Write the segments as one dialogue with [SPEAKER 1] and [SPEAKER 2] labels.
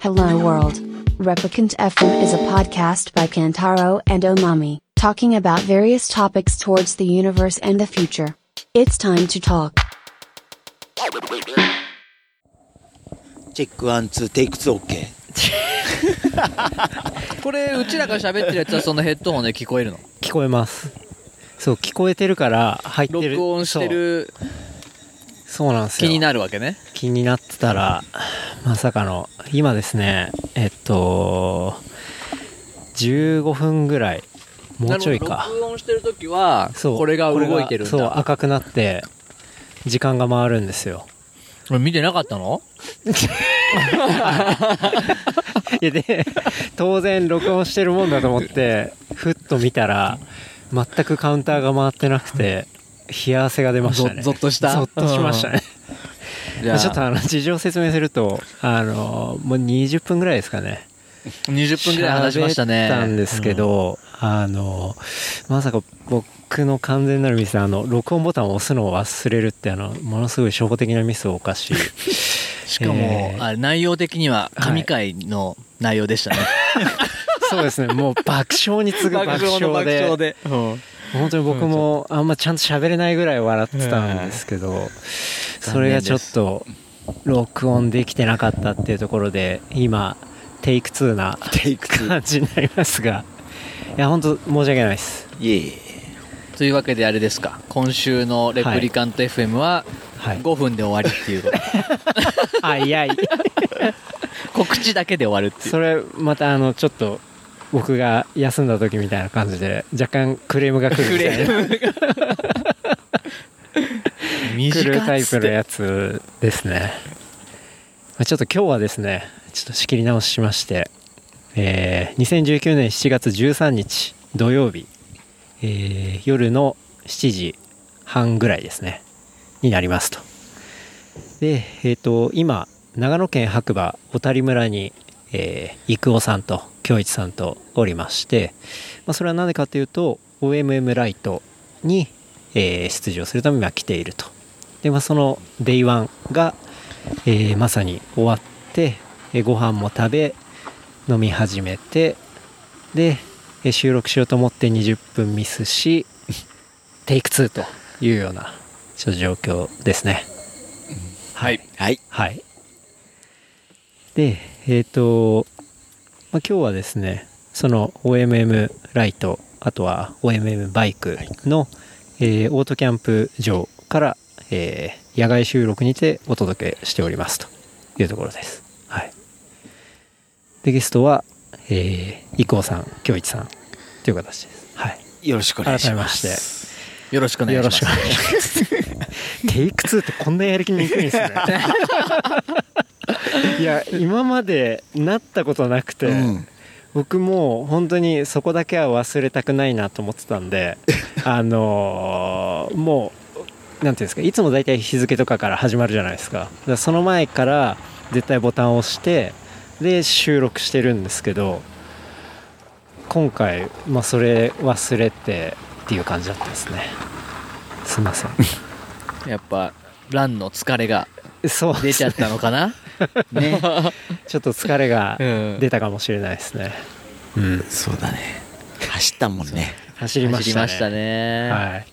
[SPEAKER 1] Hello World. Replicant FM is a podcast by Kantaro and Omami, talking about various topics towards the universe and the future. It's time to talk.
[SPEAKER 2] チェックワンツーテイクツーオッケー
[SPEAKER 3] これうちらが喋ってるやつはそのヘッドホンで聞こえるの
[SPEAKER 4] 聞こえますそう聞こえてるから入ってる
[SPEAKER 3] 録音してる
[SPEAKER 4] そうそうなんです
[SPEAKER 3] 気
[SPEAKER 4] よ
[SPEAKER 3] になるわけね
[SPEAKER 4] 気になってたらまさかの今ですねえっと15分ぐらいもうちょい
[SPEAKER 3] なる
[SPEAKER 4] か
[SPEAKER 3] ほど録音してる時は
[SPEAKER 4] そう
[SPEAKER 3] これが動いてるん
[SPEAKER 4] これがそう
[SPEAKER 3] だ
[SPEAKER 4] 赤くなって時間が回るんで すよ
[SPEAKER 3] 俺見てなかったの
[SPEAKER 4] いやで当然録音してるもんだと思ってふっと見たら全くカウンターが回ってなくて冷や汗が出ましたね
[SPEAKER 3] ぞぞっとした
[SPEAKER 4] ぞっとしましたね
[SPEAKER 3] じゃあ
[SPEAKER 4] ちょっとあの事情を説明するとあのもう20分ぐらいですかね
[SPEAKER 3] 20分ぐらい話しましたね
[SPEAKER 4] 喋ったんですけど、あのまさか僕の完全なるミスあの録音ボタンを押すのを忘れるってあのものすごい初歩的なミスを犯し
[SPEAKER 3] しかも、
[SPEAKER 4] えー
[SPEAKER 3] あ内容的には神回の内容でしたね、
[SPEAKER 4] そうですねもう爆笑に次ぐ爆笑で
[SPEAKER 3] で、うん
[SPEAKER 4] 本当に僕もあんまちゃんと喋れないぐらい笑ってたんですけど、それがちょっと録音できてなかったっていうところで今テイク2な
[SPEAKER 2] テイクツー
[SPEAKER 4] 感じになりますがいや本当申し訳 ないです
[SPEAKER 2] イエーイ
[SPEAKER 3] というわけであれですか今週の「レプリカント FM」は
[SPEAKER 4] はい
[SPEAKER 3] 5分で終わりっていうこと、
[SPEAKER 4] 早い
[SPEAKER 3] 告知だけで終わるっていう
[SPEAKER 4] それまたあのちょっと僕が休んだ時みたいな感じで若干クレームが来るみたいな来るタイプのやつですねまあちょっと今日はですねちょっと仕切り直しまして、えー2019年7月13日土曜日、えー夜の7時半ぐらいですねになりますとでえっ、と今長野県白馬小谷村に、えー、郁夫さんと京一さんとおりまして、まあ、それはなぜかというと OMM ライトに、えー出場するために今来ているとで、まあ、その Day1 が、えーまさに終わって、えーご飯も食べ飲み始めてで、えー収録しようと思って20分ミスし テイク2というようなちょっと状況ですね
[SPEAKER 3] はい
[SPEAKER 2] はい
[SPEAKER 4] はい。で、えっ、と、まあ、今日はですね、その OMM ライト、あとは OMM バイクの、えーオートキャンプ場から、えー野外収録にてお届けしておりますというところです。はい。で、ゲストは、えー、伊藤さん、京一さんという形です。はい。
[SPEAKER 2] よろしくお願いします
[SPEAKER 3] よろしくお願い
[SPEAKER 4] よ
[SPEAKER 3] し
[SPEAKER 4] ろ
[SPEAKER 3] ま
[SPEAKER 4] し
[SPEAKER 3] す
[SPEAKER 4] くお願いします。テイク2ってこんなやる気にいくんで すね。いや今までなったことなくて、
[SPEAKER 2] うん
[SPEAKER 4] 僕もう本当にそこだけは忘れたくないなと思ってたん であのーもうなんていうんですかいつも大体日付とかから始まるじゃないですかだからその前から絶対ボタンを押してで収録してるんですけど今回、まあ、それ忘れてっていう感じだったですねすいません
[SPEAKER 3] やっぱランの疲れが
[SPEAKER 4] そう
[SPEAKER 3] 出ちゃったのかな ね、
[SPEAKER 4] ちょっと疲れが
[SPEAKER 3] うん
[SPEAKER 4] 出たかもしれないですね、うん、
[SPEAKER 2] そうだね走ったもんね
[SPEAKER 4] 走りま
[SPEAKER 3] 走
[SPEAKER 4] し
[SPEAKER 3] り
[SPEAKER 4] たね
[SPEAKER 3] ましたね
[SPEAKER 4] はい。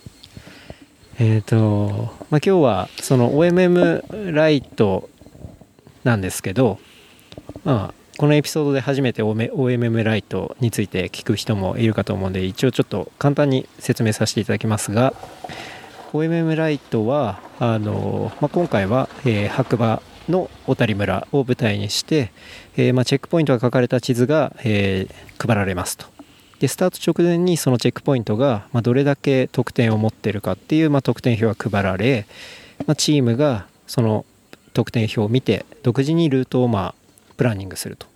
[SPEAKER 4] えっ、と、まあ、今日はその OMM ライトなんですけど、まあ、このエピソードで初めて OM- OMM ライトについて聞く人もいるかと思うので、一応ちょっと簡単に説明させていただきますが、OMM ライトは、あのまあ、今回は、えー白馬の小谷村を舞台にして、えーまあ、チェックポイントが書かれた地図が、えー配られますと。でスタート直前にそのチェックポイントが、まあ、どれだけ得点を持ってるかっていう、まあ、得点表が配られ、まあ、チームがその得点表を見て独自にルートをまあプランニングすると。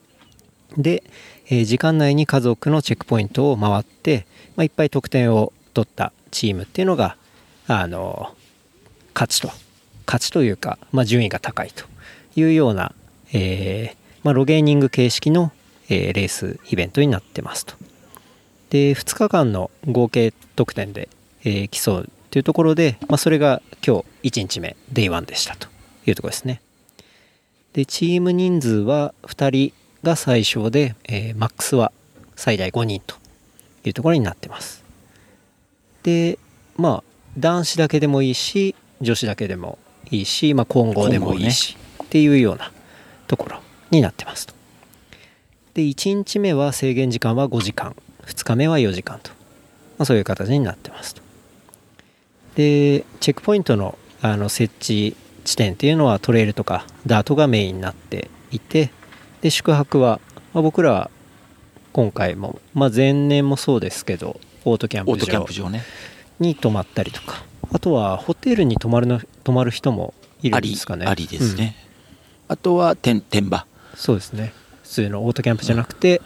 [SPEAKER 4] で、えー時間内に家族のチェックポイントを回って、まあ、いっぱい得点を取ったチームっていうのが、あの勝ちと勝ちというか、まあ、順位が高いというような、えーまあ、ロゲーニング形式の、えーレースイベントになってますと。で2日間の合計得点で、えー競うというところで、まあ、それが今日1日目 Day1 でしたというところですねでチーム人数は2人が最小で、えーマックスは最大5人というところになってますでまあ男子だけでもいいし女子だけでもいいし、まあ、混合でもいいし、っていうようなところになってますとで1日目は制限時間は5時間2日目は4時間と、まあ、そういう形になってますとでチェックポイントのあの設置地点っていうのはトレイルとかダートがメインになっていてで宿泊は、まあ、僕らは今回も、まあ、前年もそうですけどオートキャン
[SPEAKER 2] オ
[SPEAKER 4] プ
[SPEAKER 2] ートキャンプ
[SPEAKER 4] 場
[SPEAKER 2] 場ね
[SPEAKER 4] に泊まったりとかあとはホテルに泊まるの泊まる人もいる
[SPEAKER 2] あ
[SPEAKER 4] んで
[SPEAKER 2] り
[SPEAKER 4] すかね
[SPEAKER 2] ありですね、あとは天天場
[SPEAKER 4] うんそうですね普通のオートキャンプじゃなくて、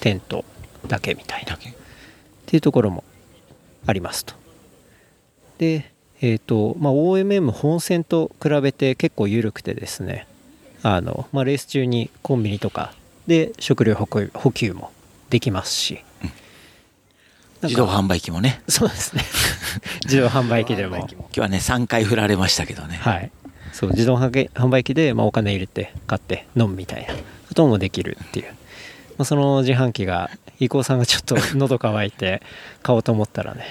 [SPEAKER 4] テントだけみたいな
[SPEAKER 2] だ
[SPEAKER 4] っ
[SPEAKER 2] け
[SPEAKER 4] ていうところもありますとでえっ、とまあ OMM 本戦と比べて結構緩くてですねあの、まあ、レース中にコンビニとかで食料補給補給もできますし、なんか
[SPEAKER 2] 自動販売機もね
[SPEAKER 4] そうですね 自動販売機でも
[SPEAKER 2] 今日はね3回振られましたけどね、
[SPEAKER 4] はい、そう自動販売販売機で、まあ、お金入れて買って飲むみたいなこともできるっていう、まあ、その自販機が伊藤さんがちょっと喉乾いて 買おうと思ったらね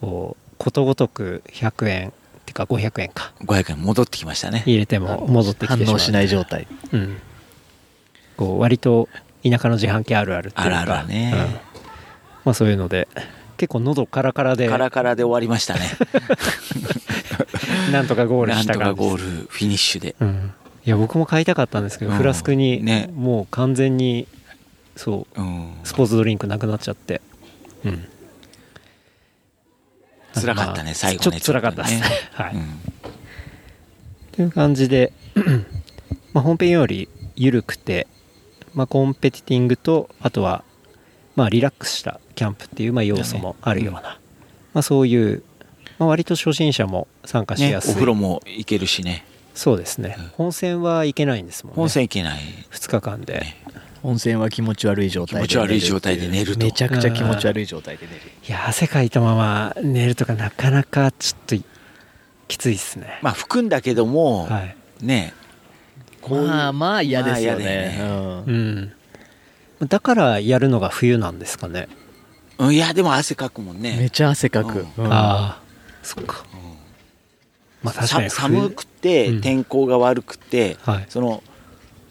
[SPEAKER 4] こうことごとく100円ってか500円か
[SPEAKER 2] 500円戻ってきましたね
[SPEAKER 4] 入れても戻ってきてしまう
[SPEAKER 3] 反応しない状態
[SPEAKER 4] うん、こう割と田舎の自販機あるあるっていうか
[SPEAKER 2] あるあるだね
[SPEAKER 4] うんまあ、そういうので結構喉カラカラで
[SPEAKER 2] カラカラで終わりましたね
[SPEAKER 4] なんとかゴール
[SPEAKER 2] な
[SPEAKER 4] し
[SPEAKER 2] ん
[SPEAKER 4] た
[SPEAKER 2] と
[SPEAKER 4] 感
[SPEAKER 2] か
[SPEAKER 4] じです
[SPEAKER 2] ゴールフィニッシュで
[SPEAKER 4] うん、いや僕も買いたかったんですけど、
[SPEAKER 2] うん
[SPEAKER 4] フラスクに、
[SPEAKER 2] ね
[SPEAKER 4] もう完全にそう
[SPEAKER 2] うん
[SPEAKER 4] スポーツドリンクなくなっちゃってうん
[SPEAKER 2] 辛かったね
[SPEAKER 4] まあ
[SPEAKER 2] 最後ね
[SPEAKER 4] ちょっと辛かったです、
[SPEAKER 2] ちょっと
[SPEAKER 4] はい、
[SPEAKER 2] うん
[SPEAKER 4] という感じで、 まあ、本編より緩くて、まあ、コンペティティングとあとは、まあ、リラックスしたキャンプっていうまあ要素もあるような、まあ、そういう、まあ、割と初心者も参加し
[SPEAKER 2] ね、お
[SPEAKER 4] やすい、
[SPEAKER 2] 風呂も行けるしね
[SPEAKER 4] そうですね
[SPEAKER 2] うん
[SPEAKER 4] 本戦は行けないんですもんね
[SPEAKER 2] 本線行けない、
[SPEAKER 4] 2日間で、
[SPEAKER 2] ね
[SPEAKER 3] 温泉は気持ち悪い状
[SPEAKER 2] 気
[SPEAKER 3] 態
[SPEAKER 2] 持
[SPEAKER 3] で
[SPEAKER 2] ち悪い状態で寝ると
[SPEAKER 3] めちゃくちゃ気持ち悪い状態で寝る
[SPEAKER 4] いや汗かいたまま寝るとかなかなかちょっときついっすね、
[SPEAKER 2] まあ吹くんだけども、
[SPEAKER 4] はい
[SPEAKER 2] ねこういう
[SPEAKER 3] まあまあ嫌ですよ
[SPEAKER 2] まあ嫌
[SPEAKER 3] ね,、
[SPEAKER 2] だよ
[SPEAKER 3] う、
[SPEAKER 4] うんんだからやるのが冬なんですかね、
[SPEAKER 2] うんいやでも汗かくもん
[SPEAKER 3] め
[SPEAKER 2] ね、
[SPEAKER 3] ちゃ汗かく、うん
[SPEAKER 4] ああそっか
[SPEAKER 2] うん
[SPEAKER 4] まあ確か
[SPEAKER 2] さ
[SPEAKER 4] に
[SPEAKER 2] 寒く
[SPEAKER 4] う
[SPEAKER 2] て
[SPEAKER 4] ん
[SPEAKER 2] 天候が悪くて、
[SPEAKER 4] はい
[SPEAKER 2] その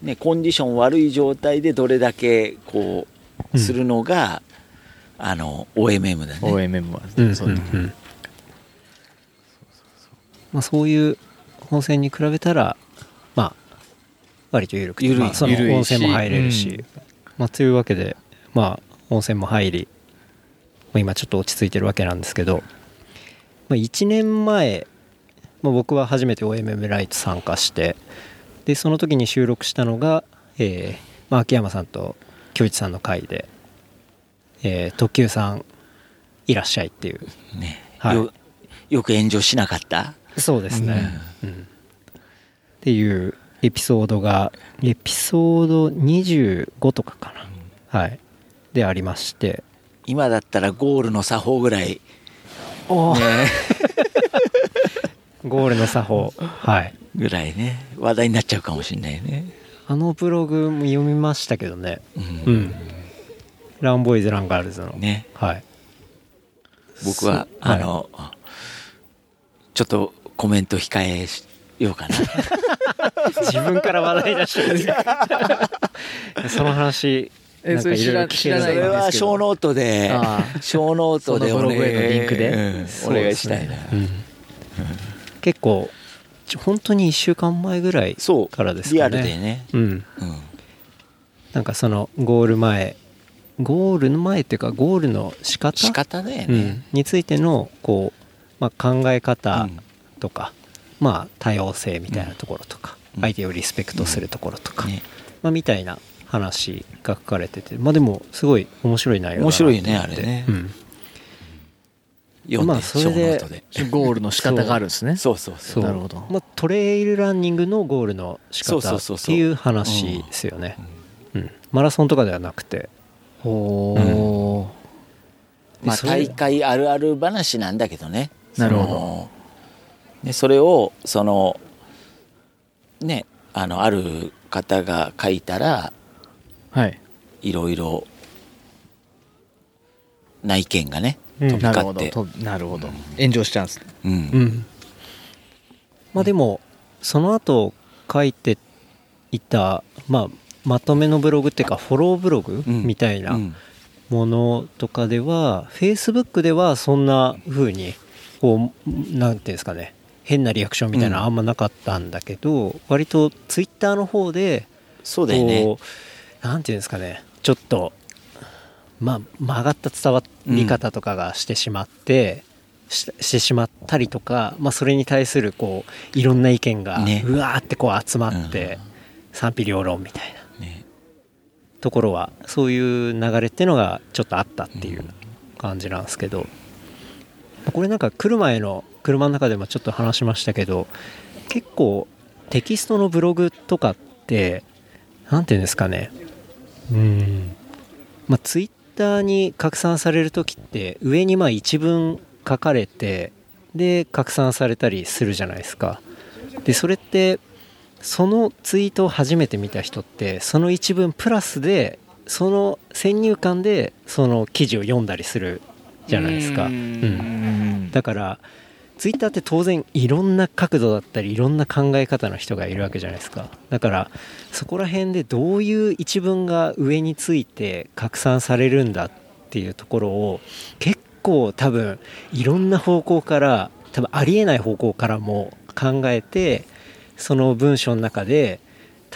[SPEAKER 2] ねコンディション悪い状態でどれだけこ
[SPEAKER 4] う
[SPEAKER 2] うんするのが、あの OMM だね
[SPEAKER 3] OMM は、
[SPEAKER 4] うんうん
[SPEAKER 3] そうね
[SPEAKER 4] うんまあそういう温泉に比べたらまあ割と緩くて
[SPEAKER 2] 緩い
[SPEAKER 4] まあその
[SPEAKER 3] 緩いし
[SPEAKER 4] 温泉も入れるし
[SPEAKER 3] うん
[SPEAKER 4] まあというわけでまあ温泉も入りまあ今ちょっと落ち着いてるわけなんですけど、まあ、1年前、まあ、僕は初めて OMM ライト参加してでその時に収録したのが、えーまあ、秋山さんと京一さんの回で、えー特急さんいらっしゃいっていう
[SPEAKER 2] ね
[SPEAKER 4] はい
[SPEAKER 2] よよく炎上しなかった
[SPEAKER 4] そうですね、うんっていうエピソードがエピソード25とかかな、はいでありまして
[SPEAKER 2] 今だったらゴールの作法ぐらい、 ね、
[SPEAKER 4] ゴールの作法はい
[SPEAKER 2] ぐらいね話題になっちゃうかもしれないね、
[SPEAKER 4] あのブログも読みましたけどね
[SPEAKER 2] うん
[SPEAKER 4] うんランボーイズランガールズの
[SPEAKER 2] ね
[SPEAKER 4] はい
[SPEAKER 2] 僕は
[SPEAKER 4] そう
[SPEAKER 2] あの、ちょっとコメント控えようかな
[SPEAKER 4] 自分から話題出してる その話
[SPEAKER 3] え
[SPEAKER 4] なん
[SPEAKER 3] そ
[SPEAKER 4] か
[SPEAKER 3] れ
[SPEAKER 4] いろいろ聞ける
[SPEAKER 2] そ
[SPEAKER 3] 知
[SPEAKER 2] れ
[SPEAKER 3] らない
[SPEAKER 2] は小ノートで
[SPEAKER 3] ああ
[SPEAKER 2] 小ノートで
[SPEAKER 3] そのブログへの
[SPEAKER 2] お願い
[SPEAKER 3] リンクで
[SPEAKER 2] うん
[SPEAKER 4] そ
[SPEAKER 2] お
[SPEAKER 4] う
[SPEAKER 2] 願
[SPEAKER 4] で
[SPEAKER 2] い
[SPEAKER 4] す
[SPEAKER 2] し
[SPEAKER 4] ね
[SPEAKER 2] たいな、
[SPEAKER 4] うん結構ちょ本当に1週間前ぐらい
[SPEAKER 2] そう
[SPEAKER 4] からですかね
[SPEAKER 2] リアルでね、
[SPEAKER 4] うん
[SPEAKER 2] うん
[SPEAKER 4] なんかそのゴール前ゴールの前っていうかゴールの仕方
[SPEAKER 2] 仕方だよ
[SPEAKER 4] う
[SPEAKER 2] ね
[SPEAKER 4] ん、についてのこう、まあ、考え
[SPEAKER 2] う
[SPEAKER 4] 方
[SPEAKER 2] ん
[SPEAKER 4] とか、まあ、多様性みたいなところとか、
[SPEAKER 2] うん
[SPEAKER 4] 相手をリスペクトするところとか、
[SPEAKER 2] ね
[SPEAKER 4] まあ、みたいな話が書かれてて、まあ、でもすごい面白い内容だな
[SPEAKER 2] 面白いよね
[SPEAKER 4] と思っ
[SPEAKER 2] あ
[SPEAKER 4] て
[SPEAKER 2] れね
[SPEAKER 4] うん、
[SPEAKER 2] 読んで、
[SPEAKER 4] まあそ
[SPEAKER 2] 小
[SPEAKER 4] れ
[SPEAKER 2] ノ
[SPEAKER 4] で
[SPEAKER 2] ートで
[SPEAKER 3] ゴールの仕方があるんですね
[SPEAKER 2] そうそうそう
[SPEAKER 4] そう
[SPEAKER 3] なるほど
[SPEAKER 4] まあ、トレイルランニングのゴールの仕
[SPEAKER 2] そ
[SPEAKER 4] 方
[SPEAKER 2] うそうそう
[SPEAKER 4] っ
[SPEAKER 2] そ
[SPEAKER 4] て
[SPEAKER 2] う
[SPEAKER 4] いう話ですよねうんマラソンとかではなくて
[SPEAKER 3] ほー
[SPEAKER 2] まあ
[SPEAKER 4] それ
[SPEAKER 2] 大会あるある話なんだけどね
[SPEAKER 3] なるほど
[SPEAKER 2] そのねそれをそのねあのある方が書いたら
[SPEAKER 3] はい。
[SPEAKER 2] いろいろな意見がね
[SPEAKER 4] うん
[SPEAKER 2] 飛び
[SPEAKER 3] なる
[SPEAKER 2] 交
[SPEAKER 3] ほ
[SPEAKER 2] っ
[SPEAKER 3] ど。
[SPEAKER 2] て、
[SPEAKER 3] となるほど。炎上しちゃうんですね。
[SPEAKER 2] うん
[SPEAKER 4] うん、まあでもその後書いていた、まあ、まとめのブログっていうかフォローブログ
[SPEAKER 2] うん
[SPEAKER 4] みたいな
[SPEAKER 2] うん
[SPEAKER 4] ものとかでは、Facebook ではそんな風にこうなんていうんですかね変なリアクションみたいなのあんまなかったんだけど、割と Twitter の方で
[SPEAKER 2] そうだよね
[SPEAKER 4] こうなんていうんですかねちょっと、まあ、曲がった伝わり方とかがしてしまって、ししてしまったりとか、まあ、それに対するこういろんな意見が、
[SPEAKER 2] ね
[SPEAKER 4] うわーってこう集まって、賛否両論みたいな
[SPEAKER 2] ね
[SPEAKER 4] ところはそういう流れっていうのがちょっとあったっていう感じなんですけどこれなんか来る前の車の中でもちょっと話しましたけど結構テキストのブログとかって何て言うんですかねうんまあツイッターに拡散される時って上にまあ一文書かれてで拡散されたりするじゃないですかでそれってそのツイートを初めて見た人ってその一文プラスでその先入観でその記事を読んだりするじゃないですか。
[SPEAKER 3] う
[SPEAKER 4] うん
[SPEAKER 3] ん
[SPEAKER 4] だからツイッターって当然いろんな角度だったりいろんな考え方の人がいるわけじゃないですかだからそこら辺でどういう一文が上について拡散されるんだっていうところを結構多分いろんな方向から多分ありえない方向からも考えてその文章の中で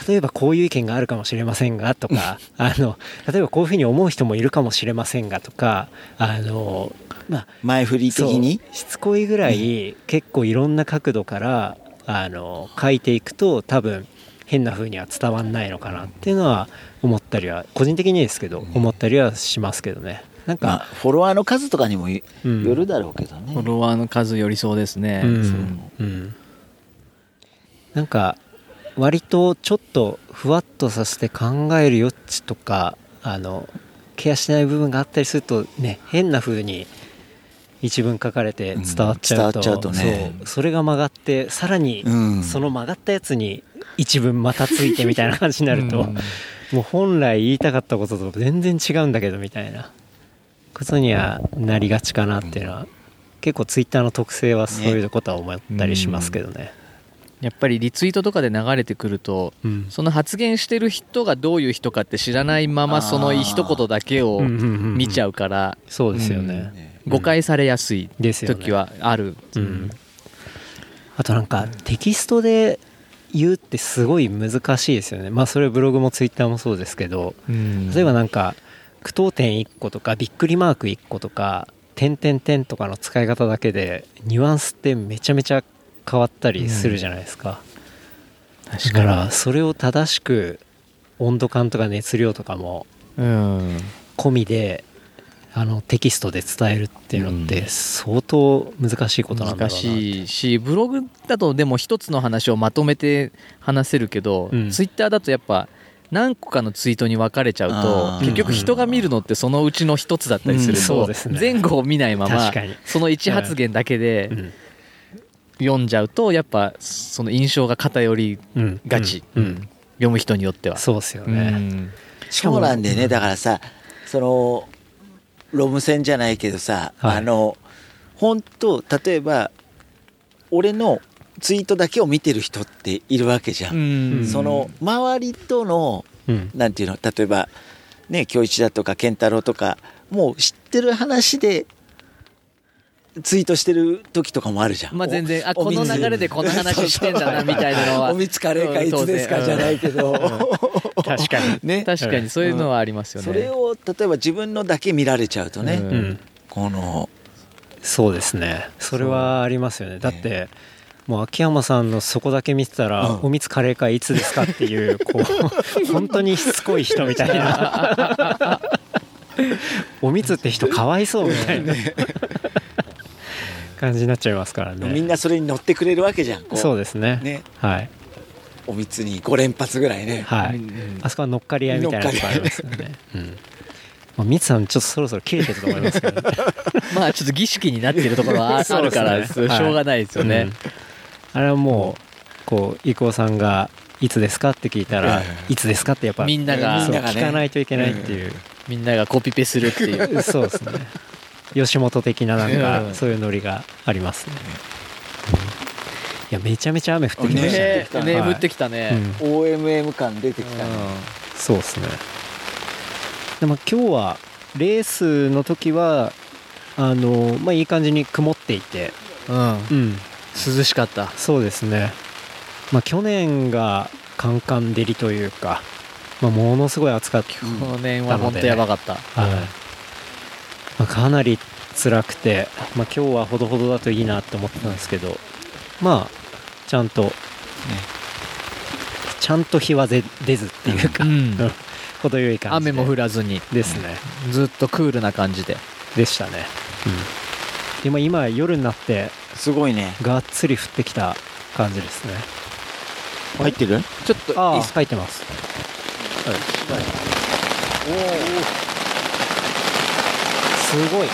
[SPEAKER 4] 例えばこういう意見があるかもしれませんがとかあの例えばこういうふうに思う人もいるかもしれませんがとかあのまあ
[SPEAKER 2] 前振り的に
[SPEAKER 4] そうしつこいぐらい結構いろんな角度からあの書いていくと多分変な風には伝わんないのかなっていうのは思ったりは個人的にですけど思ったりはしますけどねなん
[SPEAKER 2] まあ
[SPEAKER 4] か、
[SPEAKER 2] フォロワーの数とかにもよ
[SPEAKER 4] うん
[SPEAKER 2] よるだろうけどね、
[SPEAKER 3] フォロワーの数よりそうですね。
[SPEAKER 4] うん
[SPEAKER 3] そう
[SPEAKER 4] うんなんか割とちょっとふわっとさせて考える余地とかあのケアしない部分があったりするとね変な風に一文書かれて伝わっちゃうと,、
[SPEAKER 2] うん伝わっちゃうとね
[SPEAKER 4] そうそれが曲がってさらに
[SPEAKER 2] うん
[SPEAKER 4] その曲がったやつに一文またついてみたいな感じになると、
[SPEAKER 3] うん
[SPEAKER 4] もう本来言いたかったことと全然違うんだけどみたいなことにはなりがちかなっていうのは、結構ツイッターの特性はそういうことは思ったりしますけどね。
[SPEAKER 3] やっぱりリツイートとかで流れてくると、
[SPEAKER 4] うん
[SPEAKER 3] その発言してる人がどういう人かって知らないままその一言だけを見ちゃ
[SPEAKER 4] う
[SPEAKER 3] うから
[SPEAKER 4] んそうですよね。
[SPEAKER 2] ね
[SPEAKER 3] 誤解されやすい
[SPEAKER 4] ですよね。
[SPEAKER 3] 時はある、
[SPEAKER 4] うん、あとなんかテキストで言うってすごい難しいですよね。まあそれブログもツイッターもそうですけど、例えばなんか句読点1個とかびっくりマーク1個とか点点点とかの使い方だけでニュアンスってめちゃめちゃ変わったりするじゃないですか、
[SPEAKER 3] 確
[SPEAKER 4] だからそれを正しく温度感とか熱量とかも
[SPEAKER 3] うん
[SPEAKER 4] 込みであのテキストで伝えるっていうのっ
[SPEAKER 3] う
[SPEAKER 4] て相当難しいことなんだろうな
[SPEAKER 3] 難しいしブログだとでも一つの話をまとめて話せるけど、
[SPEAKER 4] うん
[SPEAKER 3] ツイッターだとやっぱ何個かのツイートに分かれちゃ
[SPEAKER 2] あ
[SPEAKER 3] う
[SPEAKER 2] ー
[SPEAKER 3] と結局人が見るのってそのうちの一つだったりする
[SPEAKER 4] うんそう
[SPEAKER 3] と
[SPEAKER 4] ですね
[SPEAKER 3] 前後を見ないまま
[SPEAKER 4] 確かに
[SPEAKER 3] その一発言だけで
[SPEAKER 4] うん
[SPEAKER 3] 読んじゃうとやっぱその印象が偏り
[SPEAKER 4] うん
[SPEAKER 3] がち、
[SPEAKER 4] うんうん
[SPEAKER 3] 読む人によっては。
[SPEAKER 4] そうですよ
[SPEAKER 3] う
[SPEAKER 4] ね、
[SPEAKER 3] ん
[SPEAKER 2] そうなんだよね、だからさそのロム線じゃないけどさ、
[SPEAKER 4] はい
[SPEAKER 2] あの本当例えば俺のツイートだけを見てる人っているわけじゃん、
[SPEAKER 3] うん
[SPEAKER 2] その周りとの
[SPEAKER 4] うん
[SPEAKER 2] なんていうの例えばね京一だとか健太郎とかもう知ってる話でツイートしてる時とかもあるじゃん。
[SPEAKER 3] まあ全然
[SPEAKER 2] お
[SPEAKER 3] あこの流れでこの話してんだなみたいなのは
[SPEAKER 2] おみつカレーかいつですかじゃないけど、
[SPEAKER 4] 確かに
[SPEAKER 2] ね
[SPEAKER 3] 確かにそういうのはありますよね。
[SPEAKER 2] それを例えば自分のだけ見られちゃうとね、
[SPEAKER 3] うん
[SPEAKER 4] うん
[SPEAKER 2] この
[SPEAKER 4] そうですねそれはありますよねだって、もう秋山さんのそこだけ見てたら
[SPEAKER 2] うん
[SPEAKER 4] 「おみつカレー会いつですか?」っていうこ う本当にしつこい人みたいな「おみつって人かわいそう」みたいな感じになっちゃいますからね
[SPEAKER 2] みんなそれに乗ってくれるわけじゃんこ
[SPEAKER 4] そうですね
[SPEAKER 2] ね
[SPEAKER 4] はい、
[SPEAKER 2] おみつに5連発ぐらいね、
[SPEAKER 4] はいあそこは乗っかり合いみたいなとこありますよ ねうんもうみつさんちょっとそろそろ切れてると思いますけど、ね、
[SPEAKER 3] まあちょっと儀式になってるところ はあるから
[SPEAKER 4] そうです
[SPEAKER 3] しょ
[SPEAKER 4] ね
[SPEAKER 3] うがないですよね。
[SPEAKER 4] うんあれはもうこう郁夫さんがいつですかって聞いたら
[SPEAKER 2] え
[SPEAKER 4] いつですかってやっぱ
[SPEAKER 3] みんなが
[SPEAKER 4] そう
[SPEAKER 2] みんながね
[SPEAKER 4] 聞かないといけないっていう、
[SPEAKER 3] みんながコピペするっていう
[SPEAKER 4] そうですね吉本的ななん
[SPEAKER 3] う
[SPEAKER 4] か
[SPEAKER 3] ん
[SPEAKER 4] そういうノリがありますね、うんいやめちゃめちゃ雨降ってきましたね
[SPEAKER 3] ね
[SPEAKER 2] はい
[SPEAKER 3] 眠ってきたね、
[SPEAKER 2] OMM 感出てきたね
[SPEAKER 4] そうですねでも今日はレースの時はあのまあいい感じに曇っていて
[SPEAKER 3] うん
[SPEAKER 4] うん
[SPEAKER 3] 涼しかった
[SPEAKER 4] そうですねまあ去年がカンカン照りというか、まあ、ものすごい暑かった
[SPEAKER 3] この年は本当やばかった、
[SPEAKER 4] はいまあ、かなり辛くて、まあ、今日はほどほどだといいなって思ってたんですけどまあちゃんと、ちゃんと日はぜ出ずっていうか、
[SPEAKER 3] うん
[SPEAKER 4] 程よい感じで
[SPEAKER 3] 雨も降らずに
[SPEAKER 4] ですね、
[SPEAKER 3] ずっとクールな感じで
[SPEAKER 4] でしたね、でまあ今夜になって
[SPEAKER 2] すごいね
[SPEAKER 4] がっつり降ってきた感じですね
[SPEAKER 2] 入ってる
[SPEAKER 3] ちょっと
[SPEAKER 4] あ
[SPEAKER 3] いい
[SPEAKER 4] あ
[SPEAKER 3] っす
[SPEAKER 4] 入ってますすごい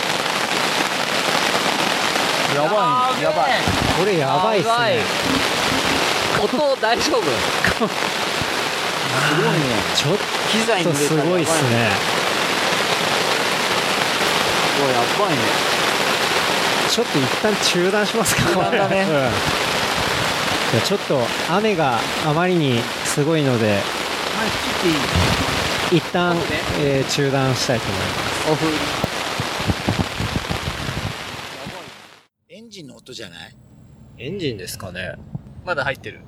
[SPEAKER 2] やばいやばい
[SPEAKER 4] これやばいっす
[SPEAKER 3] やばい
[SPEAKER 4] ね
[SPEAKER 3] 音大丈夫
[SPEAKER 2] すごいね
[SPEAKER 4] ちょっ
[SPEAKER 2] 機材
[SPEAKER 4] と
[SPEAKER 2] に入れ
[SPEAKER 4] す
[SPEAKER 2] たら
[SPEAKER 4] ごいっ
[SPEAKER 2] やば
[SPEAKER 4] すね
[SPEAKER 2] おやばいね
[SPEAKER 4] ちょっと一旦中断しますか
[SPEAKER 2] 中断だね
[SPEAKER 4] うんじゃあちょっと雨があまりにすごいので
[SPEAKER 2] はい切っていい
[SPEAKER 4] 一旦
[SPEAKER 3] オフね、
[SPEAKER 4] えー中断したいと思います
[SPEAKER 3] オフ
[SPEAKER 2] エンジンの音じゃない
[SPEAKER 4] エンジンですかね
[SPEAKER 3] まだ入ってる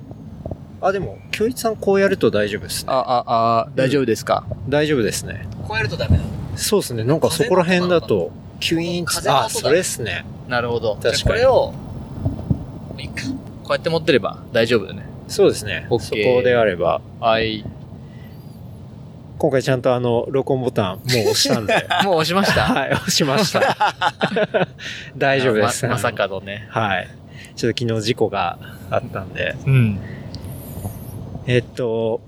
[SPEAKER 4] あでも京一さんこうやると大丈夫です
[SPEAKER 3] あああ大丈夫ですか、
[SPEAKER 4] 大丈夫ですね
[SPEAKER 3] こうやるとダメなの
[SPEAKER 4] そうですね。なんかそこら辺だと、キュイーン
[SPEAKER 3] 風
[SPEAKER 4] つ
[SPEAKER 3] の音だ
[SPEAKER 4] あ、それっすね。
[SPEAKER 3] なるほど
[SPEAKER 4] 確かに
[SPEAKER 3] じゃあこれをいいかこうやって持ってれば大丈夫だね
[SPEAKER 4] そうですね。
[SPEAKER 3] OK
[SPEAKER 4] そこであれば。
[SPEAKER 3] はい
[SPEAKER 4] 今回ちゃんとあの、録音ボタン、もう押したんで。
[SPEAKER 3] もう押しました
[SPEAKER 4] はい、押しました。 大丈夫です。
[SPEAKER 3] ままさかのね
[SPEAKER 4] はい。ちょっと昨日事故があったんで。
[SPEAKER 3] うん
[SPEAKER 4] えっと、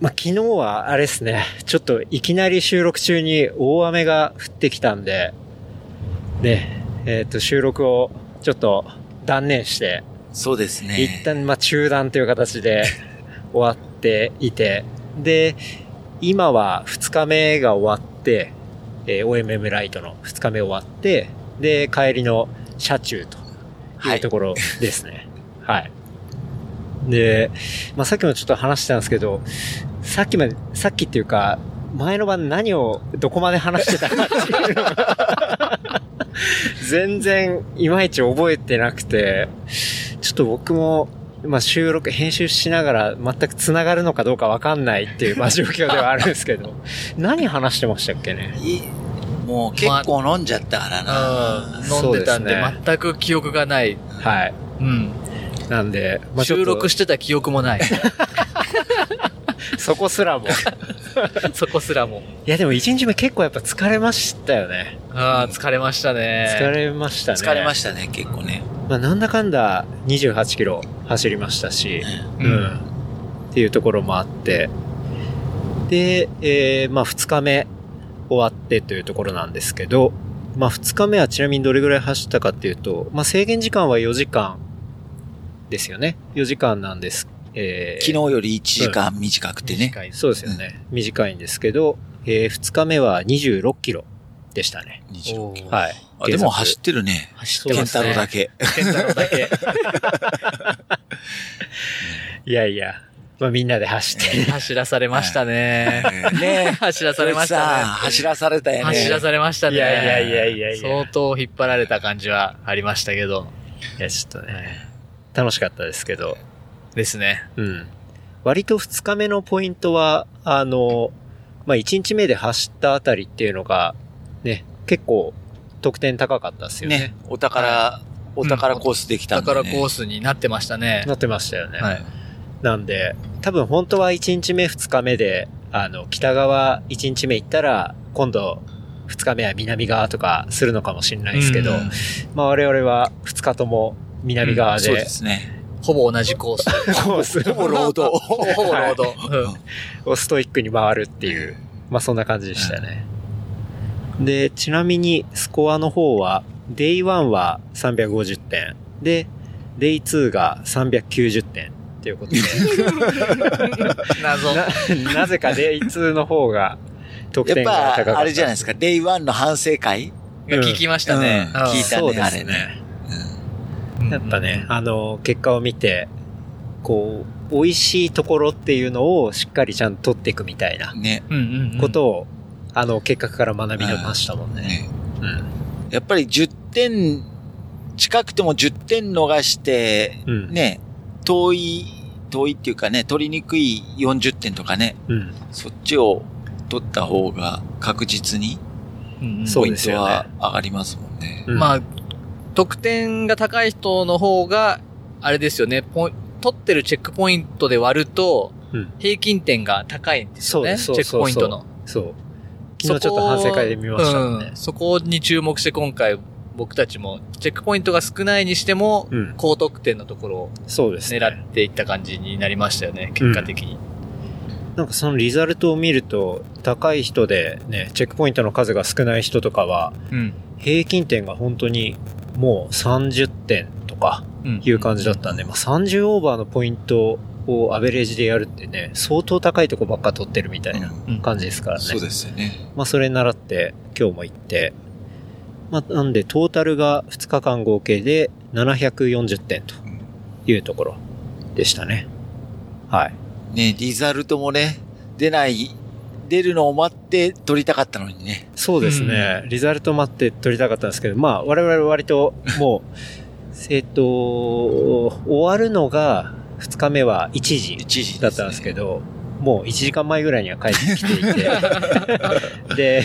[SPEAKER 4] まあ、昨日はあれですね、ちょっといきなり収録中に大雨が降ってきたんで、ね、えっと、収録をちょっと断念して、
[SPEAKER 2] そうですね
[SPEAKER 4] 一旦、まあ、中断という 形で終わっていて、で、今は2日目が終わって、えー OMM ライトの2日目終わって、で、帰りの車中と
[SPEAKER 2] は
[SPEAKER 4] いう
[SPEAKER 2] い
[SPEAKER 4] ところですね。 はい。で、まあ、さっきもちょっと話したんですけど、さっきまで、さっきっていうか、前の晩何を、どこまで話してたかっていうのが全然、いまいち覚えてなくて、ちょっと僕も、まあ、収録、編集しながら全く繋がるのかどうかわかんないって いう、まあ、状況ではあるんですけど、何話してましたっけね
[SPEAKER 2] いもう結構飲んじゃったからな、
[SPEAKER 3] 飲んでたんで
[SPEAKER 4] そうですね
[SPEAKER 3] 全く記憶がない、
[SPEAKER 4] はい。
[SPEAKER 3] うん
[SPEAKER 4] なんで、ちょ
[SPEAKER 3] 収
[SPEAKER 4] っと
[SPEAKER 3] 録してた記憶も ない
[SPEAKER 4] そこ すらも。い
[SPEAKER 3] そこすらも
[SPEAKER 4] や、でも1日目結構やっぱ疲れましたよね。
[SPEAKER 3] ああ疲れましたね
[SPEAKER 4] 疲れましたね。
[SPEAKER 2] 疲れましたね結構ね、
[SPEAKER 4] まあ、なんだかんだ28キロ走りましたし、うんっていうところもあってで、えーまあ、2日目終わってというところなんですけど、まあ、2日目はちなみにどれぐらい走ったかっていうと、まあ、制限時間は4時間ですよね4時間なんです、えー
[SPEAKER 2] 昨日より1時間短くてね、
[SPEAKER 3] 短い
[SPEAKER 4] そうですよね短いんですけど、え2日目は26キロでしたね
[SPEAKER 2] 20
[SPEAKER 3] おー
[SPEAKER 4] はい
[SPEAKER 2] あでも走ってるね
[SPEAKER 3] 走って
[SPEAKER 2] 健
[SPEAKER 3] ます
[SPEAKER 2] 太
[SPEAKER 3] ね
[SPEAKER 2] 郎だけ
[SPEAKER 3] 健太郎だけ
[SPEAKER 4] いやいや、まあ、みんなで走って
[SPEAKER 3] 走らされましたね
[SPEAKER 2] ね
[SPEAKER 3] 走らされましたね
[SPEAKER 2] さあ走らされたよね
[SPEAKER 3] 走らされましたね
[SPEAKER 4] いやいやいやいやいや
[SPEAKER 3] 相当引っ張られた感じはありましたけど
[SPEAKER 4] いや、ちょっとね、楽しかったですけど、
[SPEAKER 3] ですね
[SPEAKER 4] うん。割と2日目のポイントは、あの、まあ、1日目で走ったあたりっていうのが、ね、結構、得点高かったですよね。
[SPEAKER 2] ねお宝お宝コースできたんだ、ね
[SPEAKER 3] 宝コースになってましたね
[SPEAKER 4] なってましたよね。
[SPEAKER 3] はい
[SPEAKER 4] なんで、多分本当は1日目2日目で、あの、北側1日目行ったら、今度、2日目は南側とかするのかもしれないですけど、
[SPEAKER 3] うん
[SPEAKER 4] まあ、我々は2日とも南側
[SPEAKER 2] そう
[SPEAKER 4] で
[SPEAKER 2] で、すね
[SPEAKER 3] ほぼ同じコース
[SPEAKER 4] コース
[SPEAKER 2] ほぼロード
[SPEAKER 3] ほぼ ほぼロード、うん
[SPEAKER 4] をストイックに回るっていう、まあそんな感じでしたね。で、ちなみにスコアの方は、デイ1は350点、で、デイ2が390点っていうことで ななぜか Day2 の方が得
[SPEAKER 2] や
[SPEAKER 4] 点
[SPEAKER 2] っ
[SPEAKER 4] が高かった
[SPEAKER 2] ぱ、あれじゃないですか、デイワンの反省会
[SPEAKER 4] うん
[SPEAKER 3] 聞きましたね。
[SPEAKER 2] うん
[SPEAKER 3] あー
[SPEAKER 2] 聞いたね
[SPEAKER 3] そうで
[SPEAKER 2] あ
[SPEAKER 3] す
[SPEAKER 2] れね。
[SPEAKER 4] やっぱね、あの、結果を見て、こう、美味しいところっていうのをしっかりちゃんと取っていくみたいな
[SPEAKER 2] ね。
[SPEAKER 3] うんうんうん
[SPEAKER 4] ことを、あの、結果から学びましたもんね。
[SPEAKER 2] ね
[SPEAKER 4] うん。
[SPEAKER 2] やっぱり10点、近くても10点逃して、
[SPEAKER 4] うん。
[SPEAKER 2] ね、遠い、遠いっていうかね、取りにくい40点とかね、
[SPEAKER 4] うん。
[SPEAKER 2] そっちを取った方が確実に
[SPEAKER 3] うんうん
[SPEAKER 4] そう
[SPEAKER 2] ポイ
[SPEAKER 4] で
[SPEAKER 2] ン
[SPEAKER 4] す
[SPEAKER 2] ト
[SPEAKER 4] よね
[SPEAKER 2] は上がりますもんね。
[SPEAKER 4] うん
[SPEAKER 3] まあ、得点が高い人の方が、あれですよね、ポイ取ってるチェックポイントで割ると
[SPEAKER 4] うん、
[SPEAKER 3] 平均点が高いんですよね、チ
[SPEAKER 4] そう
[SPEAKER 3] ェ
[SPEAKER 4] そう
[SPEAKER 3] ックポ
[SPEAKER 4] そうそう
[SPEAKER 3] イントの。
[SPEAKER 4] そう。昨日ちょっと反省会で見ましたもんね
[SPEAKER 3] うん。そこに注目して今回僕たちも、チェックポイントが少ないにしても、
[SPEAKER 4] うん。
[SPEAKER 3] 高得点のところを
[SPEAKER 4] そうですね。
[SPEAKER 3] 狙っていった感じになりましたよね、結果的に。
[SPEAKER 4] なんかそのリザルトを見ると、高い人でね、チェックポイントの数が少ない人とかは、
[SPEAKER 3] うん。
[SPEAKER 4] 平均点が本当にもう30点とか、
[SPEAKER 3] うん
[SPEAKER 4] いう感じだったんで、まあ、30オーバーのポイントをアベレージでやるってね、相当高いとこばっか取ってるみたいな
[SPEAKER 2] うん
[SPEAKER 3] うん
[SPEAKER 4] 感じですからね。
[SPEAKER 2] そうですよね。
[SPEAKER 4] まあ、それ習って、今日も行って、まあ、なんで、トータルが2日間合計で740点というところでしたね。はい。
[SPEAKER 2] ね、リザルトもね、出ない、出るのを待って取りたかったのにね。
[SPEAKER 4] そうですね。リザルト待って取りたかったんですけど、まあ、我々は割と、もう、えっと、終わるのが2日目は1時
[SPEAKER 2] 一時、
[SPEAKER 4] だったんですけ。ど、もう1時間前ぐらいには帰ってきていて、で、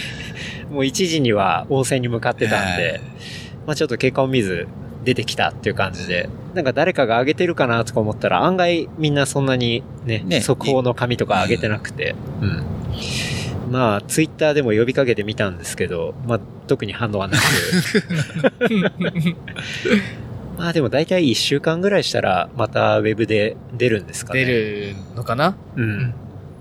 [SPEAKER 4] もう1時には応戦に向かってたんで、まあちょっと経過を見ず出てきたっていう感じで、なんか誰かが上げてるかなとか思ったら案外みんなそんなにね、
[SPEAKER 2] ね
[SPEAKER 4] 速報の紙とか上げてなくて、うん。まあ、ツイッターでも呼びかけてみたんですけど、まあ、特に反応は なく。まあ、でも大体1週間ぐらいしたら、またウェブで出るんですかね。
[SPEAKER 3] 出。るのかな
[SPEAKER 4] うん。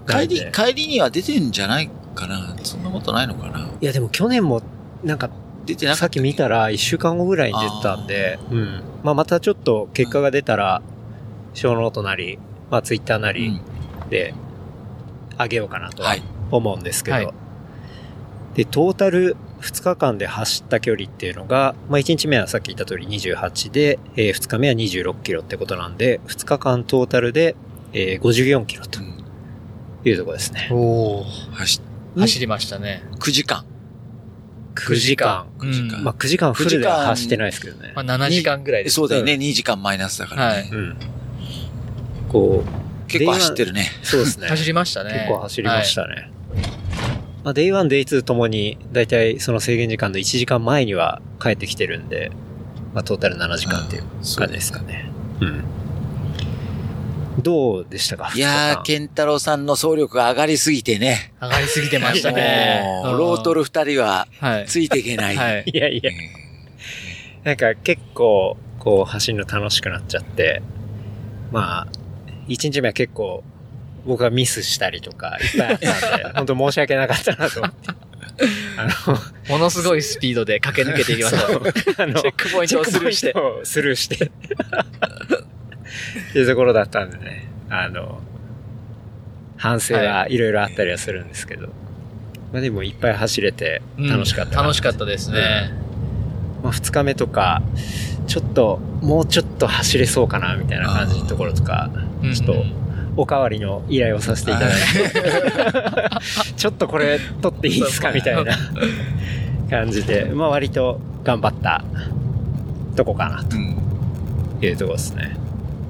[SPEAKER 2] 帰り
[SPEAKER 4] なんで、
[SPEAKER 2] 帰りには出てんじゃないかな。そんなことないのかな。
[SPEAKER 4] いやでも去年もなんか
[SPEAKER 2] 出てなか
[SPEAKER 4] さ
[SPEAKER 2] った
[SPEAKER 4] っき見たら1週間後ぐらいに出てたんで、うんまあ、またちょっと結果が出たら小ノートなり、まあ、ツイッターな
[SPEAKER 2] うん
[SPEAKER 4] りで上げようかなとは
[SPEAKER 2] はい。
[SPEAKER 4] 思うんですけど、
[SPEAKER 3] はい
[SPEAKER 4] でトータル2日間で走った距離っていうのが、まあ、1日目はさっき言った通り28で、え2日目は26キロってことなんで2日間トータルで、えー54キロと
[SPEAKER 2] うん
[SPEAKER 4] いうところですね
[SPEAKER 3] お
[SPEAKER 2] 走っ
[SPEAKER 3] 走りましたね。
[SPEAKER 2] 9時間。
[SPEAKER 4] 9時間、
[SPEAKER 3] う
[SPEAKER 2] 時間
[SPEAKER 3] ん
[SPEAKER 4] まあ、9時間フルでは走ってないですけどね
[SPEAKER 3] まあ、7時間ぐらいです。
[SPEAKER 2] そうだよね。2時間マイナスだからね。
[SPEAKER 4] うんこう
[SPEAKER 2] 結構走ってるね。
[SPEAKER 4] そうです ね。
[SPEAKER 3] 走りましたね。。
[SPEAKER 4] 結構走りましたたね。まあ、デイ1、デイ2ともに、だいたいその制限時間の1時間前には帰ってきてるんで、まあ、トータル7時間っていう
[SPEAKER 2] そう
[SPEAKER 4] 感じですかね。うん。どうでしたか
[SPEAKER 2] いやー、
[SPEAKER 4] 二日
[SPEAKER 2] ケンタロウさんの走力が上がりすぎてね。
[SPEAKER 3] 上がりすぎてました ね。
[SPEAKER 2] もうロート
[SPEAKER 3] ル。
[SPEAKER 2] ル二人は
[SPEAKER 3] はい。
[SPEAKER 2] ついていけない。
[SPEAKER 3] は
[SPEAKER 2] うん
[SPEAKER 3] い。
[SPEAKER 4] 間いやいや、なんか結構、こう、走るの楽しくなっちゃって、まあ、1日目は結構、僕がミスしたりとか、いっぱいあったん で、本当申し訳なかったなと思って。あの、
[SPEAKER 3] ものすごいスピードで駆け抜けていき ました。 チ
[SPEAKER 4] あの
[SPEAKER 3] ェックポイントをスルーして
[SPEAKER 4] チェッ。クポイントをスルーして。 っていうところだったんでね。あの、反省はいろいろあったりはするんですけど。まあでもいっぱい走れて楽しかったな、
[SPEAKER 3] うん楽しかったですね。
[SPEAKER 4] まあ2日目とか、ちょっと、もうちょっと走れそうかなみたいな感じのところとか、
[SPEAKER 3] うん
[SPEAKER 4] ちょっとおかわりの依頼をさせていた だい て、ちょっとこれ取っていいですかみた いな感じで、まあ割と頑張ったとこかな
[SPEAKER 2] うん
[SPEAKER 4] というところですね。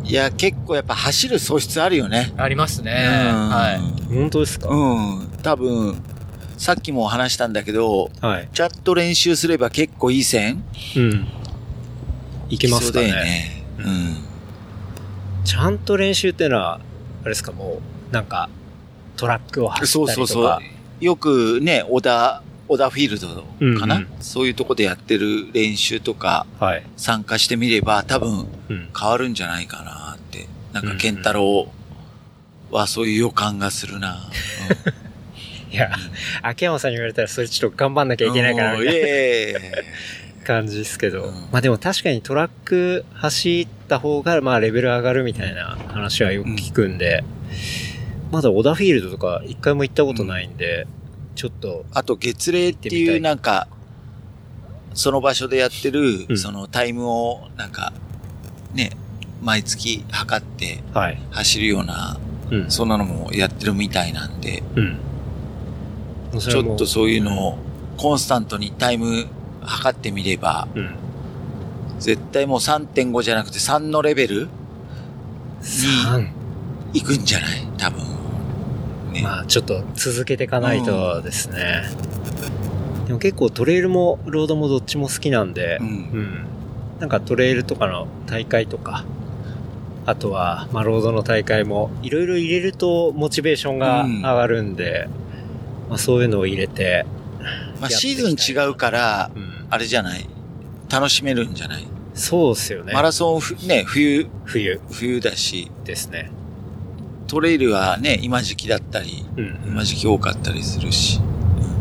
[SPEAKER 2] いや、結構やっぱ走る素質あるよね。
[SPEAKER 3] ありますね。
[SPEAKER 2] うん
[SPEAKER 3] は
[SPEAKER 4] 本当ですか
[SPEAKER 2] うん。多分、さっきも話したんだけど、
[SPEAKER 4] はい。
[SPEAKER 2] チャット練習すれば結構いい線
[SPEAKER 4] うん。いけますかね
[SPEAKER 2] そうだよね。うん。
[SPEAKER 4] ちゃんと練習っていうのは、あれですか、もう、なんか、トラックを走
[SPEAKER 2] そ
[SPEAKER 4] っ
[SPEAKER 2] う
[SPEAKER 4] たり
[SPEAKER 2] そ
[SPEAKER 4] とか。
[SPEAKER 2] うそう。よくね、小田、小田フィールドかな、
[SPEAKER 4] うん
[SPEAKER 2] そういうとこでやってる練習とか
[SPEAKER 4] はい。
[SPEAKER 2] 参加してみれば多分
[SPEAKER 4] うん。
[SPEAKER 2] 変わるんじゃないかなって。なん
[SPEAKER 4] うんう
[SPEAKER 2] か、
[SPEAKER 4] ん
[SPEAKER 2] ケンタロウはそういう予感がするな。
[SPEAKER 4] いや、秋山さんに言われたら、それちょっと頑張んなき
[SPEAKER 2] うん
[SPEAKER 4] ゃいけないかな、
[SPEAKER 2] う
[SPEAKER 4] み
[SPEAKER 2] んい
[SPEAKER 4] たい
[SPEAKER 2] え
[SPEAKER 4] ない
[SPEAKER 2] え
[SPEAKER 4] 感じですけど、
[SPEAKER 2] うん
[SPEAKER 4] まあでも確かにトラック走った方がまあレベル上がるみたいな話はよく聞くんで、まだオダフィールドとか一回も行ったことないんで、ちょっと、
[SPEAKER 2] あと月齢っていうなんか、その場所でやってる、
[SPEAKER 4] うん
[SPEAKER 2] そのタイムをなんか、ね、毎月測って
[SPEAKER 4] はい。
[SPEAKER 2] 走るような、
[SPEAKER 4] うん。
[SPEAKER 2] そんなのもやってるみたいなんで、
[SPEAKER 4] うん。もうそ
[SPEAKER 2] ち
[SPEAKER 4] れはも
[SPEAKER 2] ょ
[SPEAKER 4] う
[SPEAKER 2] っとそういうのをコンスタントにタイム測ってみれば、
[SPEAKER 4] うん。
[SPEAKER 2] 絶対もう3.5じゃなくて3のレベル
[SPEAKER 4] 3。
[SPEAKER 2] いくんじゃない多分。ね。
[SPEAKER 4] まあちょっと続けていかないとですね。でも結構トレイルもロードもどっちも好きなんで
[SPEAKER 2] う、。
[SPEAKER 4] うんん。なんかトレイルとかの大会とか、あとは、まあ、ロードの大会も、いろいろ入れるとモチベーションが上がるんで、まあ、そういうのを入れて、
[SPEAKER 2] まあシーズン違うから、
[SPEAKER 4] うん、
[SPEAKER 2] あれじゃない楽しめるんじゃない、
[SPEAKER 4] そうですよね
[SPEAKER 2] マ。ラソンふ、ね、冬、
[SPEAKER 4] 冬
[SPEAKER 2] 冬だし、
[SPEAKER 4] ですね。
[SPEAKER 2] トレイルはね、今時期だったり、
[SPEAKER 4] うん。
[SPEAKER 2] 今時期多かったりするし。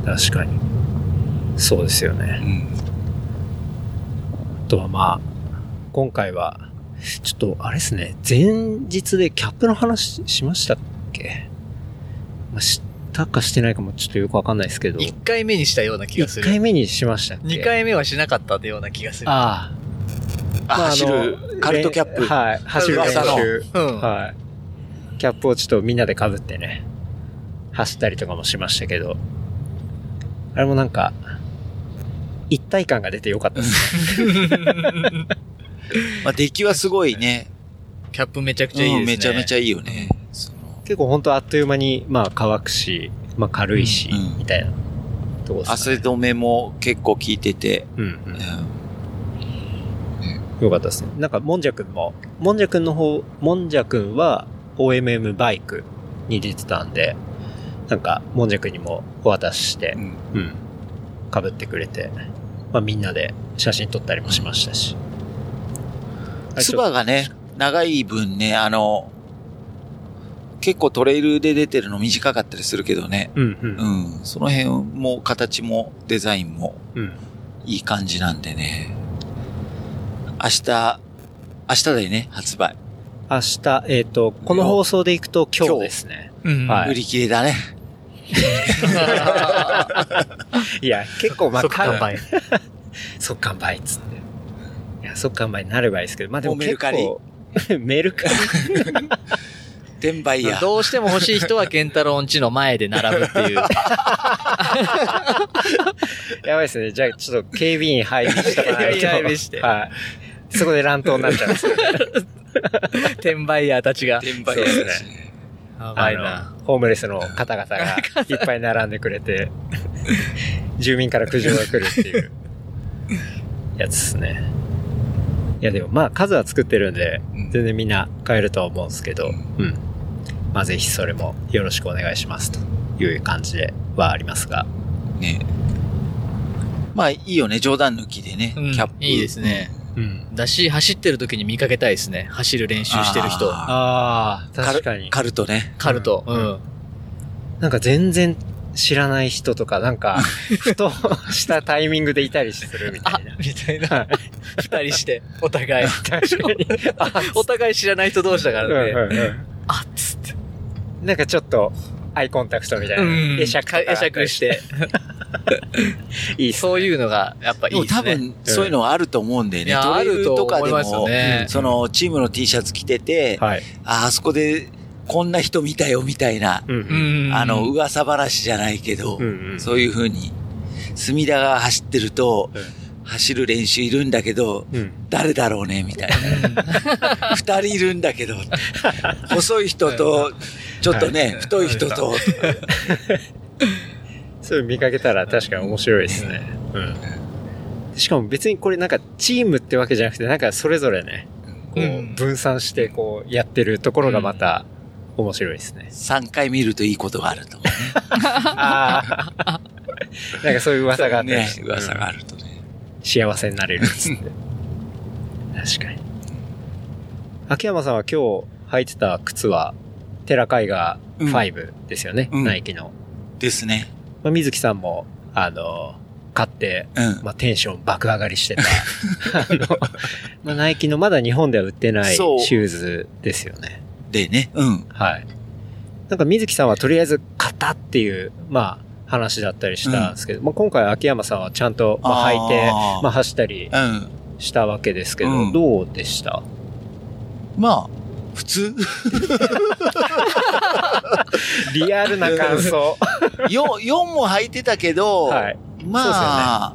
[SPEAKER 4] 確かに。そうですよね
[SPEAKER 2] う。ん。
[SPEAKER 4] あとはまあ、今回は、ちょっとあれですね、前日でキャップの話しましたっけ、まあ、したかしてないかもちょっとよくわかんないですけど、
[SPEAKER 3] 一回目にしたような気がす
[SPEAKER 4] 1
[SPEAKER 3] る。
[SPEAKER 4] 回目にしましたっけ
[SPEAKER 3] 二回目はしなかったような気がする。
[SPEAKER 4] ああ、
[SPEAKER 2] あ、
[SPEAKER 4] まあ
[SPEAKER 2] 走る
[SPEAKER 4] あの、
[SPEAKER 2] カルトキャップ。
[SPEAKER 4] れはい、走る練
[SPEAKER 2] 噂の
[SPEAKER 4] 習。
[SPEAKER 3] うん。
[SPEAKER 4] はい。キャップをちょっとみんなで被ってね、走ったりとかもしましたけど、あれもなんか、一体感が出てよかったです。
[SPEAKER 2] まあ、出来はすごい ね。
[SPEAKER 3] キャップめちゃく
[SPEAKER 2] う
[SPEAKER 3] ちゃいいですね。
[SPEAKER 2] ん、めちゃめち
[SPEAKER 3] ゃ。
[SPEAKER 2] ゃいいよね。その
[SPEAKER 4] 結構ほんとあっという間に、まあ乾くし、まあ軽いし、
[SPEAKER 2] うんうん
[SPEAKER 4] みたいなとこですか
[SPEAKER 2] 汗
[SPEAKER 4] ね。
[SPEAKER 2] 止めも結構効いてて、
[SPEAKER 4] うん、う
[SPEAKER 2] うん
[SPEAKER 4] ん。よかったですね。なんか、もんじゃくんも、もんじゃくんの方、もんじゃくんは OMM バイクに出てたんで、なんか、もんじゃくんにもお渡しして
[SPEAKER 2] う、ん
[SPEAKER 4] うん。かぶってくれて、まあみんなで写真撮ったりもしましたし。
[SPEAKER 2] ツバがね、長い分ね、あの、結構トレイルで出てるの短かったりするけどね。
[SPEAKER 4] うんうん
[SPEAKER 2] うん。その辺も形もデザインも
[SPEAKER 4] うん。
[SPEAKER 2] いい感じなんでね。明日、明日だよね、発売。
[SPEAKER 4] 明日、えっ、と、この放送で行くと今日ですね。
[SPEAKER 3] うん。
[SPEAKER 4] はい
[SPEAKER 2] 売り切れだね。
[SPEAKER 4] いや、結構まあ、
[SPEAKER 3] 即完売
[SPEAKER 4] 買う。即完売っつって。いや、即完売になればいいですけど、まあでも
[SPEAKER 2] もうメル
[SPEAKER 4] 結
[SPEAKER 2] カリ
[SPEAKER 4] 構、 メルカリ。
[SPEAKER 2] 転売や。
[SPEAKER 3] どうしても欲しい人はケンタロウんちの前で並ぶっていう。
[SPEAKER 4] やばいですね。じゃあ、ちょっと警備員配備し た
[SPEAKER 3] 警備員配備して
[SPEAKER 4] はい。そこで乱闘になっちゃうんですよ。
[SPEAKER 3] 転売ヤーたちが。
[SPEAKER 2] 転売
[SPEAKER 4] そ
[SPEAKER 2] や
[SPEAKER 4] うですね
[SPEAKER 2] だしね。
[SPEAKER 3] やば
[SPEAKER 4] あ
[SPEAKER 3] いな。
[SPEAKER 4] の、ホームレスの方々がいっぱい並んでくれて、 住民から苦情が来るっていうやつですね。いや、でもまあ、数は作ってるんで、
[SPEAKER 2] うん
[SPEAKER 4] 全然みんな買えるとは思うんですけど、
[SPEAKER 2] う
[SPEAKER 4] うん。まあ、ぜひそれもよろしくお願いしますという感じではありますが、
[SPEAKER 2] ね。まあいいよね、冗談抜きでね。
[SPEAKER 3] うん
[SPEAKER 2] キャップ。
[SPEAKER 3] いいですね。
[SPEAKER 4] うん。
[SPEAKER 3] だし、走ってる時に見かけたいですね。走る練習してる人。
[SPEAKER 2] あ
[SPEAKER 4] ああ、
[SPEAKER 2] ー。
[SPEAKER 4] 確かに。
[SPEAKER 2] カルカルトね。
[SPEAKER 3] カルト。うん。
[SPEAKER 4] なんか全然知らない人とか、なん か、ふとしたタイミングでいたりするみた
[SPEAKER 3] あ
[SPEAKER 4] いな。
[SPEAKER 3] みたいな。
[SPEAKER 4] はい
[SPEAKER 3] 二人して、お互い。
[SPEAKER 4] 確かに。あ
[SPEAKER 3] お互い知らない人同士だからね。
[SPEAKER 4] うんうん
[SPEAKER 3] あっつって。
[SPEAKER 4] うんなんかちょっと、アイコンタクトみたいな。
[SPEAKER 3] うん
[SPEAKER 4] 会釈とか
[SPEAKER 3] 会釈して。
[SPEAKER 4] いいっすね
[SPEAKER 3] そういうのが、やっぱい
[SPEAKER 2] で
[SPEAKER 3] い
[SPEAKER 2] も
[SPEAKER 3] です
[SPEAKER 2] 多
[SPEAKER 3] ね。
[SPEAKER 2] 分、そういうのはあると思うんだよ
[SPEAKER 3] い
[SPEAKER 2] ね。
[SPEAKER 3] や
[SPEAKER 2] トレイルとかで
[SPEAKER 3] あ
[SPEAKER 2] も
[SPEAKER 3] ると思いますよね、
[SPEAKER 2] そのチームの T シャツ着てて、
[SPEAKER 4] はい。
[SPEAKER 2] ああそこでこんな人見たよみたいな、
[SPEAKER 4] うんう。
[SPEAKER 3] うんん。
[SPEAKER 2] あの、噂話じゃないけど、
[SPEAKER 4] うんうん
[SPEAKER 2] そういう風に、隅田が走ってると、
[SPEAKER 4] うん
[SPEAKER 2] 走る練習いるんだけど、
[SPEAKER 4] うん。
[SPEAKER 2] 誰だろうねみたい な。二人いるんだけど、細い人と、ちょっとね、
[SPEAKER 3] はい
[SPEAKER 2] 太い人と、
[SPEAKER 4] そういう見かけたら確かに面白いですね。うん。しかも別にこれなんかチームってわけじゃなくて、なんかそれぞれね、こ
[SPEAKER 3] う
[SPEAKER 4] うん分散してこうやってるところがまた面白いですね。
[SPEAKER 2] 3回見るといいことがあると思うね。
[SPEAKER 4] ああ。なんかそういう噂があったり
[SPEAKER 2] ね
[SPEAKER 4] し、て。
[SPEAKER 2] 噂があるとね。
[SPEAKER 4] 幸せになれるっつって。確かに。秋山さんは今日履いてた靴は、テラカイガー5ですよね、
[SPEAKER 2] うん
[SPEAKER 4] ナイキの。
[SPEAKER 2] ですね。
[SPEAKER 4] まあ、水木さんも、あの、買って、
[SPEAKER 2] うん
[SPEAKER 4] まあ、テンション爆上がりしてた。 あの、まあ、ナイキのまだ日本では売ってないシ
[SPEAKER 2] そう
[SPEAKER 4] ューズですよね。
[SPEAKER 2] でね。うん。
[SPEAKER 4] はい。なんか水木さんはとりあえず買ったっていう、まあ、話だったりしたんですけど、まあ、今回秋山さんはちゃんと、まあ、
[SPEAKER 2] あー
[SPEAKER 4] 履いて、まあ、走ったり
[SPEAKER 2] うん。
[SPEAKER 4] したわけですけど、
[SPEAKER 2] うん
[SPEAKER 4] どうでした
[SPEAKER 2] まあ、普 通。
[SPEAKER 4] リアルな感 想。
[SPEAKER 2] よ4も履いてたけど、
[SPEAKER 4] はい。
[SPEAKER 2] まあ、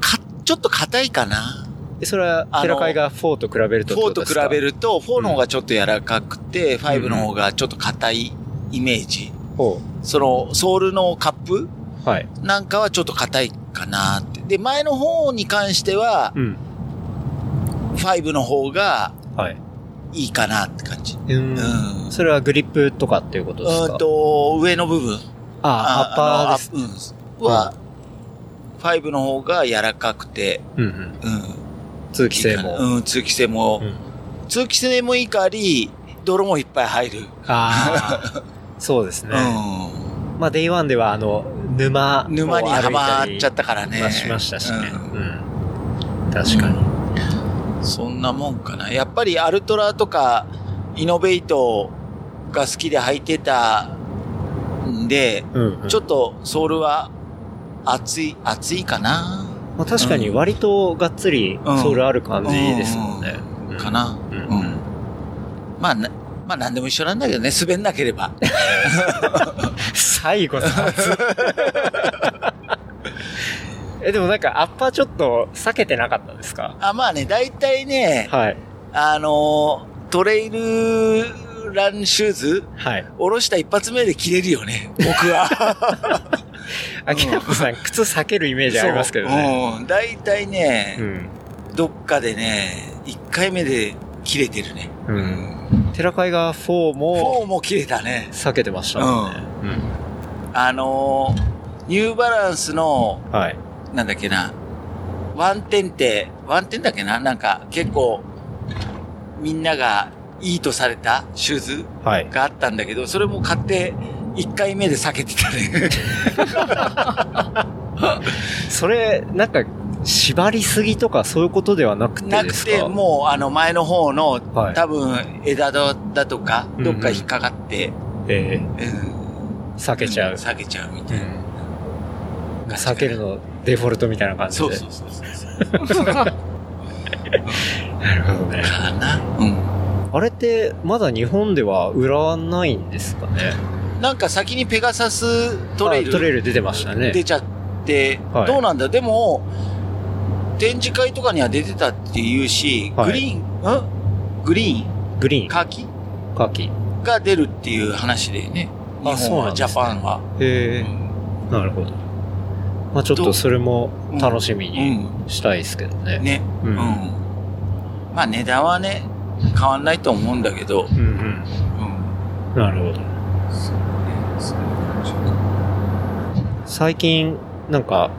[SPEAKER 2] か、ちょっと硬いかな。
[SPEAKER 4] でそれは、テラカイが4と比べると
[SPEAKER 2] 4と比べ
[SPEAKER 4] る
[SPEAKER 2] ると、4の方がちょっと柔らかくて、5の方がちょっと硬いイメージ。
[SPEAKER 4] と。
[SPEAKER 2] その、ソールのカップ
[SPEAKER 4] はい。
[SPEAKER 2] なんかはちょっと硬いかなって。で、前の方に関しては
[SPEAKER 4] う、ん。
[SPEAKER 2] 5の方が
[SPEAKER 4] はい。
[SPEAKER 2] いいかなって感じ。
[SPEAKER 4] うん
[SPEAKER 2] うん。
[SPEAKER 4] それはグリップとかっていうことですか
[SPEAKER 2] うんと、上の部分。
[SPEAKER 4] あ
[SPEAKER 2] あ
[SPEAKER 4] あ、アッパー
[SPEAKER 2] あ
[SPEAKER 4] です。
[SPEAKER 2] のアップうん。は、5の方が柔らかくて、
[SPEAKER 4] うんうん。
[SPEAKER 2] うん。
[SPEAKER 4] 通気性も。
[SPEAKER 2] うん、通気性も。
[SPEAKER 4] うん
[SPEAKER 2] 通気性もいいかわり、泥もいっぱい入る。
[SPEAKER 4] ああ、 そうですね。まあ、デイワンでは、あの、沼
[SPEAKER 2] う
[SPEAKER 4] を
[SPEAKER 2] ん。沼にはまっちゃっ
[SPEAKER 4] 歩い
[SPEAKER 2] たからね。
[SPEAKER 4] りはしましたしね。
[SPEAKER 2] う
[SPEAKER 4] うん。確かに。
[SPEAKER 2] んそんなもんかな。やっぱりアルトラとか、イノベイトが好きで履いてたんで、
[SPEAKER 4] うんうん。
[SPEAKER 2] ちょっとソールは熱い、熱いかな。
[SPEAKER 4] まあ、確かに割とがっつり
[SPEAKER 2] うん
[SPEAKER 4] ソールある感じですもんね。うん
[SPEAKER 2] か。な。
[SPEAKER 4] う。
[SPEAKER 2] うんん。まあ、なまあ何でも一緒なんだけどね、滑んなければ。
[SPEAKER 4] 最後 の圧え、でもなんかアッパーちょっと避けてなかったですか
[SPEAKER 2] あまあね、大体ね、
[SPEAKER 4] はい。
[SPEAKER 2] あのー、トレイルランシューズ、
[SPEAKER 4] はい。
[SPEAKER 2] 下ろした一発目で切れるよ ね、僕は。
[SPEAKER 4] 秋山さん、靴避けるイメージありますけどね。
[SPEAKER 2] そう。うん。大体ね、
[SPEAKER 4] うん。
[SPEAKER 2] どっかでね、一回目で切れてるね。
[SPEAKER 4] う。。
[SPEAKER 2] うん
[SPEAKER 4] テラカイガー4も
[SPEAKER 2] 4も切れたね。
[SPEAKER 4] 避けてましたもんね。
[SPEAKER 2] あのー、ニューバランスの
[SPEAKER 4] う、ん。はい。
[SPEAKER 2] なんだっけな、ワンテンって、ワンテンだっけななんか結構、みんながいいとされたシューズ
[SPEAKER 4] はい。
[SPEAKER 2] があったんだけど、それも買って、一回目で避けてたね。
[SPEAKER 4] それ、なんか、縛りすぎとかそういうことではなくて
[SPEAKER 2] な
[SPEAKER 4] で
[SPEAKER 2] く
[SPEAKER 4] すか
[SPEAKER 2] て、もうあの前の方の、
[SPEAKER 4] はい。
[SPEAKER 2] 多分枝だとか、どっか引っかかって、
[SPEAKER 4] え
[SPEAKER 2] うん
[SPEAKER 4] ー避けちゃう。
[SPEAKER 2] 避けちゃうみ
[SPEAKER 4] う
[SPEAKER 2] たい
[SPEAKER 4] ん。
[SPEAKER 2] な。
[SPEAKER 4] 避けるのデフォルトみたいな感じで。
[SPEAKER 2] そうそうそうそう。
[SPEAKER 4] なるほど ね。
[SPEAKER 2] かな。うん。
[SPEAKER 4] あれって、まだ日本では売らないんですかね
[SPEAKER 2] なんか先にペガサストレイ
[SPEAKER 4] あトレイ
[SPEAKER 2] ル
[SPEAKER 4] ル出てましたね。
[SPEAKER 2] 出ちゃって
[SPEAKER 4] はい、
[SPEAKER 2] どうなんだでも、展示会とかには出てたっていうし、
[SPEAKER 4] はい
[SPEAKER 2] グリーン、んグリーン
[SPEAKER 4] グリーン、
[SPEAKER 2] カーキ
[SPEAKER 4] カキ。
[SPEAKER 2] が出るっていう話でね。
[SPEAKER 4] あ
[SPEAKER 2] 日
[SPEAKER 4] そう
[SPEAKER 2] 本
[SPEAKER 4] なん
[SPEAKER 2] は、
[SPEAKER 4] です
[SPEAKER 2] ジ
[SPEAKER 4] ね
[SPEAKER 2] ャパンは。
[SPEAKER 4] へえ、なるほど。まあちょっとそれも楽しみ
[SPEAKER 2] う
[SPEAKER 4] に
[SPEAKER 2] ん。
[SPEAKER 4] したいですけどね。
[SPEAKER 2] ね。
[SPEAKER 4] う
[SPEAKER 2] うん
[SPEAKER 4] ん。うん。
[SPEAKER 2] まあ値段はね、変わんないと思うんだけど。
[SPEAKER 4] うん
[SPEAKER 2] うん。
[SPEAKER 4] なるほど。最近、なんか、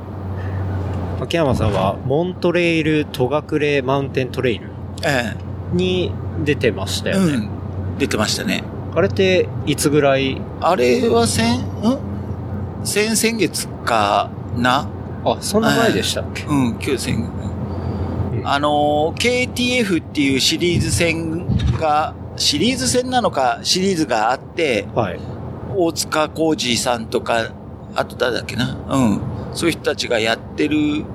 [SPEAKER 4] 秋山さんは、モントレイル、トガクレマウンテントレイル
[SPEAKER 2] え
[SPEAKER 4] に出てました
[SPEAKER 2] え。
[SPEAKER 4] よ
[SPEAKER 2] う
[SPEAKER 4] ね。
[SPEAKER 2] ん。出てましたね。
[SPEAKER 4] あれって、いつぐらい、
[SPEAKER 2] あれは先、ん先々月かな
[SPEAKER 4] あ、そんな前でしたっけ、
[SPEAKER 2] うん、今日先、あのー、KTF っていうシリーズ戦が、シリーズ戦なのか、シリーズがあって、
[SPEAKER 4] はい。
[SPEAKER 2] 大塚浩二さんとか、あと誰だっけなうん。そういう人たちがやってる、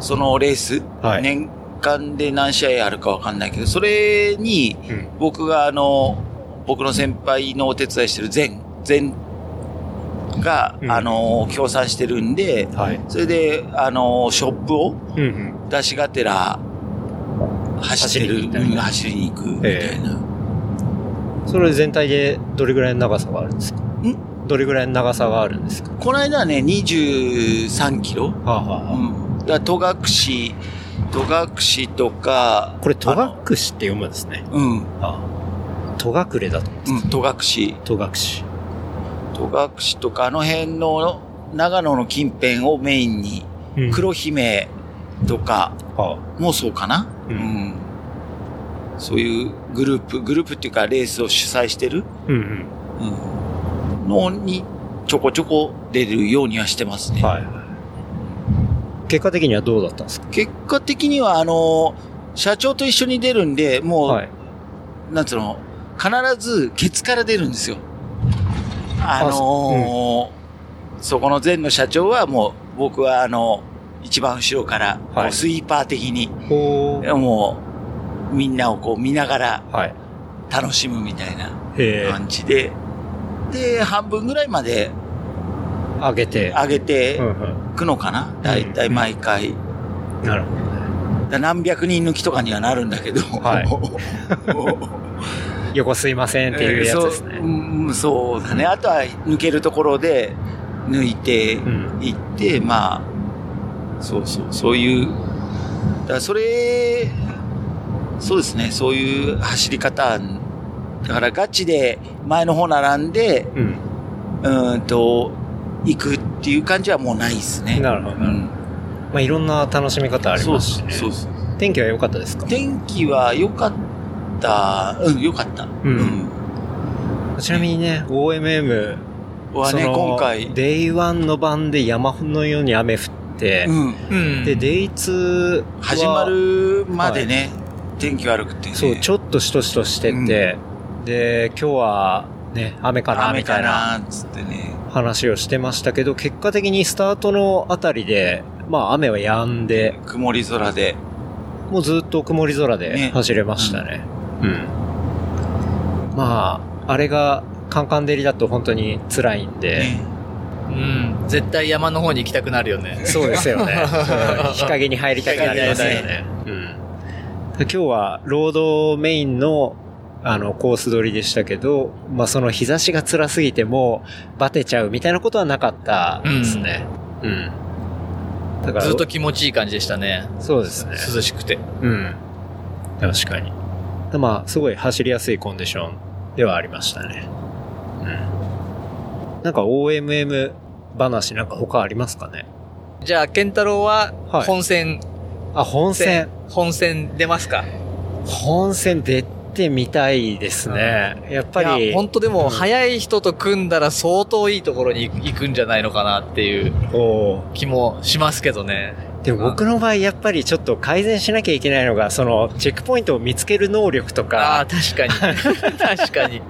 [SPEAKER 2] そのレース、
[SPEAKER 4] はい
[SPEAKER 2] 年間で何試合あるかわかんないけど、それに、
[SPEAKER 4] うん
[SPEAKER 2] 僕があの、僕の先輩のお手伝いしてる全、全が、
[SPEAKER 4] うん
[SPEAKER 2] あの、協賛してるんで、
[SPEAKER 4] はい。
[SPEAKER 2] それで、あの、ショップを
[SPEAKER 4] うんうん。
[SPEAKER 2] 出しがてら、走ってる、
[SPEAKER 4] 走りに行ったり
[SPEAKER 2] う
[SPEAKER 4] ね
[SPEAKER 2] ん走りに行くみたいな。
[SPEAKER 4] それ全体でどれぐらいの長さがあるんですか
[SPEAKER 2] ん
[SPEAKER 4] どれぐらいの長さがあるんですか
[SPEAKER 2] この間はね、23キロ
[SPEAKER 4] はあ、はあ
[SPEAKER 2] う
[SPEAKER 4] はあ
[SPEAKER 2] ん。だから戸隠、戸隠とか、
[SPEAKER 4] これ、ト
[SPEAKER 2] あ
[SPEAKER 4] ガ
[SPEAKER 2] の
[SPEAKER 4] クシって読むんですね。
[SPEAKER 2] うん、うん、
[SPEAKER 4] ああトガクレだと。
[SPEAKER 2] 戸隠。
[SPEAKER 4] トガクシ。
[SPEAKER 2] 戸隠とか、あの辺の長野の近辺をメインに、
[SPEAKER 4] うん
[SPEAKER 2] 黒姫とか
[SPEAKER 4] は
[SPEAKER 2] もそうかな、
[SPEAKER 4] う
[SPEAKER 2] うんんそういうグループ、グループっていうかレースを主催してる、
[SPEAKER 4] あうんうん。
[SPEAKER 2] うんのにちょこちょこ出るようにはしてますね。
[SPEAKER 4] はい。結果的にはどうだったんですか
[SPEAKER 2] 結果的には、あの、社長と一緒に出るんで、もう、
[SPEAKER 4] はい。
[SPEAKER 2] なんつうの、必ずケツから出るんですよ。あのーそこの前の社長はもう、僕はあの、一番後ろから、
[SPEAKER 4] はい
[SPEAKER 2] もうスイーパー的に、
[SPEAKER 4] ほう。
[SPEAKER 2] もう、みんなをこう見ながら
[SPEAKER 4] はい。
[SPEAKER 2] 楽しむみたいな
[SPEAKER 4] え
[SPEAKER 2] 感じで、で、半分ぐらいまで
[SPEAKER 4] ー、上げて。
[SPEAKER 2] 上げて
[SPEAKER 4] うんうん
[SPEAKER 2] いくのかな、だいたい毎回。
[SPEAKER 4] なるほどね。
[SPEAKER 2] だ何百人抜きとかにはなるんだけど、
[SPEAKER 4] はい 横すいませんっていうやつです
[SPEAKER 2] えー
[SPEAKER 4] ね
[SPEAKER 2] そう。うんそうだね。あとは抜けるところで抜いて
[SPEAKER 4] うん。
[SPEAKER 2] いって、まあ、そうそう、そういう、だからそれ、そうですね、そういう走り方、だからガチで前の方並んで、
[SPEAKER 4] うん。
[SPEAKER 2] うーんと、行くっていう感じはもうないですね。
[SPEAKER 4] なるほど
[SPEAKER 2] う。ん。
[SPEAKER 4] まあ、いろんな楽しみ方あり
[SPEAKER 2] そう
[SPEAKER 4] ま
[SPEAKER 2] っ
[SPEAKER 4] すし
[SPEAKER 2] す
[SPEAKER 4] ね。
[SPEAKER 2] そうっす
[SPEAKER 4] 天気は良かったですか
[SPEAKER 2] 天気は良かった。うん、良かった。
[SPEAKER 4] んちなみにね、OMM、
[SPEAKER 2] うんはね、
[SPEAKER 4] その
[SPEAKER 2] 今回。
[SPEAKER 4] デイ1の晩で山のように雨降って、
[SPEAKER 2] うん。
[SPEAKER 3] うん。
[SPEAKER 4] で、デイ2は
[SPEAKER 2] 始まるまでね、天気悪くてね、
[SPEAKER 4] そう、ちょっとしとしとしてて、で、今日はね、雨かな
[SPEAKER 2] 雨
[SPEAKER 4] みた
[SPEAKER 2] か
[SPEAKER 4] いな
[SPEAKER 2] なっつってね。
[SPEAKER 4] 話をしてましたけど、結果的にスタートのあたりで、まあ雨は止んで、
[SPEAKER 2] 曇り空で。
[SPEAKER 4] もうずっと曇り空
[SPEAKER 2] ね
[SPEAKER 4] で走れましたね。うん。まあ、あれがカンカン照りだと本当に辛いんで、
[SPEAKER 2] ね
[SPEAKER 3] うん。絶対山の方に行きたくなるよね。
[SPEAKER 4] そうですよね。うん日陰に入りたくなりますよ
[SPEAKER 2] 日陰に
[SPEAKER 4] ね。うん今日はロードメインのあのコース取りでしたけど、まあその日差しが辛すぎてもうバテちゃうみたいなことはなかったですね。うん。だから
[SPEAKER 3] ずっと気持ちいい感じでしたね。
[SPEAKER 4] そうですね。
[SPEAKER 3] 涼しくて。
[SPEAKER 4] うん。確かに。でまあすごい走りやすいコンディションではありましたね。うん。なんか OMM 話なんか他ありますかね
[SPEAKER 3] じゃあ、ケンタロウは
[SPEAKER 4] はい
[SPEAKER 3] 本戦、
[SPEAKER 4] あ、本戦。
[SPEAKER 3] 本戦出ますか
[SPEAKER 4] 本戦出てみたいですね。やっぱ
[SPEAKER 3] い
[SPEAKER 4] り、
[SPEAKER 3] や本当で
[SPEAKER 4] うん
[SPEAKER 3] も、早い人と組んだら相当いいところに行くんじゃないのかなっていう
[SPEAKER 4] こ
[SPEAKER 3] 気もしますけどね。
[SPEAKER 4] うでも僕の場合、やっぱりちょっと改善しなきゃいけないのが、その、チェックポイントを見つける能力と
[SPEAKER 3] ああ
[SPEAKER 4] か、
[SPEAKER 3] ー、確かに。確かに。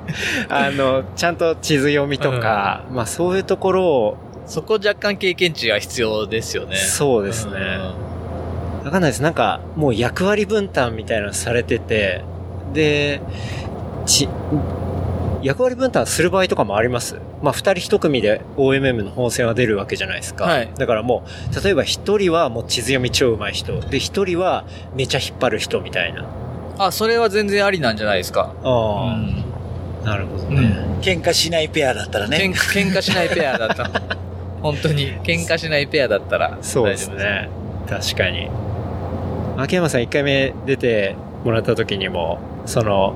[SPEAKER 4] あの、ちゃんと地図読みとか、まあそういうところを、
[SPEAKER 3] そこ若干経験値が必要ですよね。
[SPEAKER 4] そう
[SPEAKER 3] う
[SPEAKER 4] ですね。わ
[SPEAKER 3] ん
[SPEAKER 4] かんないです。なんか、もう役割分担みたいなのされてて、で、ち、役割分担する場合とかもあります。まあ、二人一組で OMM の本戦は出るわけじゃないですか。
[SPEAKER 3] はい
[SPEAKER 4] だからもう、例えば一人はもう地図読み超上手い人、で、一人はめちゃ引っ張る人みたいな。
[SPEAKER 3] あ、それは全然ありなんじゃないですか。う
[SPEAKER 4] ああ、
[SPEAKER 3] ん。
[SPEAKER 4] なるほど
[SPEAKER 3] う
[SPEAKER 4] ね。
[SPEAKER 3] ん。
[SPEAKER 2] 喧嘩しないペアだったら
[SPEAKER 3] 喧
[SPEAKER 2] ね。
[SPEAKER 3] 嘩喧嘩しないペアだったら。 本当に。喧嘩しないペアだったら。
[SPEAKER 4] そうですね。確かに。秋山さん一回目出てもらった時にも、その、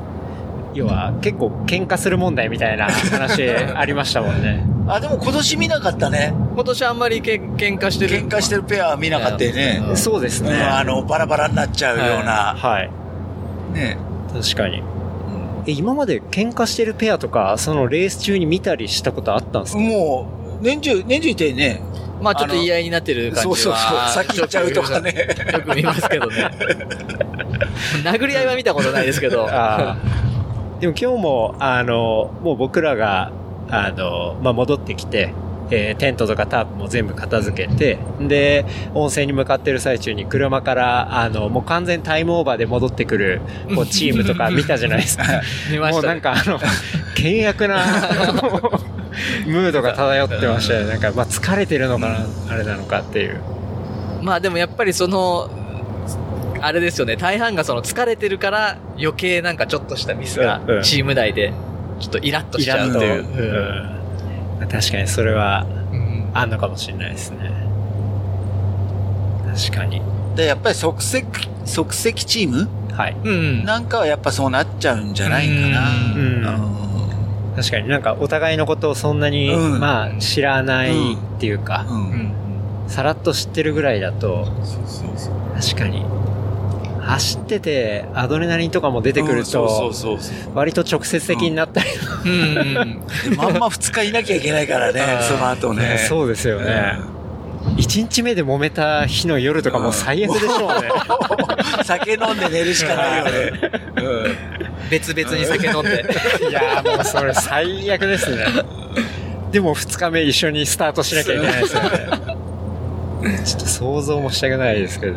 [SPEAKER 4] 要は結構喧嘩する問題みたいな話ありましたもんね。
[SPEAKER 2] あ、でも今年見なかったね。
[SPEAKER 3] 今年あんまりけん喧嘩してる。
[SPEAKER 2] 喧嘩してるペアは見なかったよね。
[SPEAKER 3] うん
[SPEAKER 4] そうです
[SPEAKER 2] うん
[SPEAKER 4] ね。
[SPEAKER 2] あの、バラバラになっちゃうような。
[SPEAKER 4] はい。
[SPEAKER 2] ね。
[SPEAKER 4] 確かに。え、今まで喧嘩してるペアとか、そのレース中に見たりしたことあったんですか
[SPEAKER 2] もう、年中、年中いてね。
[SPEAKER 3] まあちょっと言い合いになってる感じ
[SPEAKER 2] そ
[SPEAKER 3] は。
[SPEAKER 2] うそうそう。先行っちゃうとか ね。
[SPEAKER 3] よく見ますけど ね。殴り合いは見たことないですけど。
[SPEAKER 4] あー でも今日も、あの、もう僕らが、あの、まあ、戻ってきて、えーテントとかタープも全部片付けて、で、温泉に向かってる最中に車から、あの、もう完全タイムオーバーで戻ってくる、こう、チームとか見たじゃないですか。
[SPEAKER 3] 見 ま
[SPEAKER 4] も
[SPEAKER 3] し
[SPEAKER 4] う
[SPEAKER 3] た
[SPEAKER 4] な
[SPEAKER 3] ね
[SPEAKER 4] ん。かあの、険悪 な、ムードが漂ってましたよね。なんか、まあ、疲れてるのかな、あれなのかっていう。
[SPEAKER 3] まあでもやっぱりその、あれですよね、大半がその疲れてるから余計なんかちょっとしたミス
[SPEAKER 4] うんう
[SPEAKER 3] が
[SPEAKER 4] ん
[SPEAKER 3] チーム内でちょっとイラッとし
[SPEAKER 4] イ
[SPEAKER 3] ちゃ
[SPEAKER 4] ラ
[SPEAKER 3] う
[SPEAKER 4] ッ
[SPEAKER 3] と
[SPEAKER 4] と。
[SPEAKER 3] いうう。
[SPEAKER 4] んまあ確かにそれは、
[SPEAKER 3] うん
[SPEAKER 4] あんのかもしれないですね。確かに。
[SPEAKER 2] で、やっぱり即席、即席チーム
[SPEAKER 4] はい。
[SPEAKER 3] うん。
[SPEAKER 2] なんかはやっぱそうなっちゃうんじゃないかな。
[SPEAKER 3] う
[SPEAKER 2] うん
[SPEAKER 4] 確かになんかお互いのことをそんなに、
[SPEAKER 2] うん
[SPEAKER 4] まあ知らないっていうか、
[SPEAKER 2] うん。
[SPEAKER 3] うん
[SPEAKER 4] さらっと知ってるぐらいだと、
[SPEAKER 2] そうそうそう。
[SPEAKER 4] 確かに。走っててアドレナリンとかも出てく
[SPEAKER 2] う
[SPEAKER 4] る
[SPEAKER 2] んそう
[SPEAKER 4] と、
[SPEAKER 2] そうそうそ
[SPEAKER 4] 割と直接的になったり、
[SPEAKER 3] うん。
[SPEAKER 2] うでまんま2日いなきゃいけないからねその後ね
[SPEAKER 4] そうですよね。 1日目で揉めた日の夜とかもう最悪でしょうね。
[SPEAKER 2] 酒飲んで寝るしかないよね。
[SPEAKER 3] 別々に酒飲んで。
[SPEAKER 4] いやーもうそれ最悪ですね。でも2日目一緒にスタートしなきゃいけないですよね。ちょっと想像もしたくないですけど。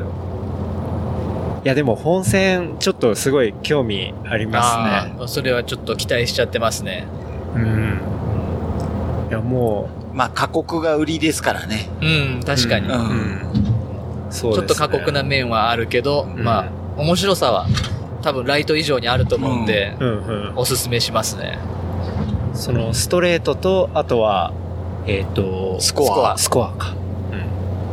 [SPEAKER 4] いやでも本戦ちょっとすごい興味ありますね。
[SPEAKER 3] あーそれはちょっと期待しちゃってますね。
[SPEAKER 4] うん。いやも
[SPEAKER 2] まあ、過酷が売りですからね。
[SPEAKER 3] うん、
[SPEAKER 4] う、
[SPEAKER 3] 確かに。
[SPEAKER 4] う
[SPEAKER 2] うん
[SPEAKER 4] んそう
[SPEAKER 3] ちょっ
[SPEAKER 4] ですね
[SPEAKER 3] と過酷な面はあるけど、
[SPEAKER 4] ん
[SPEAKER 3] まあ、面白さは多分ライト以上にあると思うんで、
[SPEAKER 4] うんうん。
[SPEAKER 3] おすすめしますね。
[SPEAKER 4] そのストレートと、あとは、えっ、と、
[SPEAKER 2] スコア
[SPEAKER 4] スコアか。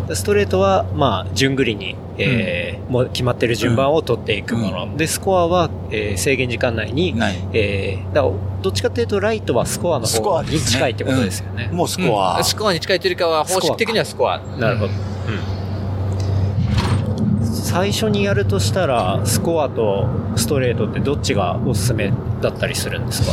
[SPEAKER 4] うん。ストレートは、まあ、順繰りに、えーもう決まってる順番を取っていくもの。で、スコアは、えー制限時間内に、
[SPEAKER 2] ない。
[SPEAKER 4] えーだからどっちかっていうと、ライトはスコアの
[SPEAKER 2] スコ
[SPEAKER 4] 方
[SPEAKER 2] アです
[SPEAKER 4] に
[SPEAKER 2] ね
[SPEAKER 4] 近いってことですよね。
[SPEAKER 2] もうスコア。
[SPEAKER 3] うんスコアに近いというよりかは、方式的にはスコア。
[SPEAKER 4] なるほど。うん。最初にやるとしたら、スコアとストレートってどっちがおすすめだったりするんですか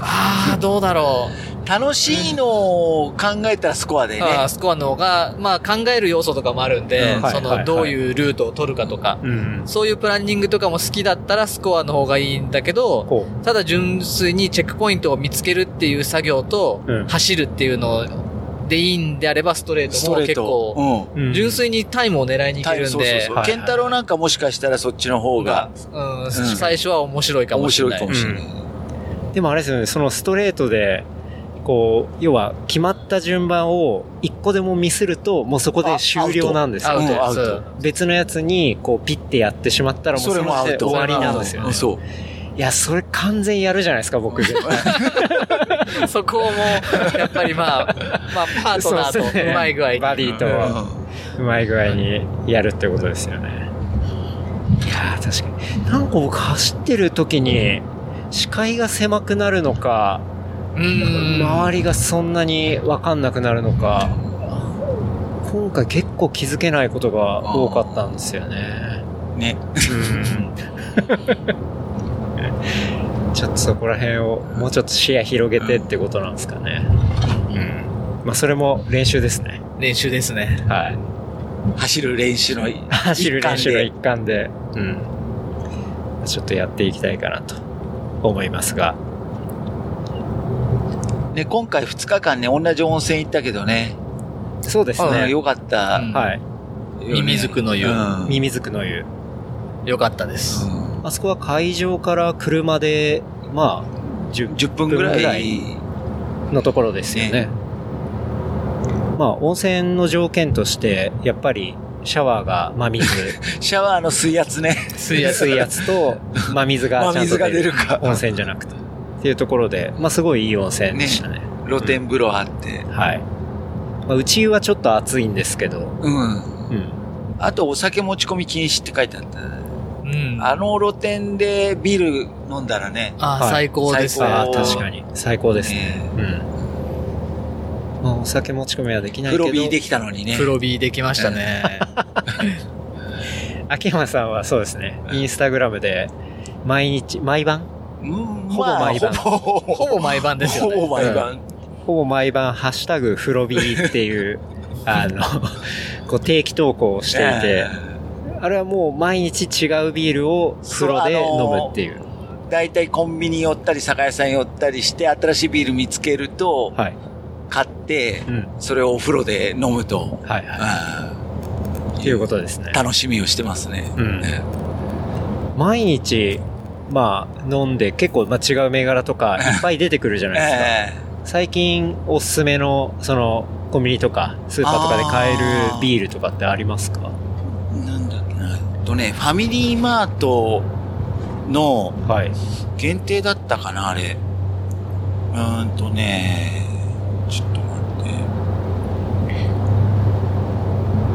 [SPEAKER 3] ああ、どうだろう。
[SPEAKER 2] 楽しいのを考えたらスコアでね。
[SPEAKER 3] あースコアの方が、まあ考える要素とかもあるんで、
[SPEAKER 2] うん
[SPEAKER 4] はい
[SPEAKER 3] そ
[SPEAKER 4] はいは
[SPEAKER 3] の、
[SPEAKER 4] い
[SPEAKER 3] どういうルートを取るかとか、
[SPEAKER 4] うん。
[SPEAKER 3] そういうプランニングとかも好きだったらスコアの方がいいんだけど、
[SPEAKER 4] こ
[SPEAKER 3] ただ純粋にチェックポイントを見つけるっていう作業と、
[SPEAKER 4] うん
[SPEAKER 3] 走るっていうのでいいんであればストレー
[SPEAKER 2] ス
[SPEAKER 3] トも
[SPEAKER 2] トレ
[SPEAKER 3] 結
[SPEAKER 2] ート。
[SPEAKER 3] 構、
[SPEAKER 4] う。うん
[SPEAKER 3] 純粋にタイムを狙いに行け
[SPEAKER 2] うん。
[SPEAKER 3] るん
[SPEAKER 2] そうそう
[SPEAKER 3] で
[SPEAKER 2] そ、
[SPEAKER 4] は
[SPEAKER 2] う。
[SPEAKER 4] い
[SPEAKER 2] ケンタロウなんかもしかしたらそっちの方が
[SPEAKER 3] うん
[SPEAKER 2] ん
[SPEAKER 3] 最初は面白いかも
[SPEAKER 2] 面
[SPEAKER 3] し
[SPEAKER 2] 白
[SPEAKER 3] れ
[SPEAKER 2] い
[SPEAKER 3] ない。
[SPEAKER 2] かもしれない。
[SPEAKER 4] でもあれですよね、そのストレートで、こう、要は決まった順番を一個でもミスると、もうそこで終了なんです
[SPEAKER 3] ア
[SPEAKER 4] よ
[SPEAKER 3] ウ
[SPEAKER 2] う
[SPEAKER 3] ト
[SPEAKER 2] ん
[SPEAKER 4] ね。
[SPEAKER 3] や
[SPEAKER 2] アウ
[SPEAKER 3] つ。
[SPEAKER 2] ト
[SPEAKER 3] そう
[SPEAKER 4] 別のやつに、こう、ピッてやってしまったら、もう
[SPEAKER 2] それもア
[SPEAKER 4] そ
[SPEAKER 2] ウ
[SPEAKER 4] れで
[SPEAKER 2] ト。
[SPEAKER 4] 終わりなんですよ
[SPEAKER 2] う
[SPEAKER 4] ね。
[SPEAKER 2] そう。
[SPEAKER 4] いや、それ完全やるじゃないですか、 僕。
[SPEAKER 3] そこも、やっぱりまあ、まあ、パートナ
[SPEAKER 4] そう
[SPEAKER 3] ー
[SPEAKER 4] です
[SPEAKER 3] と
[SPEAKER 4] ね
[SPEAKER 3] うまい具 合に。
[SPEAKER 4] バディとうまい具合にやるってことですよね。いやー、確かに。なんか僕走ってる時に、視界が狭くなるのか、
[SPEAKER 3] うん。
[SPEAKER 4] 周りがそんなに分かんなくなるのか今回結構気づけないことが多かったんですよね
[SPEAKER 2] ね。
[SPEAKER 4] ちょっとそこら辺をもうちょっと視野広げてってことなんですかねうんまあそれも練習ですね
[SPEAKER 3] 練習ですね。
[SPEAKER 4] はい
[SPEAKER 2] 走る練習の一環で。
[SPEAKER 4] 走る練習の一環で、うん、ちょっとやっていきたいかなと思いますが
[SPEAKER 2] ね、今回2日間ね、同じ温泉行ったけどね。
[SPEAKER 4] そうです
[SPEAKER 2] うん
[SPEAKER 4] ね
[SPEAKER 2] よかった
[SPEAKER 3] う
[SPEAKER 2] よ
[SPEAKER 3] ん
[SPEAKER 2] ね。
[SPEAKER 4] はい
[SPEAKER 3] ミミズクの湯
[SPEAKER 2] うん
[SPEAKER 4] ミミズクの湯
[SPEAKER 3] よかったです。
[SPEAKER 4] あそこは会場から車で、まあ、10
[SPEAKER 2] 10分ぐら
[SPEAKER 4] 10分ぐら
[SPEAKER 2] い
[SPEAKER 4] い。のところですよね。
[SPEAKER 2] ね
[SPEAKER 4] まあ、温泉の条件として、やっぱり、シャワーが真水、
[SPEAKER 2] シャワーの 水圧ね。
[SPEAKER 3] 水圧。
[SPEAKER 4] 水圧と真水
[SPEAKER 2] 真
[SPEAKER 4] がちゃんと
[SPEAKER 2] 水が出
[SPEAKER 4] 出
[SPEAKER 2] る
[SPEAKER 4] る。温
[SPEAKER 2] か。
[SPEAKER 4] 泉じゃなくて。っていうところで、まあ、すごいいい温泉でしたね。
[SPEAKER 2] 露天風呂あって。
[SPEAKER 4] はい。まあ、内湯はちょっと暑いんですけど、
[SPEAKER 2] うん。
[SPEAKER 4] うん。
[SPEAKER 2] あと、お酒持ち込み禁止って書いてあった。
[SPEAKER 3] うん。
[SPEAKER 2] あの露店でビール飲んだらね。
[SPEAKER 3] あー
[SPEAKER 4] はい
[SPEAKER 3] 最高ですね。
[SPEAKER 4] ああ、
[SPEAKER 2] おー
[SPEAKER 4] 確かに。最高ですね。
[SPEAKER 2] ね
[SPEAKER 4] うん。まあ、お酒持ち込みはできないけ
[SPEAKER 2] プ
[SPEAKER 4] ど。
[SPEAKER 2] ロビーできたのにね
[SPEAKER 3] プ。ロビーできましたね。
[SPEAKER 4] 秋山さんはそうですね、インスタグラムで、毎日、毎晩
[SPEAKER 2] うん
[SPEAKER 4] ほぼ毎晩
[SPEAKER 2] まあほぼ、
[SPEAKER 3] ほぼ毎晩ですよ ね。
[SPEAKER 2] ほぼ毎晩。
[SPEAKER 4] ほぼ毎晩、ハッシュタグ、フロビーって いう、あの、こう定期投稿をしていて、あれはもう毎日違うビールを風呂で飲むっていう。
[SPEAKER 2] だいたいコンビニ寄ったり、酒屋さん寄ったりして、新しいビール見つけると、
[SPEAKER 4] はい。
[SPEAKER 2] 買って
[SPEAKER 4] う、ん。
[SPEAKER 2] それをお風呂で飲むと、
[SPEAKER 4] はいは
[SPEAKER 2] あ
[SPEAKER 4] い。ということですね
[SPEAKER 2] ー。楽しみをしてますね。
[SPEAKER 4] うん。毎日、まあ、飲んで、結構、まあ、違う銘柄とか、いっぱい出てくるじゃないですか。
[SPEAKER 2] え
[SPEAKER 4] 最近、おすすめの、その、コンビニとか、スーパーとかで買えるビールとかってありますか
[SPEAKER 2] えなんだっけな。えっとね、ファミリーマートの
[SPEAKER 4] はい。
[SPEAKER 2] 限定だったかな、あれ。うーんとね、ちょっと待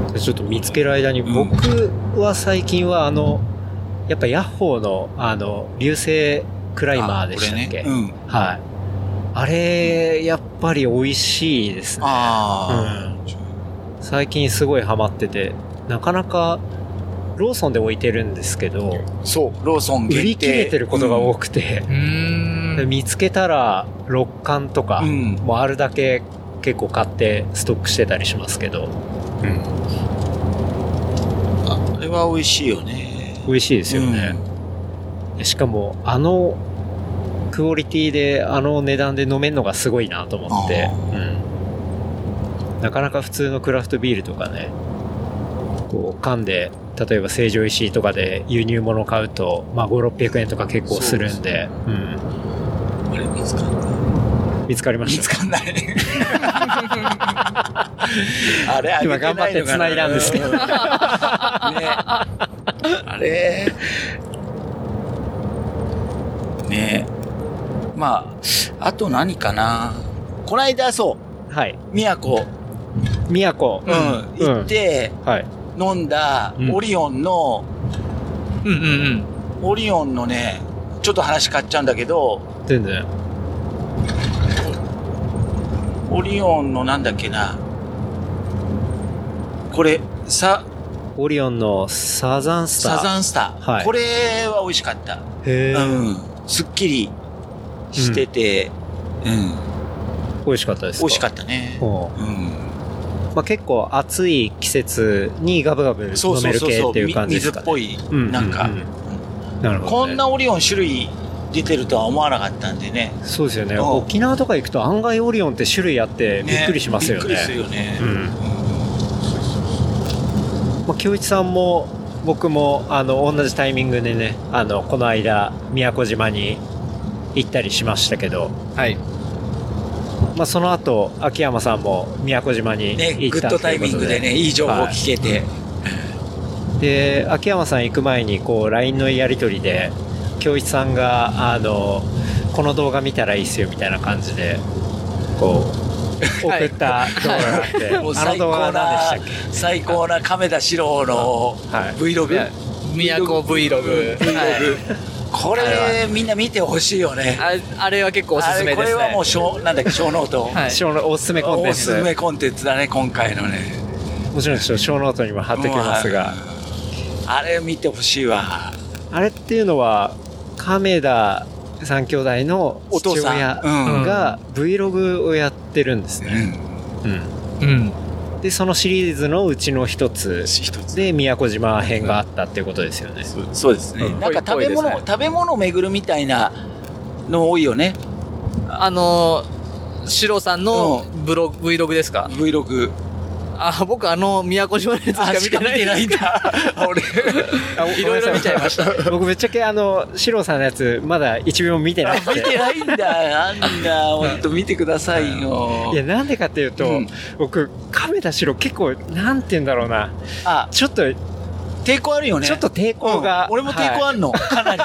[SPEAKER 2] って。
[SPEAKER 4] ちょっと見つける間に、僕は最近はあの、やっぱヤッホーの、あの、流星クライマーでしたっけ、
[SPEAKER 2] あこれねうん。
[SPEAKER 4] はい。あれ、やっぱり美味しいですね。
[SPEAKER 2] あ
[SPEAKER 4] 最近すごいハマってて、なかなか、ローソンで置いてるんですけど、
[SPEAKER 2] あ、そう、ローソン限
[SPEAKER 4] 売
[SPEAKER 2] 定。
[SPEAKER 4] り切れてることが多
[SPEAKER 2] く
[SPEAKER 4] くて
[SPEAKER 3] う、ーん。
[SPEAKER 4] 見つけたら、6缶とか
[SPEAKER 2] う、ん。
[SPEAKER 4] もうあるだけ結構買ってストックしてたりしますけど、うん、
[SPEAKER 2] あれは美味しいよね。
[SPEAKER 4] 美味しいですよね、しかもあのクオリティであの値段で飲めるのがすごいなと思って、うん、なかなか普通のクラフトビールとかねこう缶で例えば成城石井とかで輸入物を買うと、まあ、5600円とか結構するんで
[SPEAKER 2] うん。あれ見つかんない。
[SPEAKER 4] うん、見つかりま
[SPEAKER 2] 見
[SPEAKER 4] し
[SPEAKER 2] つ
[SPEAKER 4] た
[SPEAKER 2] かんない。 あれ、
[SPEAKER 4] 今頑張って繋いだんですけど
[SPEAKER 2] ど。ね。あれ。ねまあ、あと何かな。こないだ、そ
[SPEAKER 4] はい。
[SPEAKER 2] う、宮古、
[SPEAKER 4] 宮古。
[SPEAKER 2] うん、行って、
[SPEAKER 4] はい。
[SPEAKER 2] 飲んだ
[SPEAKER 4] う、ん
[SPEAKER 2] オリオンの、
[SPEAKER 3] うんうん
[SPEAKER 2] オリオンのね、ちょっと話変わっちゃうんだけど、
[SPEAKER 4] 全然。
[SPEAKER 2] オリオンのなんだっけな。これ、さ、
[SPEAKER 4] オリオンのサザンスター。
[SPEAKER 2] サザンスター、
[SPEAKER 4] はい
[SPEAKER 2] これは美味しかった、
[SPEAKER 4] へー
[SPEAKER 2] うんすっきりしてて、うん
[SPEAKER 4] 美味しかったですか。
[SPEAKER 2] 美味しか
[SPEAKER 4] っ
[SPEAKER 2] ったね、
[SPEAKER 4] ほ
[SPEAKER 2] うん、
[SPEAKER 4] うまあ、結構暑い季節にガブガブ飲
[SPEAKER 2] そうそ
[SPEAKER 4] め
[SPEAKER 2] う
[SPEAKER 4] る
[SPEAKER 2] そう
[SPEAKER 4] 系
[SPEAKER 2] そ
[SPEAKER 4] って
[SPEAKER 2] う、
[SPEAKER 4] いう
[SPEAKER 2] み
[SPEAKER 4] 感じで
[SPEAKER 2] 水
[SPEAKER 4] す
[SPEAKER 2] っ
[SPEAKER 4] か、ね。
[SPEAKER 2] ぽい、
[SPEAKER 4] うう
[SPEAKER 2] なんか、
[SPEAKER 4] なるほど、ね。
[SPEAKER 2] こんなオリオン種類出てるとは思わなかったんでね
[SPEAKER 4] そうですよね。
[SPEAKER 2] うん
[SPEAKER 4] 沖縄とか行くと案外オリオンって種類あってび
[SPEAKER 2] ね
[SPEAKER 4] っくりしますよね。
[SPEAKER 2] びっくりするよね、
[SPEAKER 4] うん。まあ、京一さんも僕もあの同じタイミングでね、あのこの間宮古島に行ったりしましたけど、
[SPEAKER 3] うん。はい。
[SPEAKER 4] まあ、その後秋山さんも宮古島に
[SPEAKER 2] ね
[SPEAKER 4] 行
[SPEAKER 2] グッ
[SPEAKER 4] った
[SPEAKER 2] ド
[SPEAKER 4] ということ
[SPEAKER 2] タイミングでねいい情報聞けて、
[SPEAKER 4] で秋山さん行く前にこう LINE のやり取りで京一さんがあのこの動画見たらいいっすよみたいな感じでこう 送
[SPEAKER 3] はい
[SPEAKER 4] った動画があって、
[SPEAKER 2] もう
[SPEAKER 4] あの
[SPEAKER 2] 最
[SPEAKER 4] 動
[SPEAKER 2] 高
[SPEAKER 4] 画は
[SPEAKER 2] な
[SPEAKER 4] 何でし
[SPEAKER 2] 最高な亀田史郎の
[SPEAKER 4] たっけ、はい、
[SPEAKER 2] Vlog、
[SPEAKER 3] 宮古 Vlog。はい
[SPEAKER 2] こ
[SPEAKER 3] あれ
[SPEAKER 2] れみんな見てほしいよね
[SPEAKER 3] ああれは結構おすすめですね。
[SPEAKER 2] あれこれはもうショーなんだっけ小ノート、
[SPEAKER 3] はい
[SPEAKER 4] 小のおすすめコンテン
[SPEAKER 2] おすすめ
[SPEAKER 4] ツ
[SPEAKER 2] コンテンツだね今回のね
[SPEAKER 4] もちろん小ノートにも貼っておきますが、
[SPEAKER 2] うんあれ見てほしいわ
[SPEAKER 4] あれっていうのは亀田三兄弟の
[SPEAKER 2] お父
[SPEAKER 4] 父
[SPEAKER 2] さん
[SPEAKER 4] 親
[SPEAKER 2] うん
[SPEAKER 4] が Vlog をやってるんです
[SPEAKER 2] う
[SPEAKER 4] ね、
[SPEAKER 2] ん
[SPEAKER 4] うん
[SPEAKER 3] うん。
[SPEAKER 4] でそのシリーズのうちの一つ
[SPEAKER 2] 一つ
[SPEAKER 4] で宮古島編があったっていうことですよね、
[SPEAKER 2] そうですね、
[SPEAKER 4] うん
[SPEAKER 2] なんか食べ
[SPEAKER 3] ぽい
[SPEAKER 2] 物、
[SPEAKER 3] ぽいです
[SPEAKER 2] 食べ物を巡るみたいなの多いよね
[SPEAKER 3] あのー、シロさんのブログ、Vlog ですか
[SPEAKER 2] Vlog
[SPEAKER 3] あ、僕あの、宮古島のやつしか
[SPEAKER 2] あ
[SPEAKER 3] 見てない。
[SPEAKER 2] んだ俺
[SPEAKER 3] いろいろ見ちゃいました。
[SPEAKER 4] 僕ぶっちゃけあの四郎さんのやつまだ一秒も見てな
[SPEAKER 2] 見
[SPEAKER 4] くて
[SPEAKER 2] てないんだなんだ本当見てくださいよ
[SPEAKER 4] いやなんでかっていうと、
[SPEAKER 2] うん
[SPEAKER 4] 僕亀田四郎結構なんて言うんだろうな
[SPEAKER 2] あ
[SPEAKER 4] ちょっと、
[SPEAKER 2] 抵抗あるよね
[SPEAKER 4] ちょっと抵抗が、
[SPEAKER 2] うん俺も抵抗
[SPEAKER 4] は
[SPEAKER 2] あるの、かなり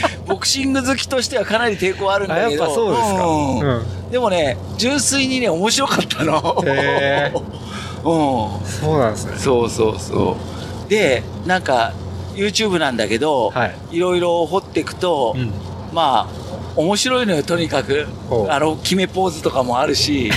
[SPEAKER 2] ボクシング好きとしてはかなり抵抗あるん
[SPEAKER 4] いあ
[SPEAKER 2] だけ
[SPEAKER 4] や
[SPEAKER 2] ど
[SPEAKER 4] っぱそうですか、
[SPEAKER 2] うん
[SPEAKER 4] うん
[SPEAKER 2] でもね純粋にね面白かったの
[SPEAKER 4] へ
[SPEAKER 2] う
[SPEAKER 4] そうなんですね
[SPEAKER 2] んそうそうそうでなんか YouTube なんだけど、
[SPEAKER 4] はい、
[SPEAKER 2] い、ろいろ掘っていくと、
[SPEAKER 4] うん、
[SPEAKER 2] まあ面白いのよとにかく
[SPEAKER 4] ほう
[SPEAKER 2] あの決めポーズとかもあるし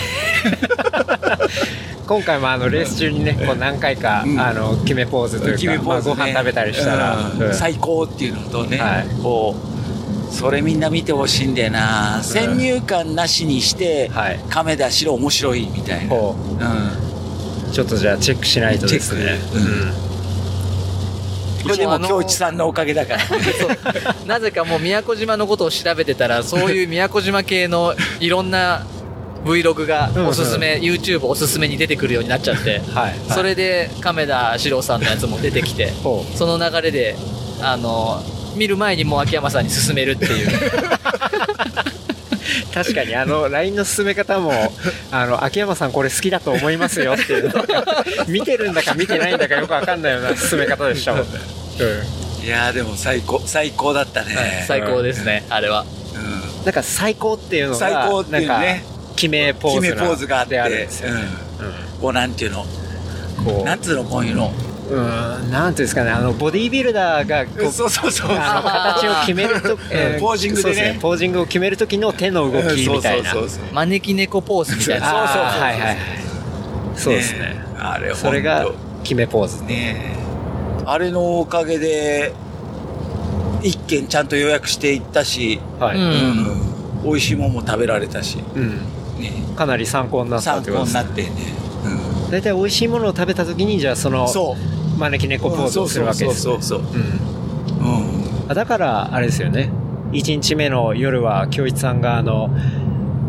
[SPEAKER 4] 今回もあのレース中にねこう何回か、
[SPEAKER 2] うん
[SPEAKER 4] あの決めポーズというか
[SPEAKER 2] 決めポーズ、ね
[SPEAKER 4] まあ、ご飯食べたりしたら、
[SPEAKER 2] うん
[SPEAKER 4] うん
[SPEAKER 2] 最高っていうのとね、
[SPEAKER 4] はい
[SPEAKER 2] こうそれみんな見てほしいんだよな、先入観なしにして、
[SPEAKER 4] はい
[SPEAKER 2] 亀田白面白いみたいな、
[SPEAKER 4] ほ
[SPEAKER 2] うん、
[SPEAKER 4] うちょっとじゃあチェックしないとですね
[SPEAKER 2] チェックこれで
[SPEAKER 3] あ
[SPEAKER 2] も
[SPEAKER 3] の
[SPEAKER 2] 京一さんのおかげだ から
[SPEAKER 3] そうなぜかもう宮古島のことを調べてたら、そういう宮古島系のいろんな Vlog がおすすめ、YouTube おすすめに出てくるようになっちゃって、
[SPEAKER 4] うんはい
[SPEAKER 3] それで亀田史郎さんのやつも出てきて、
[SPEAKER 4] ほ
[SPEAKER 3] その流れで、あの、見る前にもう秋山さんに勧めるっていう。
[SPEAKER 4] う確かに あの LINE の進め方もあの秋山さんこれ好きだと思いますよっていうのが 見てるんだか見てないんだかよくわかんないような進め方でしたもんね、
[SPEAKER 2] いやーでも最高最高だったね、
[SPEAKER 3] 最高ですね、あれは。
[SPEAKER 2] う
[SPEAKER 4] うん、なんか最高っていうの
[SPEAKER 2] ん
[SPEAKER 4] が
[SPEAKER 2] 最高っていうね
[SPEAKER 4] なんか決めポー
[SPEAKER 2] 決
[SPEAKER 4] ズ
[SPEAKER 2] め
[SPEAKER 4] な
[SPEAKER 2] ポーズがあって
[SPEAKER 4] であるんですよね、
[SPEAKER 2] うん、こうなんていうの
[SPEAKER 4] うんこう
[SPEAKER 2] なんつうのこういうの
[SPEAKER 4] うーんなんていうんですかねあのボディービルダーがこう
[SPEAKER 2] そうそうそう
[SPEAKER 4] あの形を決めると、え
[SPEAKER 2] ポージングでね
[SPEAKER 4] そうすポージングを決める時の手の動きみたいな。
[SPEAKER 2] そうそうそう
[SPEAKER 3] 招き猫ポーズみたいな。
[SPEAKER 4] あ
[SPEAKER 2] そうそ
[SPEAKER 4] ー
[SPEAKER 2] うそう
[SPEAKER 4] はいはいはい。そうですね。
[SPEAKER 2] あれ
[SPEAKER 4] それが
[SPEAKER 2] ほんと
[SPEAKER 4] 決めポーズ。
[SPEAKER 2] ねあれのおかげで一軒ちゃんと予約していったし、
[SPEAKER 4] はい。
[SPEAKER 3] うん
[SPEAKER 2] うん美味しいもんも食べられたし、
[SPEAKER 4] うん。
[SPEAKER 2] うんね
[SPEAKER 4] かなり参考になったっ
[SPEAKER 2] 参
[SPEAKER 4] てこと
[SPEAKER 2] 考に
[SPEAKER 4] です
[SPEAKER 2] なってね、
[SPEAKER 4] 大体美味しいものを食べた時にじゃあそ
[SPEAKER 2] うん、
[SPEAKER 4] の
[SPEAKER 2] そう
[SPEAKER 4] 招き猫ポーズをするわけです
[SPEAKER 2] そうそうそうそうそう、
[SPEAKER 4] うん
[SPEAKER 2] うん、
[SPEAKER 4] あだからあれですよね1日目の夜は京一さんがあの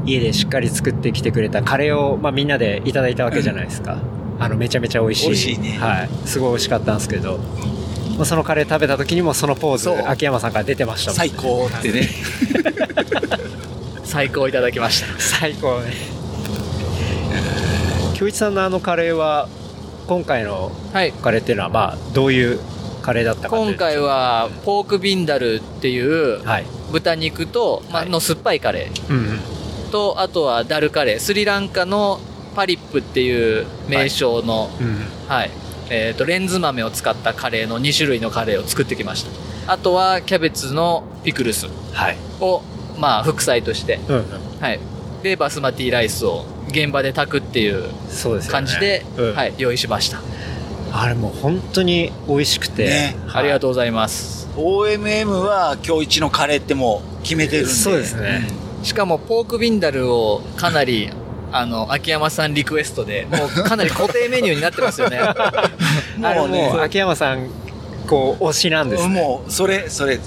[SPEAKER 4] 家でしっかり作ってきてくれたカレーを、まあ、みんなでいただいたわけじゃないですか、あのめちゃめちゃ美味しい
[SPEAKER 2] 美味しいね
[SPEAKER 4] はい、すごい美味しかったんですけど、まあ、そのカレー食べた時にもそのポーズ
[SPEAKER 2] そう
[SPEAKER 4] 秋山さんから出てましたもん
[SPEAKER 2] 最高ってね
[SPEAKER 3] 最高いただきました
[SPEAKER 4] 最高ね京一さんのあのカレーは今回の
[SPEAKER 3] はい
[SPEAKER 4] カレーっていうのはまあどういうカレーだったかという
[SPEAKER 3] 今回はポークビンダルっていう
[SPEAKER 4] はい、
[SPEAKER 3] 豚肉と、まあ
[SPEAKER 4] はい
[SPEAKER 3] の酸っぱいカレ
[SPEAKER 4] うんうん、
[SPEAKER 3] ーとあとはダルカレースリランカのパリップっていう名称の、はいえー、とレンズ豆を使ったカレーの2種類のカレーを作ってきましたあとはキャベツのピクルス
[SPEAKER 4] はい、
[SPEAKER 3] を、まあ、副菜として、
[SPEAKER 4] うんうん、
[SPEAKER 3] はい、でバスマティライスを現場で炊くっていう
[SPEAKER 4] そうですよね
[SPEAKER 3] 感じで、
[SPEAKER 4] うん
[SPEAKER 3] はい、用意しました、
[SPEAKER 4] あれもう本当に美味しくて、
[SPEAKER 2] ね
[SPEAKER 3] ありが
[SPEAKER 4] う
[SPEAKER 3] とうございます
[SPEAKER 2] OMM は今日一のカレーってもう決めてるんで
[SPEAKER 4] そうですね
[SPEAKER 3] しかもポークビンダルをかなりあの秋山さんリクエストでもうかなり固定メニューになってますよね
[SPEAKER 2] うん
[SPEAKER 4] あれ
[SPEAKER 2] もうね
[SPEAKER 4] もう秋山さんこう推しなんですね
[SPEAKER 2] もうそれそれ
[SPEAKER 4] うん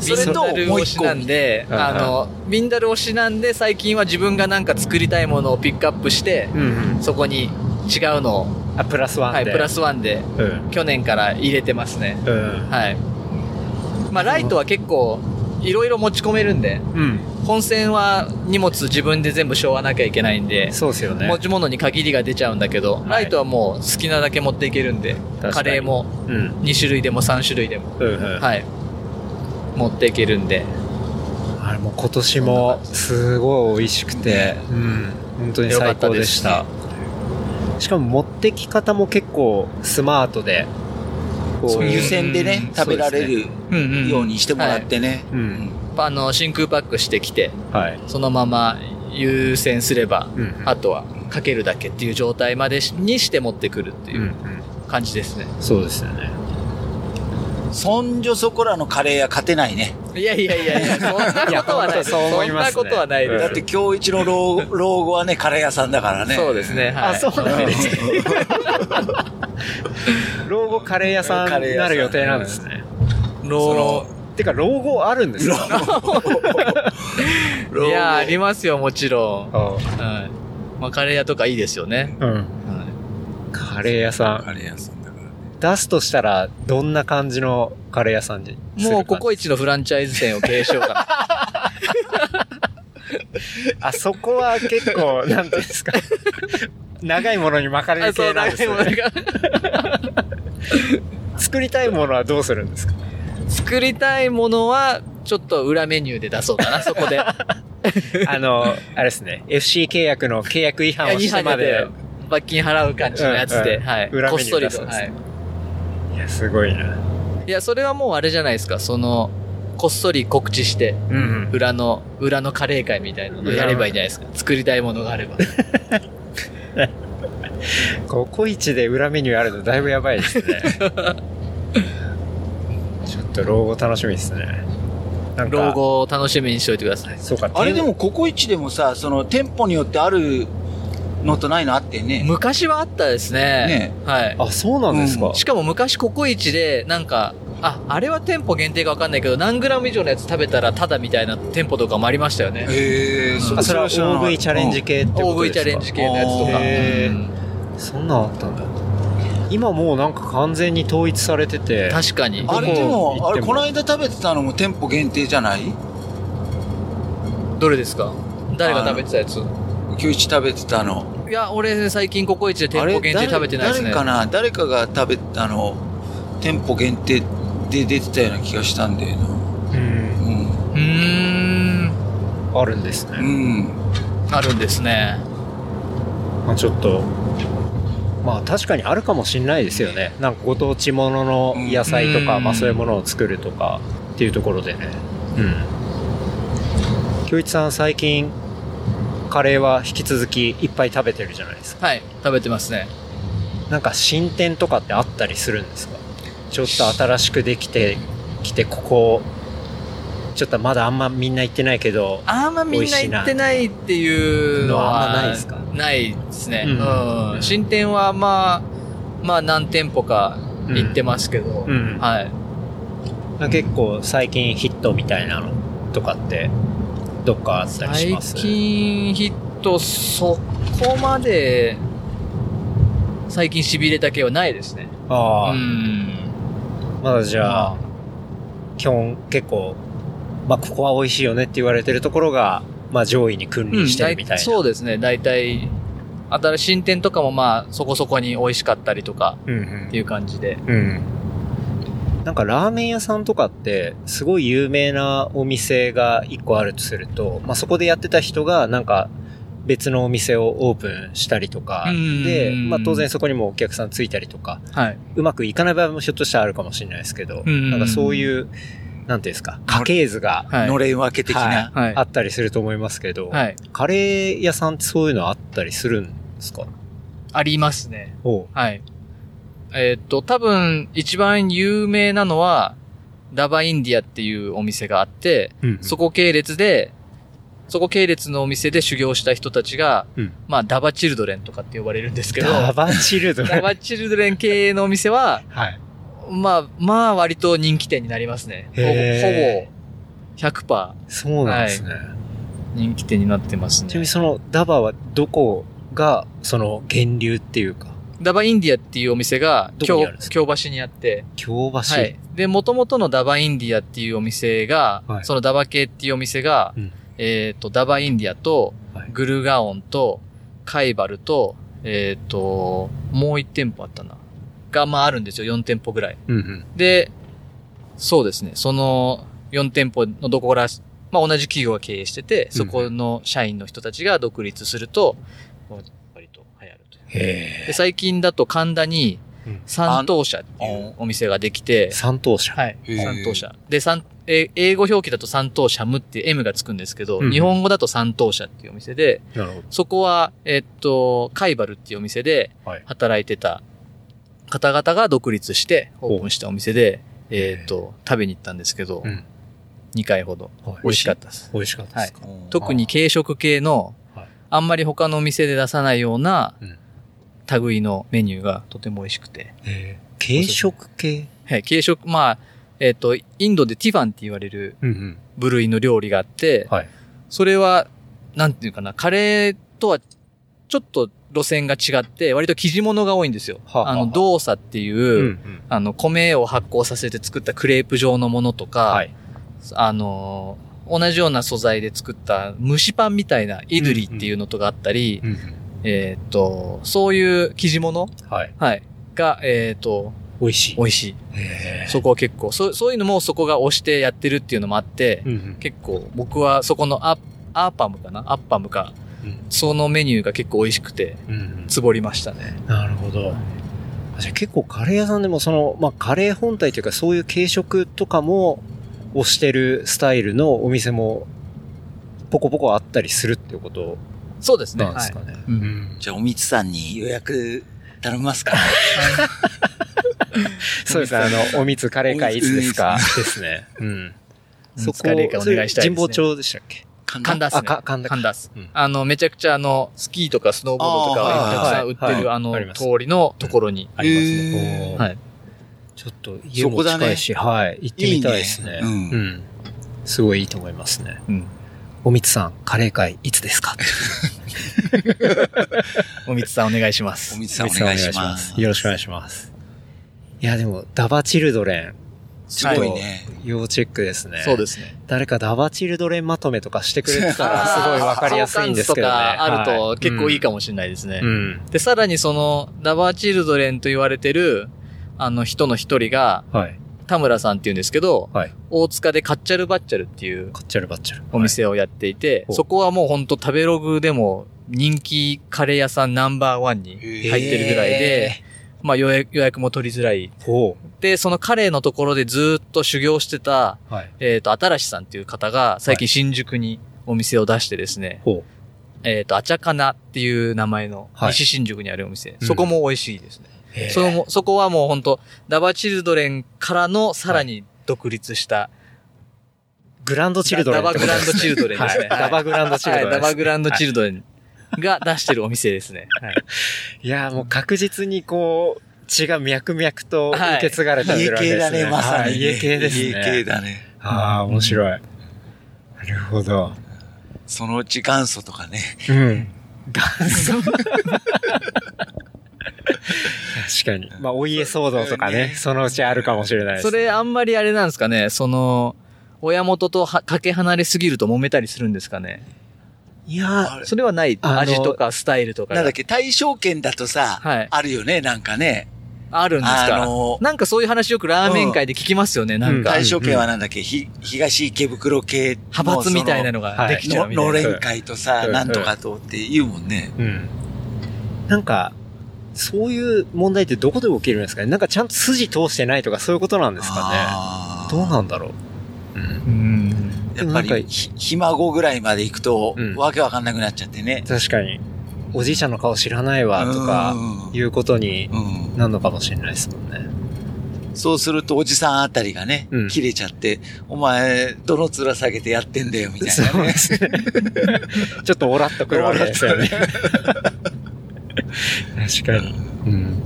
[SPEAKER 2] それ
[SPEAKER 3] ビ
[SPEAKER 2] と
[SPEAKER 3] ンダル
[SPEAKER 2] もう
[SPEAKER 3] 推
[SPEAKER 2] 一
[SPEAKER 3] し
[SPEAKER 2] 個
[SPEAKER 3] なんで、
[SPEAKER 4] うん
[SPEAKER 3] あのビンダル推しなんで最近は自分がなんか作りたいものをピックアップして、
[SPEAKER 4] うんうん
[SPEAKER 3] そこに違うのを、
[SPEAKER 4] あプラスワンで、
[SPEAKER 3] はい、プラスワンで
[SPEAKER 4] うん
[SPEAKER 3] 去年から入れてますね
[SPEAKER 4] うん
[SPEAKER 3] はいまあライトは結構いろいろ持ち込めるんで
[SPEAKER 4] うん
[SPEAKER 3] 本線は荷物自分で全部背負わなきゃいけないんで、
[SPEAKER 4] そうですよね
[SPEAKER 3] 持ち物に限りが出ちゃうんだけど、
[SPEAKER 4] はい
[SPEAKER 3] ライトはもう好きなだけ持っていけるんで
[SPEAKER 4] 確かに
[SPEAKER 3] カレーも
[SPEAKER 4] うん
[SPEAKER 3] 2種類でも3種類でも、
[SPEAKER 4] うんうん
[SPEAKER 3] はい持っていけるんで
[SPEAKER 4] あれもう今年もすごい美味しくて
[SPEAKER 2] ね、
[SPEAKER 4] うん、本当に最高でした
[SPEAKER 3] よ
[SPEAKER 4] しかも持ってき方も結構スマートでこ
[SPEAKER 2] そう湯煎でね
[SPEAKER 4] ん
[SPEAKER 2] 食べられ
[SPEAKER 4] そう
[SPEAKER 2] る
[SPEAKER 3] うんうん
[SPEAKER 2] ようにしてもらってね、
[SPEAKER 4] う
[SPEAKER 2] うん
[SPEAKER 4] ん
[SPEAKER 3] あの真空パックしてきて
[SPEAKER 4] はい、
[SPEAKER 3] そのまま優先すれば、
[SPEAKER 4] うん
[SPEAKER 3] あとはかけるだけっていう状態までしにして持ってくるって
[SPEAKER 4] うん
[SPEAKER 3] いううん感じですね、
[SPEAKER 4] そうですよね
[SPEAKER 2] そんじょそこらのカレーは勝てないね
[SPEAKER 3] いやいやいやいやそん
[SPEAKER 4] い
[SPEAKER 3] な
[SPEAKER 4] や
[SPEAKER 3] ことはない
[SPEAKER 4] 本当そう思いますね
[SPEAKER 3] そんなことはないです、
[SPEAKER 2] だって今日一の老老後はねカレー屋さんだからね
[SPEAKER 3] そうですね、はい、
[SPEAKER 4] あそうなんですね老後カレー屋さんになる予定なんですね
[SPEAKER 2] そ
[SPEAKER 3] 老
[SPEAKER 2] の
[SPEAKER 4] てか老後あるんですよ
[SPEAKER 2] 老
[SPEAKER 3] い
[SPEAKER 2] 後
[SPEAKER 3] やーありますよもちろん、はい
[SPEAKER 4] あ
[SPEAKER 3] まあ、カレー屋とかいいですよね、
[SPEAKER 4] うん
[SPEAKER 3] はい
[SPEAKER 4] カレー屋さん
[SPEAKER 2] カレー屋さんだから
[SPEAKER 4] 出すとしたらどんな感じのカレー屋さんにする
[SPEAKER 3] もうコ
[SPEAKER 4] か
[SPEAKER 3] コイチのフランチャイズ店を経営しようかな。
[SPEAKER 4] あそこは結構なんていうんですか 長いものに 巻かれる系なんですよね
[SPEAKER 3] が。
[SPEAKER 4] 作りたいものはどうするんですか
[SPEAKER 3] 作りたいものは、ちょっと裏メニューで出そうかな、そこで。
[SPEAKER 4] あのあれですね FC 契約の契約違反を
[SPEAKER 3] 2
[SPEAKER 4] してま
[SPEAKER 3] 杯で
[SPEAKER 4] で
[SPEAKER 3] 罰金払う感じのやつで、
[SPEAKER 4] うんうん
[SPEAKER 3] はい。
[SPEAKER 4] 裏
[SPEAKER 3] こっ
[SPEAKER 4] メニュ
[SPEAKER 3] そ
[SPEAKER 4] ー
[SPEAKER 3] り
[SPEAKER 4] 出す
[SPEAKER 3] と。
[SPEAKER 4] んで
[SPEAKER 3] は
[SPEAKER 4] す
[SPEAKER 3] い。
[SPEAKER 4] いやすごいない
[SPEAKER 3] や、それはもうあれじゃないですか、その、こっそり告知して、
[SPEAKER 4] うんうん
[SPEAKER 3] 裏の、裏のカレー会みたいなのやればいいんじゃないですか。作りたいものがあれば。
[SPEAKER 4] ココイチで裏メニューあるのだいぶやば いですねちょっと老後楽しみですねなんか
[SPEAKER 3] 老後を楽しみにしておいてください。
[SPEAKER 4] そうか
[SPEAKER 2] あれでもココイチでもさその店舗によってあるのとないのあってね
[SPEAKER 3] 昔はあったですね。
[SPEAKER 2] ね
[SPEAKER 3] はい。
[SPEAKER 4] あそうなんですか、
[SPEAKER 2] うん
[SPEAKER 3] しかも昔ココイチでなんかああれは店舗限定か分かんないけど何グラム以上のやつ食べたらタダみたいな店舗とかもありましたよね
[SPEAKER 2] へえ
[SPEAKER 4] あそれは大食いチャレンジ系ってこと
[SPEAKER 3] 大食
[SPEAKER 4] ですか
[SPEAKER 3] いチャレンジ系のやつと
[SPEAKER 4] あ
[SPEAKER 3] か、
[SPEAKER 4] ー
[SPEAKER 3] うん
[SPEAKER 4] そんなんあったんだ今もうなんか完全に統一されてて
[SPEAKER 3] 確かに
[SPEAKER 2] あれで
[SPEAKER 4] どこ行っても
[SPEAKER 2] もあれこの間食べてたのも店舗限定じゃない
[SPEAKER 3] どれですか誰が食べてたやつ
[SPEAKER 2] 今日一食べてたの
[SPEAKER 3] いや俺ね最近ココイチで店
[SPEAKER 2] あれ
[SPEAKER 3] 舗限定食べてないですね
[SPEAKER 2] 誰誰かな誰かが食べあの店舗限定で出てたような気がしたんだよな
[SPEAKER 4] うん
[SPEAKER 2] うん、
[SPEAKER 3] うーん
[SPEAKER 4] あるんですね、
[SPEAKER 2] うん、
[SPEAKER 3] あるんですね
[SPEAKER 4] まあ、ちょっとまあ確かにあるかもしんないですよねなんかご当地ものの野菜とか、
[SPEAKER 3] うん
[SPEAKER 4] まあ、そういうものを作るとかっていうところでねうん京一さん最近カレーは引き続きいっぱい食べてるじゃないですか
[SPEAKER 3] はい食べてますね
[SPEAKER 4] なんか進展とかってあったりするんですかちょっと新しくできてきてここちょっとまだあんまみんな行ってないけど
[SPEAKER 3] あんまみんな行ってないっていうのは
[SPEAKER 4] 美味しいなのはあんまないですか
[SPEAKER 3] ないですね。
[SPEAKER 4] う
[SPEAKER 3] うんん。新店はまあ、まあ何店舗か行ってますけど、
[SPEAKER 4] うん
[SPEAKER 3] はい。
[SPEAKER 4] 結構最近ヒットみたいなのとかってどっかあったりし
[SPEAKER 3] 最
[SPEAKER 4] ます
[SPEAKER 3] 近ヒット、そこまで、最近痺れた系はないですね。
[SPEAKER 4] ああ、
[SPEAKER 3] うん。
[SPEAKER 4] まだじゃあ基本結構、まあ、ここは美味しいよねって言われてるところが、まあ、上位に君臨してるみたいな、
[SPEAKER 3] そうですね。大体、新しい新店とかもまあ、そこそこに美味しかったりとか
[SPEAKER 4] うん
[SPEAKER 3] っていう感じで。
[SPEAKER 4] うんうんなんかラーメン屋さんとかってすごい有名なお店が一個あるとすると、まあ、そこでやってた人がなんか別のお店をオープンしたりとか
[SPEAKER 3] うん
[SPEAKER 4] で、まあ、当然そこにもお客さんついたりとか
[SPEAKER 3] はい。
[SPEAKER 4] うまくいかない場合もひょっとしたらあるかもしれないですけど、
[SPEAKER 3] うん
[SPEAKER 4] なんかそういう、なんていうんですか、家系図が、
[SPEAKER 3] はい。
[SPEAKER 2] のれん分け的な。
[SPEAKER 4] は
[SPEAKER 3] はいい
[SPEAKER 4] あ。ったりすると思いますけど、
[SPEAKER 3] はい。
[SPEAKER 4] カレー屋さんってそういうのあったりするんですか
[SPEAKER 3] ありますね。
[SPEAKER 4] おう
[SPEAKER 3] はい。えーっと、多分、一番有名なのは、ダバインディアっていうお店があって、
[SPEAKER 4] うん
[SPEAKER 3] そこ系列で、そこ系列のお店で修行した人たちが、
[SPEAKER 4] うん
[SPEAKER 3] まあ、ダバチルドレンとかって呼ばれるんですけど、
[SPEAKER 4] ダバチルド レン
[SPEAKER 3] ダバチルドレン系のお店は、
[SPEAKER 4] はい。
[SPEAKER 3] まあ、まあ、割と人気店になりますね。
[SPEAKER 4] へ
[SPEAKER 3] ほぼ、ほぼ100%
[SPEAKER 4] そうなんですね。
[SPEAKER 3] 人気店になってます
[SPEAKER 4] ちなみに
[SPEAKER 3] ね。
[SPEAKER 4] そのダバはどこがその源流っていうか、
[SPEAKER 3] ダバインディアっていうお店が、
[SPEAKER 4] どこに
[SPEAKER 3] 京
[SPEAKER 4] あるんですか
[SPEAKER 3] 京橋にあって、
[SPEAKER 4] 京橋。
[SPEAKER 3] はい。で、元々のダバインディアっていうお店が、
[SPEAKER 4] はい
[SPEAKER 3] そのダバ系っていうお店が、
[SPEAKER 4] うん
[SPEAKER 3] えっ、と、ダバインディアと
[SPEAKER 4] はい、
[SPEAKER 3] グルガオンと、カイバルと、えっ、と、もう一店舗あったな。が、まああるんですよ。4店舗ぐらい。
[SPEAKER 4] うんうん。
[SPEAKER 3] で、そうですね。その4店舗のどこから、まあ同じ企業が経営してて、そこの社員の人たちが独立すると、割と流行るという。
[SPEAKER 4] へ
[SPEAKER 3] で、最近だと神田に
[SPEAKER 4] うん、
[SPEAKER 3] 三等社っていうお店ができて
[SPEAKER 4] え。、三等車。
[SPEAKER 3] はい。
[SPEAKER 2] へー
[SPEAKER 3] 三等車。で、三、えー英語表記だと三等車無っていう M がつくんですけど、
[SPEAKER 4] うんうん
[SPEAKER 3] 日本語だと三等車っていうお店で、
[SPEAKER 4] なるほど。
[SPEAKER 3] そこは、えっと、カイバルっていうお店で
[SPEAKER 4] はい
[SPEAKER 3] 働いてた方々が独立してオープンしたお店で、えっと、食べに行ったんですけど、
[SPEAKER 4] うん
[SPEAKER 3] 2回ほど
[SPEAKER 4] はい
[SPEAKER 3] 美味しかったです。
[SPEAKER 4] 美味しかったですか、
[SPEAKER 2] うん
[SPEAKER 3] 特に軽食系の
[SPEAKER 4] はい、
[SPEAKER 3] あんまり他のお店で出さないような
[SPEAKER 4] うん、
[SPEAKER 3] 類のメニューがとても美味しくて。
[SPEAKER 4] へえ軽食系
[SPEAKER 3] はい、軽食、まあ、えっ、と、インドでティファンって言われる
[SPEAKER 4] うんうん。
[SPEAKER 3] 部類の料理があって、
[SPEAKER 4] はい。
[SPEAKER 3] それは、なんていうかな、カレーとはちょっと路線が違って、割と生地物が多いんですよ。
[SPEAKER 4] はあはあ
[SPEAKER 3] あの、動作っていう、
[SPEAKER 4] うんうん。
[SPEAKER 3] あの、米を発酵させて作ったクレープ状のものとか、
[SPEAKER 4] はい。
[SPEAKER 3] あのー、同じような素材で作った蒸しパンみたいなイドリっていうのとかあったり、
[SPEAKER 4] うんうん。
[SPEAKER 3] えっ、と、そういう生地物
[SPEAKER 4] はい。
[SPEAKER 3] はい。が、えっ、と、
[SPEAKER 4] 美味しい。
[SPEAKER 3] 美味しい。
[SPEAKER 4] へえ
[SPEAKER 3] そこは結構、そそういうのもそこが推してやってるっていうのもあって、
[SPEAKER 4] うんうん。
[SPEAKER 3] 結構僕はそこのアアーパムかなアッパムか、
[SPEAKER 4] うん
[SPEAKER 3] そのメニューが結構美味しくて、
[SPEAKER 4] うんうん
[SPEAKER 3] つぼりましたね。
[SPEAKER 4] なるほど。じゃあ結構カレー屋さんでもその、まあ、カレー本体というかそういう軽食とかも推してるスタイルのお店もポコポコあったりするっていうこと
[SPEAKER 3] そうですね。
[SPEAKER 4] なんですかね。
[SPEAKER 3] うん
[SPEAKER 4] ん
[SPEAKER 2] じゃあ、おみつさんに予約頼みますか
[SPEAKER 4] そうですね。あの、おみつカレー会いつですか
[SPEAKER 2] お
[SPEAKER 4] ですね。うん。
[SPEAKER 3] そこカレーかお願いしたいです、ね。
[SPEAKER 4] 神保町でしたっけ
[SPEAKER 2] 神
[SPEAKER 3] 神田っすね。
[SPEAKER 4] あか神田か
[SPEAKER 3] 神田っす
[SPEAKER 4] うん
[SPEAKER 3] あの、めちゃくちゃあの、スキーとかスノーボードと
[SPEAKER 2] あ
[SPEAKER 3] か
[SPEAKER 2] ー
[SPEAKER 3] たくさん売ってる、
[SPEAKER 4] はいはい
[SPEAKER 3] あの
[SPEAKER 4] あります
[SPEAKER 3] 通りのところに。
[SPEAKER 4] あります
[SPEAKER 2] へ
[SPEAKER 4] ね。
[SPEAKER 2] ー
[SPEAKER 4] はい
[SPEAKER 3] はい。
[SPEAKER 4] ちょっと家も近いし、はい。行ってみたいですね。
[SPEAKER 2] いいね
[SPEAKER 4] う。
[SPEAKER 2] うん
[SPEAKER 4] すごいいいと思いますね。
[SPEAKER 3] うん。
[SPEAKER 4] おみつさん、カレー会いつですか
[SPEAKER 3] おみつさんお願いします
[SPEAKER 2] お。みつさんお願いします。
[SPEAKER 4] よろしくお願いします。いや、でも、ダバチルドレン、
[SPEAKER 2] すごいね。
[SPEAKER 4] 要チェックですね。
[SPEAKER 3] そうですね。
[SPEAKER 4] 誰かダバチルドレンまとめとかしてくれてたら、すごいわかりやすいんですけどね。
[SPEAKER 3] 相関図とかあると結構いい
[SPEAKER 4] か
[SPEAKER 3] かもしれないですね。
[SPEAKER 4] うん。
[SPEAKER 3] で、さらにその、ダバーチルドレンと言われてる、あの人の一人が、
[SPEAKER 4] はい。
[SPEAKER 3] 田村さんっていうんですけど、
[SPEAKER 4] はい。
[SPEAKER 3] 大塚でカッチャルバッチャルっていう
[SPEAKER 4] カッチャルバッチャル。
[SPEAKER 3] お店をやっていて、
[SPEAKER 4] はい
[SPEAKER 3] そこはもうほんと食べログでも人気カレー屋さんナンバーワンに入ってるぐらいで、まあ予約予約も取りづらい。
[SPEAKER 4] ほ
[SPEAKER 3] で、そのカレーのところでずーっと修行してた、
[SPEAKER 4] う。はい。
[SPEAKER 3] えっ、と、新しさんっていう方が最近新宿にお店を出してですね、
[SPEAKER 4] ほう。
[SPEAKER 3] えっ、と、あちゃかなっていう名前の
[SPEAKER 4] はい
[SPEAKER 3] 西新宿にあるお店、
[SPEAKER 4] うん
[SPEAKER 3] そこも美味しいですね。
[SPEAKER 4] へー
[SPEAKER 3] そのそこはもう本当ダバチルドレンからのさらに独立した、
[SPEAKER 4] グランドチルドレンっ
[SPEAKER 3] ダバ
[SPEAKER 4] てこと
[SPEAKER 3] グ
[SPEAKER 4] で
[SPEAKER 3] ラン
[SPEAKER 4] す
[SPEAKER 3] ドチルドレンですね。
[SPEAKER 4] はいダバグランドチルドレン
[SPEAKER 3] はいダバグランドチルドレンが出してるお店ですね。
[SPEAKER 4] いやーもう確実にこう、血が脈々と受け継がれた
[SPEAKER 2] 家系だね、まさに。
[SPEAKER 4] 家系ですね。
[SPEAKER 2] 家系だね。
[SPEAKER 4] ああ、面白い。なるほど。
[SPEAKER 2] そのうち元祖とかね。
[SPEAKER 4] うん。元祖。確かに。まあ、お家騒動とかね、そのうちあるかもしれないです。
[SPEAKER 3] それあんまりあれなんですかね、その、親元とはかけ離れすぎると揉めたりするんですかね。
[SPEAKER 4] いや
[SPEAKER 2] あれ
[SPEAKER 3] それはない。
[SPEAKER 4] あの
[SPEAKER 3] 味とかスタイルとかが。
[SPEAKER 2] なんだっけ、対象圏だとさ、
[SPEAKER 3] はい
[SPEAKER 2] あるよね、なんかね。
[SPEAKER 3] あるんですか、
[SPEAKER 2] あの
[SPEAKER 3] なんかそういう話よくラーメン界で聞きますよね、なん
[SPEAKER 4] うん
[SPEAKER 3] か。
[SPEAKER 2] 対象圏はなんだっけ、ひ東池袋系の
[SPEAKER 3] 派閥みたいなのができちゃ
[SPEAKER 2] の
[SPEAKER 3] うみたいな。
[SPEAKER 2] のれん会とさ、
[SPEAKER 4] うん
[SPEAKER 2] なんとかとって言うもんね。
[SPEAKER 4] うん。なんか、そういう問題ってどこで起きるんですかねなんかちゃんと筋通してないとかそういうことなんですか
[SPEAKER 2] あ
[SPEAKER 4] ね
[SPEAKER 2] ー
[SPEAKER 4] どうなんだろううん。
[SPEAKER 3] うん。
[SPEAKER 2] やっぱ
[SPEAKER 4] なん
[SPEAKER 2] り
[SPEAKER 4] か
[SPEAKER 2] ひ、ひ孫ぐらいまで行くと、
[SPEAKER 4] うん
[SPEAKER 2] わけわかんなくなっちゃってね。
[SPEAKER 4] 確かに。おじいちゃんの顔知らないわと
[SPEAKER 2] う
[SPEAKER 4] か、
[SPEAKER 2] ん
[SPEAKER 4] いうことに
[SPEAKER 2] うん
[SPEAKER 4] なるのかもしれないですもんね。
[SPEAKER 2] そうすると、おじさんあたりがね、
[SPEAKER 4] うん
[SPEAKER 2] 切れちゃって、お前、どの面下げてやってんだよ、みたい
[SPEAKER 4] そ
[SPEAKER 2] な
[SPEAKER 4] うで
[SPEAKER 2] ね。
[SPEAKER 4] すね。 ちょっとオラっとくるわけですよね。確かに。うん。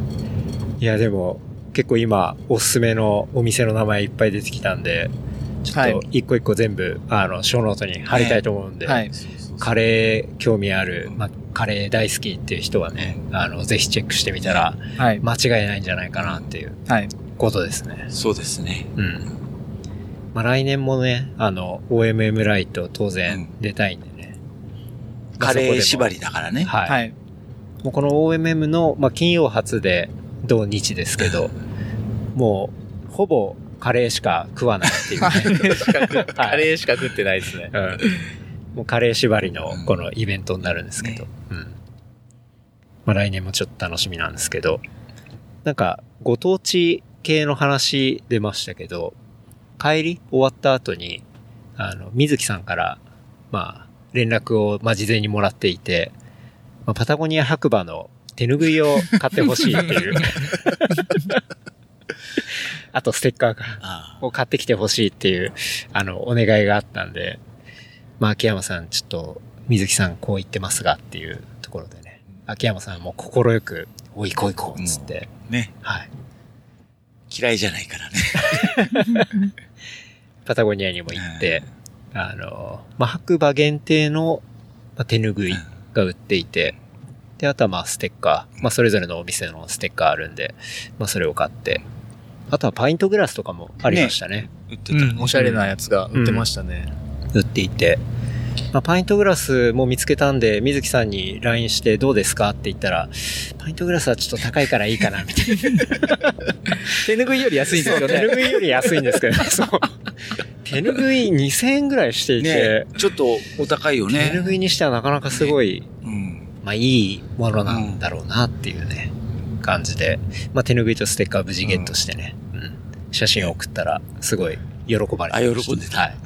[SPEAKER 4] いや、でも、結構今、おすすめのお店の名前いっぱい出てきたんで、ちょっと一個一個全部、あの、小ノートに貼りたいと思うんで、
[SPEAKER 3] はい。
[SPEAKER 4] カレー興味ある
[SPEAKER 2] う、ん
[SPEAKER 4] まあ、カレー大好きっていう人はね、あの、ぜひチェックしてみたら、
[SPEAKER 3] はい。
[SPEAKER 4] 間違いないんじゃないかなっていう
[SPEAKER 3] はい。
[SPEAKER 4] ことですね。
[SPEAKER 2] そうですね。
[SPEAKER 4] うん。まあ、来年もね、あの、OMM ライト当然出たいんでね。
[SPEAKER 2] カレー縛
[SPEAKER 4] り。
[SPEAKER 2] りだからね。
[SPEAKER 4] はい。
[SPEAKER 3] はい。
[SPEAKER 4] もうこの OMM の、まあ、金曜発で同日ですけ ど、もう、ほぼカレーしか食わないっていうね。
[SPEAKER 3] カレーしか食ってないですね。
[SPEAKER 4] うん、もうカレー縛りのこのイベントになるんですけど、うんまあ、来年もちょっと楽しみなんですけどなんかご当地系の話出ましたけど帰り終わった後にあの水木さんから、まあ、連絡を、まあ、事前にもらっていて、まあ、パタゴニア白馬の手拭いを買ってほしいって いうあとステッカーが
[SPEAKER 2] あ
[SPEAKER 4] を買ってきてほしいっていう、あの、お願いがあったんで、まあ、秋山さん、ちょっと、水木さんこう言ってますがっていうところでね、秋山さんも心よく、おいこいこう、つって、
[SPEAKER 2] あね。
[SPEAKER 4] はい。
[SPEAKER 2] 嫌いじゃないからね。
[SPEAKER 4] パタゴニアにも行って、あの、まあ、白馬限定のまあ手拭いが売っていて、で、あとはまあステッカー、まあ、それぞれのお店のステッカーあるんで、まあ、それを買って、あとはパイントグラスとかもありましたね
[SPEAKER 2] 売ってた
[SPEAKER 3] う
[SPEAKER 2] ね
[SPEAKER 3] ん、おしゃれなやつが売ってましたね。
[SPEAKER 4] 売っていて、まあ、パイントグラスも見つけたんで、水木さんに LINE してどうですかって言ったら、パイントグラスはちょっと高いからいいかな、み たい
[SPEAKER 3] 手ぬぐいより安いんです
[SPEAKER 4] な。
[SPEAKER 3] よ
[SPEAKER 4] 手
[SPEAKER 3] ね。
[SPEAKER 4] 拭いより安いんですけど、 そう。手拭い2000円ぐらいしていて
[SPEAKER 2] ね、ちょっとお高いよ
[SPEAKER 4] 手
[SPEAKER 2] ね。
[SPEAKER 4] 拭いにしてはなかなかすごい、
[SPEAKER 2] うん。
[SPEAKER 4] まあいいものなんだろうなっていうね、感じで、まあ手拭いとステッカー無事ゲットしてね、うん写真を送ったら、すごい喜ばれ
[SPEAKER 2] あ、
[SPEAKER 4] てました
[SPEAKER 2] 喜んでた。
[SPEAKER 4] はい。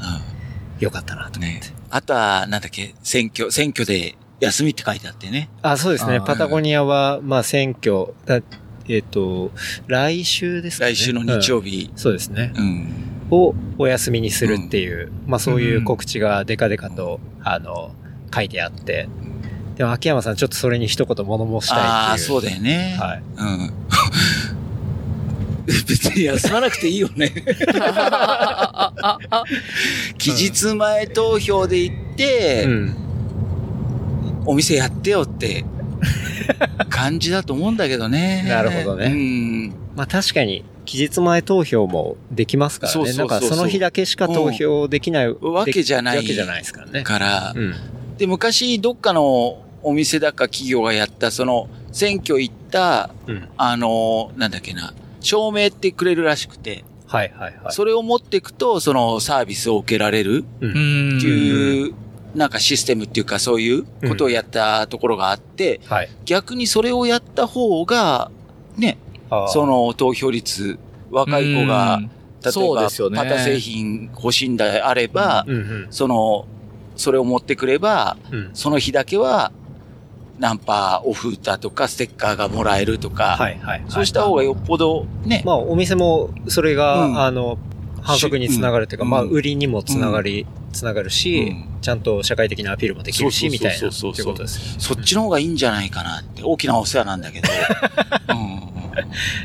[SPEAKER 4] よかったなと
[SPEAKER 2] うん。
[SPEAKER 4] 思っ
[SPEAKER 2] ね
[SPEAKER 4] て。。
[SPEAKER 2] あとは、なんだっけ、選挙、選挙で休みって書いてあってね。
[SPEAKER 4] あ、そうですね。
[SPEAKER 3] あー
[SPEAKER 4] パタゴニアは、まあ、選挙、だえっ、と、来週ですかね。
[SPEAKER 2] 来週の日
[SPEAKER 4] うん
[SPEAKER 2] 曜日。
[SPEAKER 4] そうですね。
[SPEAKER 2] うん。
[SPEAKER 4] をお休みにするっていう、まあ、そういう告知がデカデカと、あの、書いてあって。でも、秋山さん、ちょっとそれに一言物申したいっていう。
[SPEAKER 2] ああ、そうだよね。
[SPEAKER 4] はい。
[SPEAKER 2] うん。 別に休まなくていいよね。期日前投票で行って、
[SPEAKER 4] うん。。
[SPEAKER 2] お店やってよって感じだと思うんだけどね
[SPEAKER 4] なるほどね
[SPEAKER 2] うん。
[SPEAKER 4] まあ、確かに、期日前投票もできますからね。
[SPEAKER 2] そうそうそうそう
[SPEAKER 4] なんか、その日だけしか投票できない、
[SPEAKER 2] わけじゃない
[SPEAKER 4] わけじゃないですからね。
[SPEAKER 2] から、
[SPEAKER 4] うん。
[SPEAKER 2] で、昔どっかのお店だか企業がやった、その、選挙行った、
[SPEAKER 4] うん。
[SPEAKER 2] あの、なんだっけな、証明ってくれるらしくて、
[SPEAKER 4] はいはいはい。
[SPEAKER 2] それを持っていくと、そのサービスを受けられる
[SPEAKER 3] う。
[SPEAKER 4] う
[SPEAKER 3] ん
[SPEAKER 2] っていう、なんかシステムっていうかそういうことをやったところがあって、
[SPEAKER 4] はい。
[SPEAKER 2] 逆にそれをやった方が、ね、
[SPEAKER 4] あー
[SPEAKER 2] その投票率、若い子が、例
[SPEAKER 3] そうで
[SPEAKER 2] え
[SPEAKER 3] すよ
[SPEAKER 2] ば、
[SPEAKER 3] ね
[SPEAKER 2] パタ製品欲しいんであれば、
[SPEAKER 4] うんうん。
[SPEAKER 2] その、それを持ってくれば、
[SPEAKER 4] うん。
[SPEAKER 2] その日だけは、ナンパオフだとか、ステッカーがもらえるとか、
[SPEAKER 4] はいはいはい。
[SPEAKER 2] そうした方がよっぽどね、
[SPEAKER 4] まあ、お店も、それが、
[SPEAKER 2] うん
[SPEAKER 4] あの、反則につながるというか、
[SPEAKER 2] うん
[SPEAKER 4] まあ、売りにもつながり、つながるし、
[SPEAKER 2] うん
[SPEAKER 4] ちゃんと社会的なアピールもできるし、
[SPEAKER 2] そう
[SPEAKER 4] み
[SPEAKER 2] そう
[SPEAKER 4] たい
[SPEAKER 2] そ
[SPEAKER 4] な、
[SPEAKER 2] う
[SPEAKER 4] と
[SPEAKER 2] そ
[SPEAKER 4] いううことです。
[SPEAKER 2] そっちの方がいいんじゃないかなって、大きなお世話なんだけど。うんうんうん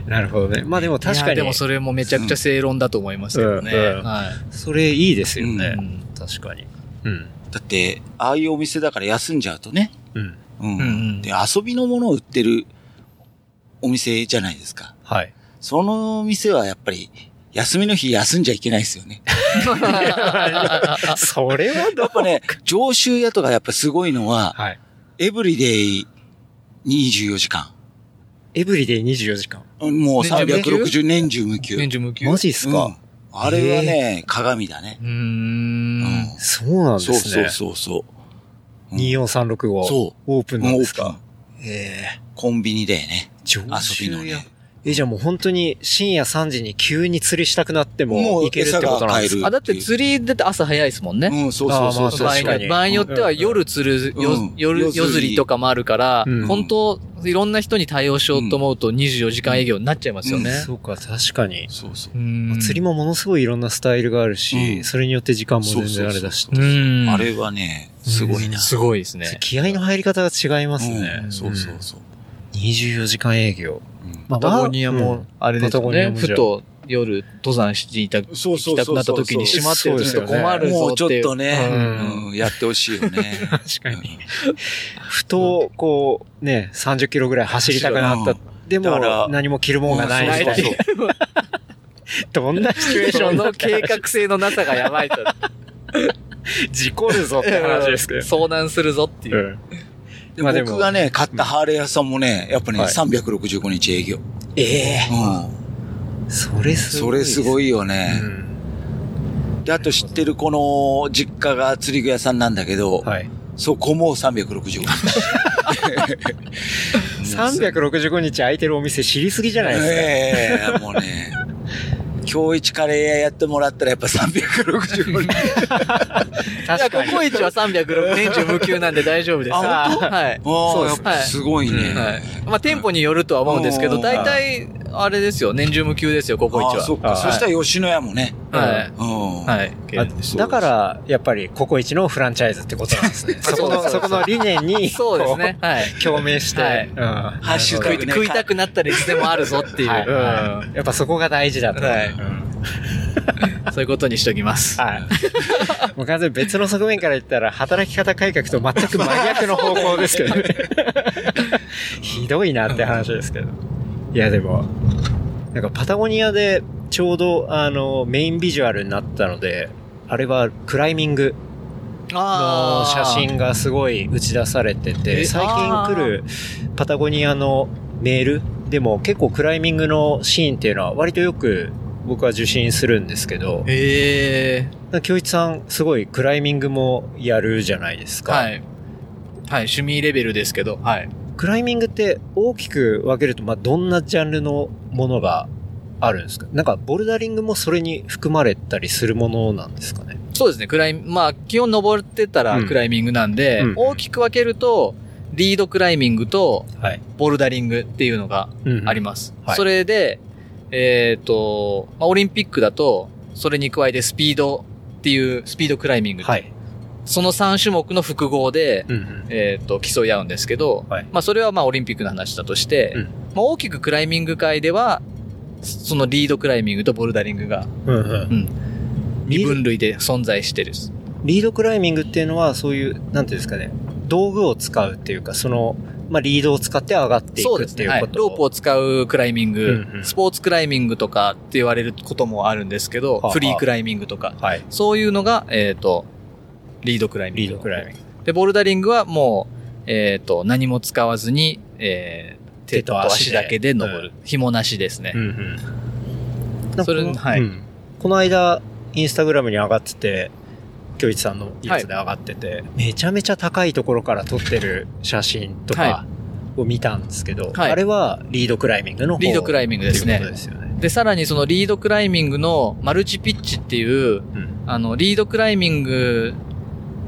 [SPEAKER 4] なるほどね。まあでも確
[SPEAKER 3] い
[SPEAKER 4] か
[SPEAKER 3] や
[SPEAKER 4] に、
[SPEAKER 3] でもそれもめちゃくちゃ正論だと思いますけどね。
[SPEAKER 4] うんうん
[SPEAKER 3] はい。
[SPEAKER 4] それいいですよね。
[SPEAKER 3] うん
[SPEAKER 4] 確かに。うん。
[SPEAKER 2] だって、ああいうお店だから休んじゃうとね。
[SPEAKER 4] うん。
[SPEAKER 2] うん。
[SPEAKER 3] うんうん
[SPEAKER 2] で、遊びのものを売ってるお店じゃないですか。
[SPEAKER 4] はい。
[SPEAKER 2] その店はやっぱり、休みの日休んじゃいけないですよね。
[SPEAKER 4] それはど
[SPEAKER 2] やっぱね、上州屋とかやっぱすごいのは、
[SPEAKER 4] はい。
[SPEAKER 2] エブリデイ24時間。
[SPEAKER 4] エブリデイ24時間。
[SPEAKER 2] もう
[SPEAKER 3] 年中無休
[SPEAKER 2] 360年中無休。
[SPEAKER 3] 年中無休。
[SPEAKER 4] マジっす
[SPEAKER 2] うん
[SPEAKER 4] か、
[SPEAKER 2] あれはね、鏡だね。
[SPEAKER 3] うーん。
[SPEAKER 4] そうなんです
[SPEAKER 2] そう
[SPEAKER 4] ね。
[SPEAKER 2] そうそうそう。うん
[SPEAKER 4] 2436号。
[SPEAKER 2] そ
[SPEAKER 4] オープンなんです
[SPEAKER 2] もうオー
[SPEAKER 4] か
[SPEAKER 2] プ
[SPEAKER 4] え
[SPEAKER 2] コンビニだよね。
[SPEAKER 4] え上
[SPEAKER 2] 遊びの
[SPEAKER 4] 州屋
[SPEAKER 2] ね。
[SPEAKER 4] え、じゃあもう本当に深夜3時に急に釣りしたくなっても行けるってことなんです
[SPEAKER 2] 餌が
[SPEAKER 3] あ、
[SPEAKER 4] か
[SPEAKER 3] だって釣りだって朝早いですもんね。
[SPEAKER 2] うん、そうそうそう
[SPEAKER 4] あー
[SPEAKER 2] そう
[SPEAKER 3] 場合
[SPEAKER 4] ま確かに
[SPEAKER 3] に場合によっては夜釣る、
[SPEAKER 2] うん
[SPEAKER 3] よ
[SPEAKER 2] うん
[SPEAKER 3] 夜、
[SPEAKER 2] 夜釣り
[SPEAKER 3] 夜釣りとかもあるから、
[SPEAKER 4] うん
[SPEAKER 3] 本当、いろんな人に対応しようと思うと24時間営業になっちゃいますよね。
[SPEAKER 4] そうか、確かに。
[SPEAKER 2] そうそう。
[SPEAKER 3] うん
[SPEAKER 4] 釣りもものすごいいろんなスタイルがあるし、
[SPEAKER 2] うん
[SPEAKER 4] それによって時間も全然あれだし。
[SPEAKER 3] うん。
[SPEAKER 2] あれはね、すごいな。
[SPEAKER 3] すごいですね。
[SPEAKER 4] 気合の入り方が違いますね。
[SPEAKER 2] うんそうそうそう。
[SPEAKER 4] 24時間営
[SPEAKER 2] うん
[SPEAKER 4] 業。ま
[SPEAKER 3] パタゴニアも、あれですよ
[SPEAKER 4] パタゴニア
[SPEAKER 3] ね。
[SPEAKER 4] もじゃあ
[SPEAKER 3] ふと夜、登山していた、行
[SPEAKER 2] そう
[SPEAKER 3] きたくなった時に閉まってるとちょっと困るぞっていう。
[SPEAKER 2] もうちょっと
[SPEAKER 3] うん
[SPEAKER 2] ね、
[SPEAKER 4] うん
[SPEAKER 2] うんやってほしいよね。
[SPEAKER 4] 確かに。ふと、こう、ね、30キロぐらい走りたくなった。で
[SPEAKER 2] だ
[SPEAKER 4] も
[SPEAKER 2] から、
[SPEAKER 4] 何も着るもんがない
[SPEAKER 2] そうそう
[SPEAKER 4] みたい
[SPEAKER 2] そう。
[SPEAKER 4] などんなシチュエーショ
[SPEAKER 3] そ
[SPEAKER 4] ンだ
[SPEAKER 3] の
[SPEAKER 4] った
[SPEAKER 3] 計
[SPEAKER 4] ら
[SPEAKER 3] 画性のなさがやばいと。
[SPEAKER 4] 事故るぞって話ですけど。
[SPEAKER 3] 遭難するぞっていう。
[SPEAKER 4] うん
[SPEAKER 2] で
[SPEAKER 4] まあでも
[SPEAKER 2] 僕がね、買ったハーレー屋さんもね、やっぱね、
[SPEAKER 4] はい
[SPEAKER 2] 365日営業。
[SPEAKER 4] ええ
[SPEAKER 2] うん。
[SPEAKER 4] それす
[SPEAKER 2] そ
[SPEAKER 4] ごい
[SPEAKER 2] れ
[SPEAKER 4] ですすね。
[SPEAKER 2] ごいよ
[SPEAKER 4] う
[SPEAKER 2] ね。
[SPEAKER 4] ん
[SPEAKER 2] で、あと知ってるこの実家が釣り具屋さんなんだけど、
[SPEAKER 4] はい。
[SPEAKER 2] そこも365日。
[SPEAKER 4] 365日空いてるお店知りすぎじゃないですか。
[SPEAKER 2] ええもうね。今日一カレー屋やってもらったらやっぱ365日。
[SPEAKER 3] いや、
[SPEAKER 4] 確
[SPEAKER 3] コ
[SPEAKER 4] かに。
[SPEAKER 3] コイチは306年中無休なんで大丈夫です。
[SPEAKER 2] あ
[SPEAKER 3] 本当はい。
[SPEAKER 2] あ あ、
[SPEAKER 3] そうで
[SPEAKER 2] や
[SPEAKER 3] す
[SPEAKER 2] っぱすごいね。
[SPEAKER 4] うん
[SPEAKER 3] はい。まあ、店舗によるとは思うんですけ
[SPEAKER 2] う
[SPEAKER 3] ど、
[SPEAKER 2] ん
[SPEAKER 3] 大体、あれですよ、年中無休ですよ、ココイチ
[SPEAKER 2] ああそっ
[SPEAKER 3] は。
[SPEAKER 2] か。
[SPEAKER 4] はい
[SPEAKER 2] そしたら吉野家もね。
[SPEAKER 3] はい。
[SPEAKER 2] うん。
[SPEAKER 3] はい。
[SPEAKER 4] あだから、やっぱり、ココイチのフランチャイズってことなんですね。そ
[SPEAKER 3] そう
[SPEAKER 4] こ
[SPEAKER 3] そ
[SPEAKER 4] の、
[SPEAKER 3] う
[SPEAKER 4] そこの理念に、
[SPEAKER 3] そうですね。はい。
[SPEAKER 4] こう。共鳴して、
[SPEAKER 3] はい
[SPEAKER 4] うん
[SPEAKER 2] ハッシュ
[SPEAKER 3] 食
[SPEAKER 2] タ
[SPEAKER 3] い
[SPEAKER 2] グね
[SPEAKER 3] 食いたくなったらいつでもあるぞっていう。
[SPEAKER 4] はい
[SPEAKER 3] は
[SPEAKER 4] うんやっぱそこが大事だと。
[SPEAKER 3] はい
[SPEAKER 4] うん
[SPEAKER 3] いそういうことにしときます。
[SPEAKER 4] はい。 もう完全に別の側面から言ったら、働き方改革と全く真逆の方向ですけ どね。ひどいなって話ですけど。いや、でも、なんかパタゴニアでちょうど、あの、メインビジュアルになったので、あれはクライミングの写真がすごい打ち出されて
[SPEAKER 3] え
[SPEAKER 4] て、最近
[SPEAKER 3] あー
[SPEAKER 4] 来るパタゴニアのメールでも結構クライミングのシーンっていうのは割とよく僕は受信するんですけど、
[SPEAKER 3] ええ
[SPEAKER 4] なんか京一さん、すごいクライミングもやるじゃないですか。
[SPEAKER 3] はい。はい。趣味レベルですけど、はい。
[SPEAKER 4] クライミングって大きく分けると、まあ、どんなジャンルのものがあるんですかなんか、ボルダリングもそれに含まれたりするものなんですかね。
[SPEAKER 3] そうですね、クライミまあ、基本登ってたらクライミングなんで、
[SPEAKER 4] うんうん
[SPEAKER 3] 大きく分けると、リードクライミングと
[SPEAKER 4] はい。
[SPEAKER 3] ボルダリングっていうのがあり
[SPEAKER 4] ま
[SPEAKER 3] ます。
[SPEAKER 4] はい
[SPEAKER 3] それで、えっ、と、まあ、オリンピックだと、それに加えてスピードっていう、スピードクライミング、
[SPEAKER 4] はい。
[SPEAKER 3] その3種目の複合で、
[SPEAKER 4] うんうん
[SPEAKER 3] えっ、と、競い合うんですけど、
[SPEAKER 4] はい
[SPEAKER 3] まあ、それはまあ、オリンピックの話だとして、
[SPEAKER 4] うん
[SPEAKER 3] まあ、大きくクライミング界では、そのリードクライミングとボルダリングが
[SPEAKER 4] うんうん
[SPEAKER 3] 二分類で存在してるです。
[SPEAKER 4] リードクライミングっていうのは、そういう、なんていうんですかね、道具を使うっていうか、その、まあ、リードを使って上がってい
[SPEAKER 3] そう
[SPEAKER 4] く
[SPEAKER 3] で
[SPEAKER 4] っ
[SPEAKER 3] す
[SPEAKER 4] て
[SPEAKER 3] ね。
[SPEAKER 4] いう
[SPEAKER 3] は
[SPEAKER 4] こ
[SPEAKER 3] い。
[SPEAKER 4] と
[SPEAKER 3] ロープを使うクライミング、
[SPEAKER 4] うんうん
[SPEAKER 3] スポーツクライミングとかって言われることもあるんですけど
[SPEAKER 4] は、あ
[SPEAKER 3] フリークライミングとか、
[SPEAKER 4] はい。
[SPEAKER 3] そういうのが、えっ、と、リードクライミン
[SPEAKER 4] リ
[SPEAKER 3] グ。
[SPEAKER 4] ードクライミング。
[SPEAKER 3] で、ボルダリングはもう、えっ、と、何も使わずに、えー手
[SPEAKER 4] 手
[SPEAKER 3] と
[SPEAKER 4] と
[SPEAKER 3] 足
[SPEAKER 4] 足で
[SPEAKER 3] だけで登る。紐なしですね。
[SPEAKER 4] なんか
[SPEAKER 3] それ
[SPEAKER 4] この
[SPEAKER 3] はい
[SPEAKER 4] うんこの間、インスタグラムに上がってて、京一さんのやつで上がってて、めちゃめちゃ高いところから撮ってる写真と
[SPEAKER 3] は
[SPEAKER 4] かを見たんですけど、
[SPEAKER 3] はい
[SPEAKER 4] あれはリードクライミングの方
[SPEAKER 3] リードクライミングですね
[SPEAKER 4] っていうことですよね。
[SPEAKER 3] で、さらにそのリードクライミングのマルチピッチっていう、
[SPEAKER 4] うん
[SPEAKER 3] あの、リードクライミング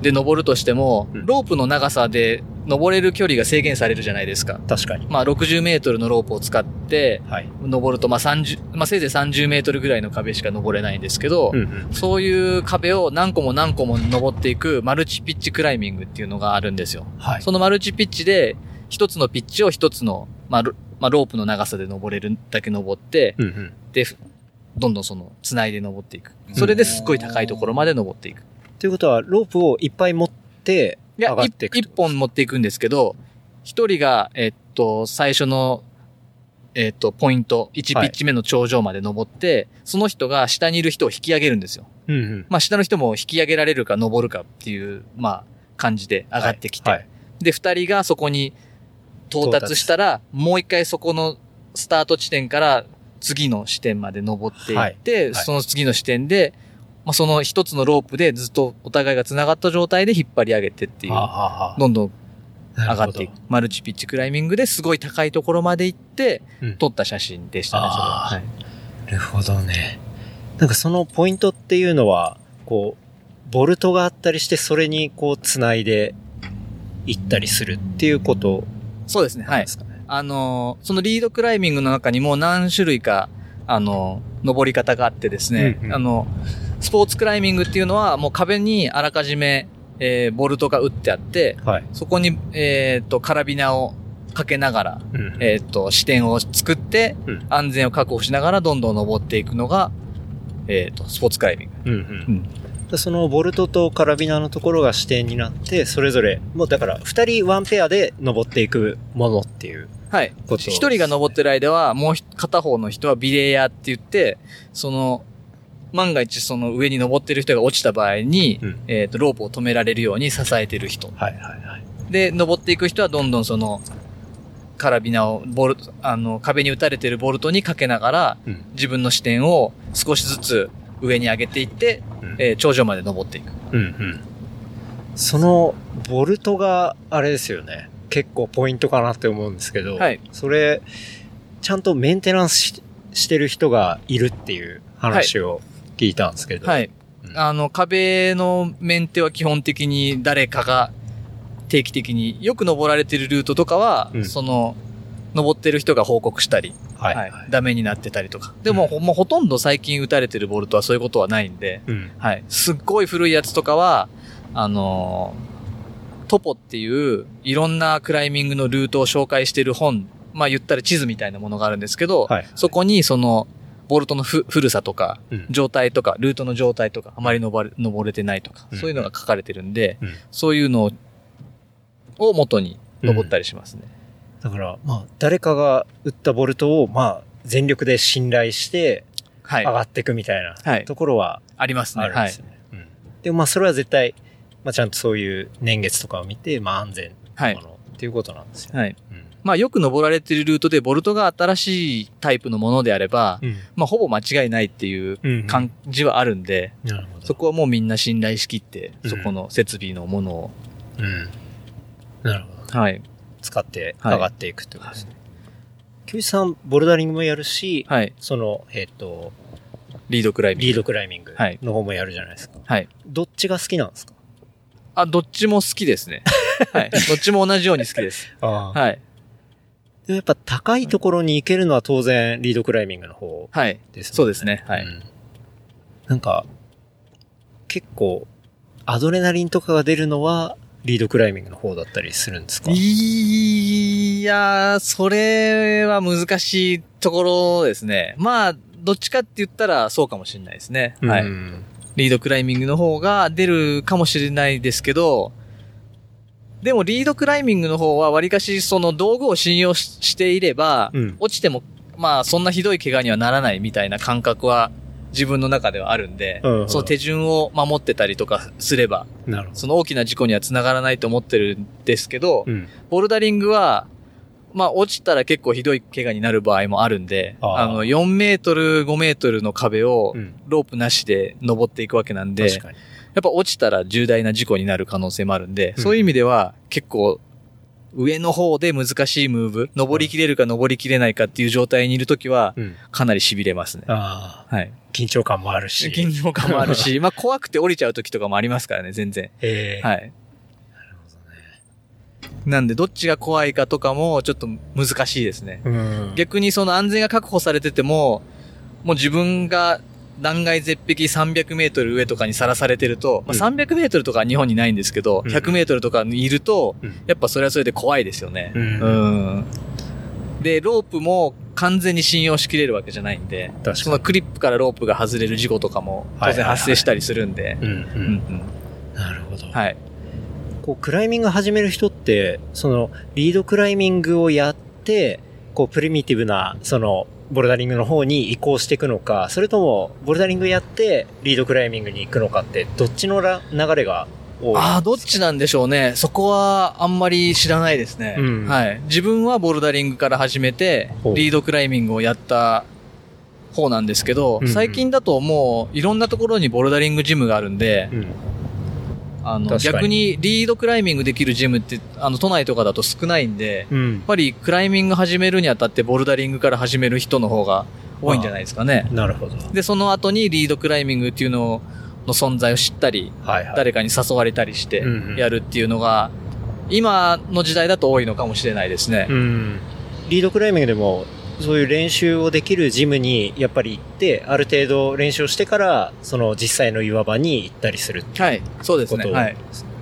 [SPEAKER 3] で登るとしても、
[SPEAKER 4] うん
[SPEAKER 3] ロープの長さで登れる距離が制限されるじゃないですか。
[SPEAKER 4] 確かに。
[SPEAKER 3] まあ60メートルのロープを使って、
[SPEAKER 4] はい。
[SPEAKER 3] 登るとまあ30、まあせいぜい30メートルぐらいの壁しか登れないんですけど、
[SPEAKER 4] うんうん。
[SPEAKER 3] そういう壁を何個も何個も登っていくマルチピッチクライミングっていうのがあるんですよ。
[SPEAKER 4] はい。
[SPEAKER 3] そのマルチピッチで、一つのピッチを一つの、まあロまあロープの長さで登れるだけ登って、
[SPEAKER 4] うんうん。
[SPEAKER 3] で、ふどんどんその、繋いで登っていく。それですっごい高いところまで登っていく。
[SPEAKER 4] ということは、ロープをいっぱい持って、
[SPEAKER 3] いや
[SPEAKER 4] 上が、っていく
[SPEAKER 3] 一
[SPEAKER 4] と
[SPEAKER 3] 本持っていくんですけど、一人が、えっと、最初の、えっと、ポイント、1
[SPEAKER 4] はい
[SPEAKER 3] ピッチ目の頂上まで登って、その人が下にいる人を引き上げるんですよ。
[SPEAKER 4] うんうん。
[SPEAKER 3] まあ、下の人も引き上げられるか登るかっていう、まあ、感じで上がってきて。
[SPEAKER 4] はい。
[SPEAKER 3] で、二人がそこに到達したら、もう一回そこのスタート地点から次の視点まで登っていって、
[SPEAKER 4] い
[SPEAKER 3] その次の視点で、まあ、その一つのロープでずっとお互いが繋がった状態で引っ張り上げてっていう、
[SPEAKER 4] はあはあはあ
[SPEAKER 3] どんどん上がってい
[SPEAKER 4] なる
[SPEAKER 3] く
[SPEAKER 4] ほど。
[SPEAKER 3] マルチピッチクライミングですごい高いところまで行って
[SPEAKER 4] うん、
[SPEAKER 3] 撮った写真でしたね、それは
[SPEAKER 4] あー
[SPEAKER 3] はい
[SPEAKER 4] なるほどね。なんかそのポイントっていうのは、こう、ボルトがあったりして、それにこう、つないでいったりするっていうこと
[SPEAKER 3] そうですね、
[SPEAKER 4] なん
[SPEAKER 3] は
[SPEAKER 4] で
[SPEAKER 3] い。
[SPEAKER 4] すかね。
[SPEAKER 3] あのー、そのリードクライミングの中にも何種類か、あのー、登り方があってですね、
[SPEAKER 4] うんうん
[SPEAKER 3] あの、スポーツクライミングっていうのはもう壁にあらかじめ、えーボルトが打ってあって、
[SPEAKER 4] はい。
[SPEAKER 3] そこに、えっ、と、カラビナをかけながら、
[SPEAKER 4] うん
[SPEAKER 3] えっ、と、視点を作って
[SPEAKER 4] うん、
[SPEAKER 3] 安全を確保しながらどんどん登っていくのが、えっ、と、スポーツクライミング。
[SPEAKER 4] うんうんでそのボルトとカラビナのところが支点になって、それぞれ、もうだから、二人ワンペアで登っていくものっていう
[SPEAKER 3] はい。
[SPEAKER 4] ことです
[SPEAKER 3] 一
[SPEAKER 4] ね
[SPEAKER 3] 人が登ってる間は、もうひ片方の人はビレイヤーって言って、その、万が一その上に登ってる人が落ちた場合に、
[SPEAKER 4] うん
[SPEAKER 3] えっ、と、ロープを止められるように支えてる人。
[SPEAKER 4] はいはいはい。
[SPEAKER 3] で、登っていく人はどんどんその、カラビナを、ボルト、あの、壁に打たれてるボルトにかけながら、
[SPEAKER 4] うん
[SPEAKER 3] 自分の視点を少しずつ上に上げていって、
[SPEAKER 4] うん
[SPEAKER 3] えー頂上まで登っていく。
[SPEAKER 4] うんうん。その、ボルトが、あれですよね。結構ポイントかなって思うんですけど、
[SPEAKER 3] はい
[SPEAKER 4] それ、ちゃんとメンテナンスししてる人がいるっていう話を聞いたんですけど、
[SPEAKER 3] はい。
[SPEAKER 4] うん
[SPEAKER 3] あの、壁のメンテは基本的に誰かが定期的に、よく登られてるルートとかは、
[SPEAKER 4] うん
[SPEAKER 3] その、登ってる人が報告したり、
[SPEAKER 4] はい。
[SPEAKER 3] はいダメになってたりとか。でも、ほもうほとんど最近打たれてるボルトはそういうことはないんで、
[SPEAKER 4] うん。
[SPEAKER 3] はい。すっごい古いやつとかは、あのートポっていう、いろんなクライミングのルートを紹介してる本、まあ言ったら地図みたいなものがあるんですけど、
[SPEAKER 4] はい。
[SPEAKER 3] そこにその、ボルトのふ古さとか、
[SPEAKER 4] うん
[SPEAKER 3] 状態とか、ルートの状態とか、あまり登れ登れてないとか、
[SPEAKER 4] うん
[SPEAKER 3] そういうのが書かれてるんで、
[SPEAKER 4] うん
[SPEAKER 3] そういうのを元に登ったりしますね。
[SPEAKER 4] だから、まあ、誰かが打ったボルトを、まあ、全力で信頼して
[SPEAKER 3] は
[SPEAKER 4] 上
[SPEAKER 3] い。
[SPEAKER 4] がっていくみたいな
[SPEAKER 3] はい
[SPEAKER 4] ところは
[SPEAKER 3] あります
[SPEAKER 4] あ
[SPEAKER 3] ね。
[SPEAKER 4] るん
[SPEAKER 3] は
[SPEAKER 4] で
[SPEAKER 3] い
[SPEAKER 4] す。よね。うんでもまあ、それは絶対、まあ、ちゃんとそういう年月とかを見て、まあ、安全
[SPEAKER 3] は
[SPEAKER 4] ないも。のっていうことなんですよね。
[SPEAKER 3] はい。まあよく登られてるルートで、ボルトが新しいタイプのものであれば、
[SPEAKER 4] うん。
[SPEAKER 3] まあほぼ間違いないっていう
[SPEAKER 4] うん。
[SPEAKER 3] 感じはあるんで、
[SPEAKER 4] なるほど。
[SPEAKER 3] そこはもうみんな信頼しきって、
[SPEAKER 4] うん
[SPEAKER 3] そこの設備のものを、
[SPEAKER 4] うん。なるほど。
[SPEAKER 3] はい。
[SPEAKER 4] 使って
[SPEAKER 3] はい
[SPEAKER 4] 上がっていくってことですね。キュウイさん、ボルダリングもやるし、
[SPEAKER 3] はい。
[SPEAKER 4] その、えっ、と、
[SPEAKER 3] リードクライミング。
[SPEAKER 4] リードクライミング
[SPEAKER 3] はい
[SPEAKER 4] の方もやるじゃないですか。
[SPEAKER 3] はい。
[SPEAKER 4] どっちが好きなんですか
[SPEAKER 3] あ、どっちも好きです ね。はい。どっちも同じように好きです。
[SPEAKER 4] ああ。
[SPEAKER 3] はい。
[SPEAKER 4] でもやっぱ高いところに行けるのは当然、リードクライミングの方
[SPEAKER 3] はい。
[SPEAKER 4] です
[SPEAKER 3] そう
[SPEAKER 4] で
[SPEAKER 3] ですね。はい。
[SPEAKER 4] なんか、結構、アドレナリンとかが出るのは、リードクライミングの方だったりするんですか
[SPEAKER 3] いやー、それは難しいところですね。まあ、どっちかって言ったらそうかもしれないですね。は
[SPEAKER 4] う
[SPEAKER 3] い。
[SPEAKER 4] ん
[SPEAKER 3] リードクライミングの方が出るかもしれないですけど、でもリードクライミングの方はわりかしその道具を信用ししていれば、
[SPEAKER 4] うん
[SPEAKER 3] 落ちても、まあそんなひどい怪我にはならないみたいな感覚は自分の中ではあるんで、
[SPEAKER 4] うんうん
[SPEAKER 3] その手順を守ってたりとかすれば、
[SPEAKER 4] なるほど。
[SPEAKER 3] その大きな事故には繋がらないと思ってるんですけど、
[SPEAKER 4] うん。
[SPEAKER 3] ボルダリングは、まあ落ちたら結構ひどい怪我になる場合もあるんで、
[SPEAKER 4] あー
[SPEAKER 3] あの4メートル、5メートルの壁を
[SPEAKER 4] うん
[SPEAKER 3] ロープなしで登っていくわけなんで、
[SPEAKER 4] 確
[SPEAKER 3] や
[SPEAKER 4] かに。
[SPEAKER 3] っぱ落ちたら重大な事故になる可能性もあるんで、
[SPEAKER 4] うん
[SPEAKER 3] そういう意味では結構上の方で難しいムーブ、登りきれるか登りきれないかっていう状態にいるときは、
[SPEAKER 4] うん。
[SPEAKER 3] かなり痺れますね。
[SPEAKER 4] ああ、
[SPEAKER 3] はい。
[SPEAKER 4] 緊張感もあるし。
[SPEAKER 3] 緊張感もあるし、まあ怖くて降りちゃうときとかもありますからね、全然。
[SPEAKER 4] ええ
[SPEAKER 3] はい。なるほどね。なんで、どっちが怖いかとかも、ちょっと難しいですね。
[SPEAKER 4] うん。
[SPEAKER 3] 逆にその安全が確保されてても、もう自分が断崖絶壁300メートル上とかにさらされてると、まあ、
[SPEAKER 4] うん
[SPEAKER 3] 300メートルとかは日本にないんですけど、
[SPEAKER 4] うん
[SPEAKER 3] 100メートルとかにいると、
[SPEAKER 4] うん
[SPEAKER 3] やっぱそれはそれで怖いですよね。
[SPEAKER 4] うん
[SPEAKER 3] うんで、ロープも完全に信用しきれるわけじゃないんで、
[SPEAKER 4] 確かに
[SPEAKER 3] そのクリップからロープが外れる事故とかも当然発生したりするんで、
[SPEAKER 4] うん、う
[SPEAKER 3] うん
[SPEAKER 4] ん。なるほど。
[SPEAKER 3] うんはい。
[SPEAKER 4] こう、クライミング始める人って、その、リードクライミングをやって、こう、プリミティブな、その、ボルダリングの方に移行していくのか、それとも、ボルダリングやって、リードクライミングに行くのかって、どっちのら流れが多い
[SPEAKER 3] ああ、どっちなんでしょうね。そこはあんまり知らないですね。
[SPEAKER 4] うん
[SPEAKER 3] はい。自分はボルダリングから始めて、
[SPEAKER 4] ほう
[SPEAKER 3] リードクライミングをやった方なんですけど、
[SPEAKER 4] うんうん
[SPEAKER 3] 最近だともういろんなところにボルダリングジムがあるんで、
[SPEAKER 4] うん。
[SPEAKER 3] あの
[SPEAKER 4] 確かに
[SPEAKER 3] 逆にリードクライミングできるジムってあの都内とかだと少ないんで、や
[SPEAKER 4] うん
[SPEAKER 3] っ。ぱりクライミング始めるにあたってボルダリングから始める人の方が多いんじゃないですかね。
[SPEAKER 4] なるほど。
[SPEAKER 3] で、その後にリードクライミングっていうのの存在を知ったり、
[SPEAKER 4] はいはい。
[SPEAKER 3] 誰かに誘われたりして
[SPEAKER 4] うんうん
[SPEAKER 3] やるっていうのが、今の時代だと多いのかもしれないですね。
[SPEAKER 4] うん。リードクライミングでも、そういう練習をできるジムにやっぱり行って、ある程度練習をしてから、その実際の岩場に行ったりする。
[SPEAKER 3] はい。そうです
[SPEAKER 4] こ
[SPEAKER 3] ね。
[SPEAKER 4] とを
[SPEAKER 3] はい。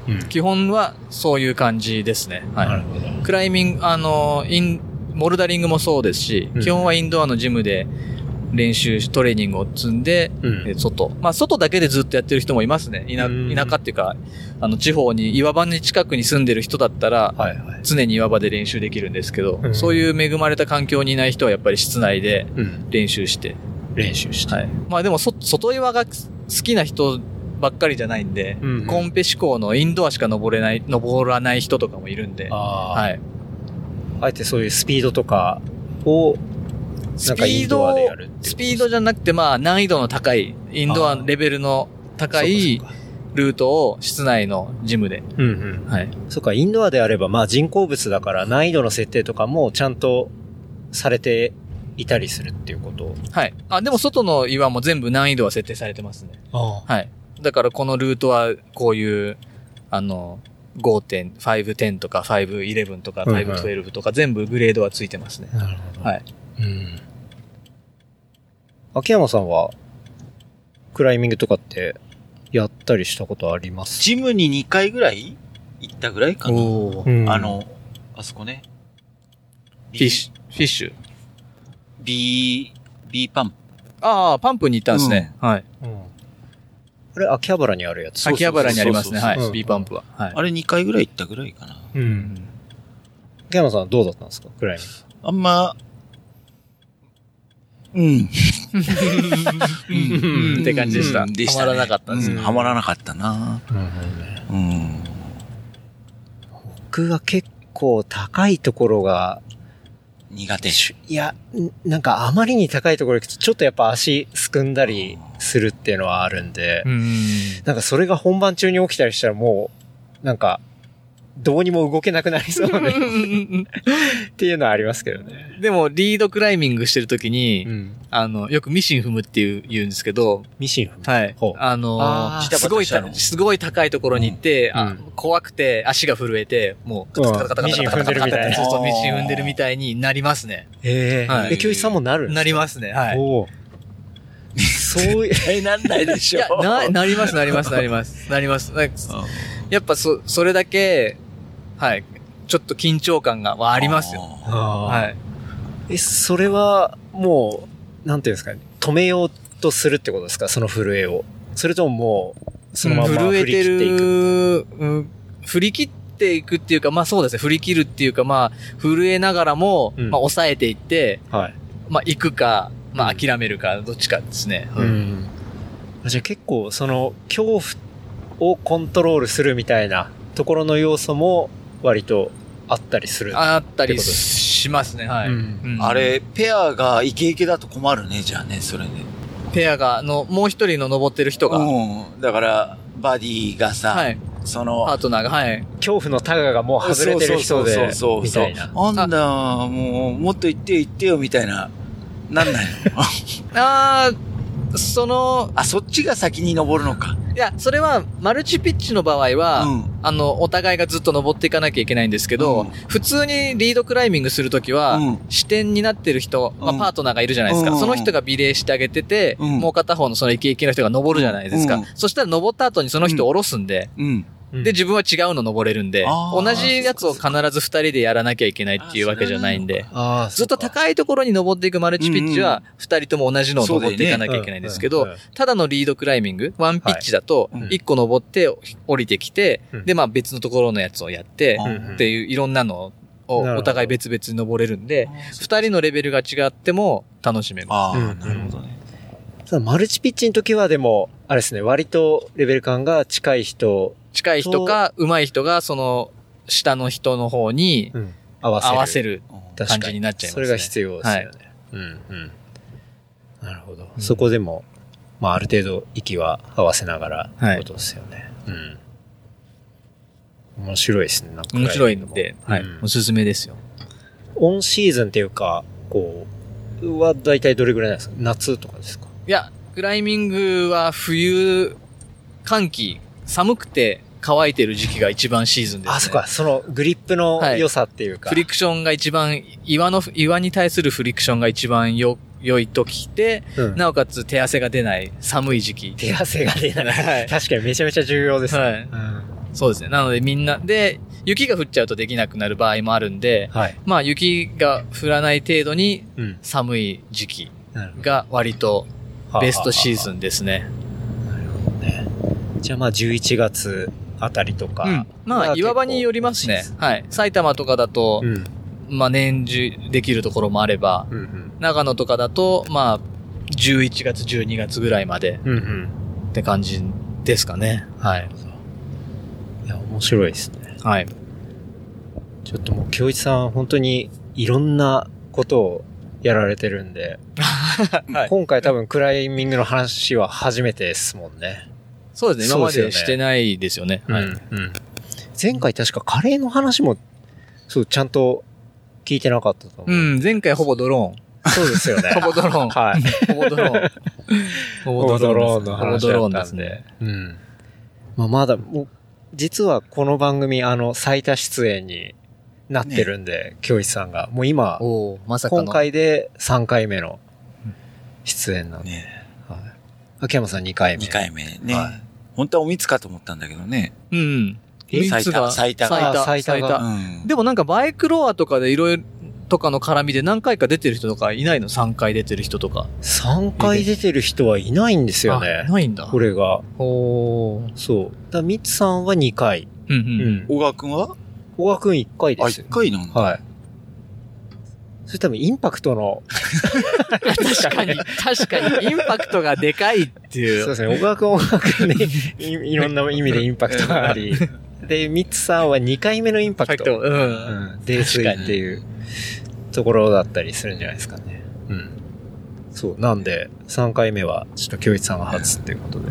[SPEAKER 4] うん
[SPEAKER 3] 基本はそういう感じですね。
[SPEAKER 4] な
[SPEAKER 3] は
[SPEAKER 4] るほど。
[SPEAKER 3] い。クライミング、あの、イン、ボルダリングもそうですし
[SPEAKER 4] う、ん
[SPEAKER 3] 基本はインドアのジムで練習し、トレーニングを積んで、
[SPEAKER 4] う
[SPEAKER 3] え
[SPEAKER 4] ん。
[SPEAKER 3] 外。まあ、外だけでずっとやってる人もいますね。田
[SPEAKER 4] うん
[SPEAKER 3] 田舎っていうか、あの、地方に、岩場に近くに住んでる人だったら、
[SPEAKER 4] はいはい。
[SPEAKER 3] 常に岩場で練習できるんですけど、
[SPEAKER 4] うん
[SPEAKER 3] そういう恵まれた環境にいない人はやっぱり室内で
[SPEAKER 4] うん。
[SPEAKER 3] 練習して。
[SPEAKER 4] 練習して。
[SPEAKER 3] はい。まあでも、そ、外岩が好きな人ばっかりじゃないんで、
[SPEAKER 4] うん
[SPEAKER 3] コンペ志向のインドアしか登れない、登らない人とかもいるんで、
[SPEAKER 4] ああ、
[SPEAKER 3] はい。
[SPEAKER 4] あえてそういうスピードとかを、な
[SPEAKER 3] ス
[SPEAKER 4] んか
[SPEAKER 3] ピ
[SPEAKER 4] イ
[SPEAKER 3] ー
[SPEAKER 4] ンド
[SPEAKER 3] ド
[SPEAKER 4] アでやるっていうことです
[SPEAKER 3] スピードじゃなくて、まあ難易度の高い、インドア
[SPEAKER 4] あー
[SPEAKER 3] レベルの高い
[SPEAKER 4] そうかそう
[SPEAKER 3] ルートを室内のジムで、
[SPEAKER 4] かうんうん。
[SPEAKER 3] はい。
[SPEAKER 4] そうか、インドアであれば、まあ人工物だから難易度の設定とかもちゃんとされていたりするっていうこと。
[SPEAKER 3] はい。あ、でも外の岩も全部難易度は設定されてますね。
[SPEAKER 4] あ
[SPEAKER 3] はい。だからこのルートはこういう、あの、5.5、10とか5.11とか
[SPEAKER 4] うんうん
[SPEAKER 3] 5.12とか全部グレードはついてますね。
[SPEAKER 4] なるほど。
[SPEAKER 3] はい。
[SPEAKER 4] うん。秋山さんは、クライミングとかって、やったりしたことあります
[SPEAKER 2] ジムに2回ぐらい行ったぐらいかな。
[SPEAKER 3] お
[SPEAKER 4] う
[SPEAKER 3] フ
[SPEAKER 4] ん
[SPEAKER 2] あの、あそこね。
[SPEAKER 3] ィッシュ、フィッシュ。
[SPEAKER 2] ュ。B、B パンプ。
[SPEAKER 3] ああ、パンプに行ったんですね。はい。
[SPEAKER 4] うんあれ、秋葉原にあるやつ。
[SPEAKER 2] そうそうそう
[SPEAKER 3] 秋葉原にありますね。はい。
[SPEAKER 4] うん
[SPEAKER 3] スピーパンプは。はい。
[SPEAKER 2] あれ2回ぐらい行ったぐらいかな。
[SPEAKER 4] う。
[SPEAKER 3] うんん
[SPEAKER 4] 秋山さんはどうだったんですかクライミン
[SPEAKER 2] あんま、うん。
[SPEAKER 4] うん
[SPEAKER 3] うんって感じでした。
[SPEAKER 2] うん
[SPEAKER 3] はまらなかったんです
[SPEAKER 2] う
[SPEAKER 3] ね。
[SPEAKER 2] んはまらなかったな。
[SPEAKER 4] グ。
[SPEAKER 2] うん。
[SPEAKER 4] 僕は結構高いところが、
[SPEAKER 2] 苦手。
[SPEAKER 4] いや、んなんかあまりに高いところ行くと、ちょっとやっぱ足すくんだりするっていうのはあるんで、なんかそれが本番中に起きたりしたらもう、なんか、どうにも動けなくなりそうで、っていうのはありますけどね。
[SPEAKER 3] でも、リードクライミングしてるときに、
[SPEAKER 4] ん。
[SPEAKER 3] あの、よくミシン踏むっていう、言うんですけど、
[SPEAKER 4] ミシン踏む。
[SPEAKER 3] はい
[SPEAKER 4] ほう。
[SPEAKER 3] あのー
[SPEAKER 4] あー
[SPEAKER 3] すごい
[SPEAKER 2] ジタバタした
[SPEAKER 3] た、
[SPEAKER 2] の
[SPEAKER 3] すごい高いところに行って、
[SPEAKER 4] うん
[SPEAKER 3] あ
[SPEAKER 4] うん
[SPEAKER 3] 怖くて足が震えて、もう、カタカタカタカタカタカタカタカタカタ
[SPEAKER 2] うん
[SPEAKER 3] そうそうミシン踏んでるみたいになりますね。
[SPEAKER 4] ええ
[SPEAKER 3] はい
[SPEAKER 4] え、教室さんもなるんですか
[SPEAKER 3] なりますね。はい。
[SPEAKER 4] おお。そ ういう、
[SPEAKER 2] え、なんないで
[SPEAKER 3] い
[SPEAKER 2] しょ
[SPEAKER 3] や、な、なります、なります、なります。なります。なんかやっぱそ、それだけ、はい、ちょっと緊張感が、はあ
[SPEAKER 2] あ
[SPEAKER 3] りますよ。。はい。
[SPEAKER 4] え、それは、もう、なんていうんですかね、止めようとするってことですかその震えを。それとももう、そのまま
[SPEAKER 3] うん
[SPEAKER 4] 振り切っていく。
[SPEAKER 3] うん振り切っていくっていうか、まあそうですね、振り切るっていうか、まあ、震えながらも、
[SPEAKER 4] うん
[SPEAKER 3] まあ抑えていって、
[SPEAKER 4] はい。
[SPEAKER 3] まあ行くか、ま
[SPEAKER 4] う
[SPEAKER 3] あ
[SPEAKER 4] ん
[SPEAKER 3] 諦めるか、どっちかですね。
[SPEAKER 4] う。ん。あじゃあ結構、その、恐怖をコントロールするみたいなところの要素も、割とあったりする。
[SPEAKER 3] あった
[SPEAKER 4] って
[SPEAKER 3] り
[SPEAKER 4] ことで
[SPEAKER 3] しますね、はい。
[SPEAKER 4] うん
[SPEAKER 3] うん
[SPEAKER 2] あれ、ペアがイケイケだと困るね、じゃあね、それね。
[SPEAKER 3] ペアが、の、もう一人の登ってる人が、
[SPEAKER 2] うん。だから、バディがさ、
[SPEAKER 3] はい
[SPEAKER 2] その、
[SPEAKER 3] パートナーが、はい。
[SPEAKER 4] 恐怖のタガがもう外れてる人で、
[SPEAKER 2] そうそうそう
[SPEAKER 4] み
[SPEAKER 2] そう
[SPEAKER 4] たいな。
[SPEAKER 2] あんだ、もう、もっと言ってよ言ってよ、みたいな。なんないの
[SPEAKER 3] あー、その、
[SPEAKER 2] あ、そっちが先に登るのか。
[SPEAKER 3] いや、それは、マルチピッチの場合は、
[SPEAKER 2] うん
[SPEAKER 3] あの、お互いがずっと登っていかなきゃいけないんですけど、
[SPEAKER 2] うん
[SPEAKER 3] 普通にリードクライミングするときは、
[SPEAKER 2] うん
[SPEAKER 3] 視点になってる人、まあ
[SPEAKER 2] うん
[SPEAKER 3] パートナーがいるじゃないですか。
[SPEAKER 2] うん
[SPEAKER 3] その人が美礼してあげてて、
[SPEAKER 2] うん
[SPEAKER 3] もう片方のそのイケイケの人が登るじゃないですか。
[SPEAKER 2] うん
[SPEAKER 3] そしたら登った後にその人を下ろすんで、
[SPEAKER 2] うん。
[SPEAKER 4] うん
[SPEAKER 3] で、自分は違うの登れるんで、
[SPEAKER 2] あー
[SPEAKER 3] 同じやつを必ず二人でやらなきゃいけないっていうわけじゃないんで。
[SPEAKER 4] ああ
[SPEAKER 3] ずっと高いところに登っていくマルチピッチ
[SPEAKER 2] う
[SPEAKER 3] は、二人とも同じのを登っていかなきゃいけないんですけ
[SPEAKER 4] そう
[SPEAKER 3] ど
[SPEAKER 4] だよねうん、
[SPEAKER 3] ただのリードクライミング、ワンピッチだと
[SPEAKER 2] はいうん、
[SPEAKER 3] 一個登って降りてきて
[SPEAKER 4] う、ん
[SPEAKER 3] で、まあ別のところのやつをやって、
[SPEAKER 4] うん
[SPEAKER 2] うん
[SPEAKER 3] っていういろんなのを
[SPEAKER 4] なるほど
[SPEAKER 3] お互い別々に登れるんで、
[SPEAKER 2] ふ
[SPEAKER 3] 二人のレベルが違っても楽しめる。
[SPEAKER 2] ああ、
[SPEAKER 4] うん
[SPEAKER 2] なるほどね。
[SPEAKER 4] そうマルチピッチの時はでも、あれですね、割とレベル感が近い人、
[SPEAKER 3] 近い人か、上手い人が、その、下の人の方に
[SPEAKER 4] うん合わせる。
[SPEAKER 3] 合わせる。
[SPEAKER 4] 確か
[SPEAKER 3] 感じになっちゃいます
[SPEAKER 4] そ
[SPEAKER 3] ね
[SPEAKER 4] れが必要ですよね。うんうん。なるほど。そこでも、まあある程度息は合わせながら
[SPEAKER 3] はい
[SPEAKER 4] ってことですよね。うん。面白いですね、なんか
[SPEAKER 3] 面白いんで、はい
[SPEAKER 4] うん。
[SPEAKER 3] おすすめですよ。
[SPEAKER 4] オンシーズンっていうか、こう、は大体どれぐらいなんですか夏とかですか
[SPEAKER 3] いや、クライミングは冬、寒気、寒くて乾いてる時期が一番シーズンです、ね。
[SPEAKER 4] あ、そっか、そのグリップの
[SPEAKER 3] はい
[SPEAKER 4] 良さっていうか。
[SPEAKER 3] フリクションが一番、岩の、岩に対するフリクションが一番よ、良い時で、
[SPEAKER 4] うん
[SPEAKER 3] なおかつ手汗が出ない寒い時期。
[SPEAKER 4] 手汗が出ない。
[SPEAKER 3] はい
[SPEAKER 4] 確かにめちゃめちゃ重要ですね。
[SPEAKER 3] はい。
[SPEAKER 4] うん
[SPEAKER 3] そうですね。なのでみんな、で、雪が降っちゃうとできなくなる場合もあるんで、
[SPEAKER 4] はい。
[SPEAKER 3] まあ雪が降らない程度に
[SPEAKER 4] うん。
[SPEAKER 3] 寒い時期
[SPEAKER 4] なるほ
[SPEAKER 3] が割と
[SPEAKER 4] ど
[SPEAKER 3] ベストシー
[SPEAKER 4] ン
[SPEAKER 3] ズンですね。。
[SPEAKER 4] なるほどね。じゃあまあ11月あたりとか。
[SPEAKER 3] うん、まあ岩場によりますね。はい。埼玉とかだと、
[SPEAKER 4] うん。
[SPEAKER 3] まあ年中できるところもあれば、
[SPEAKER 4] うんうん。
[SPEAKER 3] 長野とかだと、まあ、11月、12月ぐらいまで
[SPEAKER 4] うんうん。
[SPEAKER 3] って感じですかね。はい。
[SPEAKER 4] いや、面白いですね。
[SPEAKER 3] はい。
[SPEAKER 4] ちょっともう、京一さん、本当にいろんなことをやられてるんで、
[SPEAKER 3] はい
[SPEAKER 4] 今回多分クライミングの話は初めてですもんね。
[SPEAKER 3] そうですね。今
[SPEAKER 4] そう
[SPEAKER 3] ま
[SPEAKER 4] ですよね
[SPEAKER 3] でしてないですよね。はい。
[SPEAKER 4] うんうん前回確かカレーの話も、そう、ちゃんと聞いてなかったと思
[SPEAKER 3] う
[SPEAKER 4] う。
[SPEAKER 3] ん、前回ほぼドロ
[SPEAKER 4] そうです よ
[SPEAKER 3] ー
[SPEAKER 4] ね。
[SPEAKER 3] ン。ほぼドローン。
[SPEAKER 4] はい。
[SPEAKER 3] ほぼドローン。
[SPEAKER 4] ほぼドローンの話だった
[SPEAKER 3] ほ
[SPEAKER 4] んで
[SPEAKER 3] ぼドローンですね。
[SPEAKER 4] うん。まあ、まだ、もう実はこの番組、あの、最多出演になってるんで、京一さんが。もう今、
[SPEAKER 3] おおまさかの。
[SPEAKER 4] 今回で3回目の出演なんで。
[SPEAKER 2] ね
[SPEAKER 4] はい。秋山さん2回目。
[SPEAKER 2] 2回目ね。
[SPEAKER 4] はい
[SPEAKER 2] 本当はおみつかと思ったんだけ目ね。
[SPEAKER 3] うん。3つが
[SPEAKER 2] 最多
[SPEAKER 3] 最多。
[SPEAKER 4] あ最多が
[SPEAKER 2] うん
[SPEAKER 3] でもなんかバイクロアとかでいろいろとかの絡みで何回か出てる人とかいないの ?3 回出てる人とか。
[SPEAKER 4] 3回出てる人はいないんですよ
[SPEAKER 3] あ
[SPEAKER 4] ね。
[SPEAKER 3] ないんだ。
[SPEAKER 4] これが。
[SPEAKER 3] おー
[SPEAKER 4] そう。だからミッツさんは2回。
[SPEAKER 3] うんう。
[SPEAKER 4] うんん。
[SPEAKER 2] 小川くんは
[SPEAKER 4] 小川くん1回
[SPEAKER 2] あ、
[SPEAKER 4] ですよ
[SPEAKER 2] 1。回なんだ。
[SPEAKER 4] はい。それ多分インパクトの、
[SPEAKER 3] 確かに、確かに、インパクトがでかいってい
[SPEAKER 4] そ
[SPEAKER 3] う。
[SPEAKER 4] うですね、小川くん小川くんにいいろんな意味でインパクトがあ り、で、ミッツさんは2回目のインパクト。
[SPEAKER 3] う。
[SPEAKER 4] うんん。泥酔っていうところだったりするんじゃないですかね。うん。そう。なんで、3回目は、ちょっと京一さんが初っていうことで。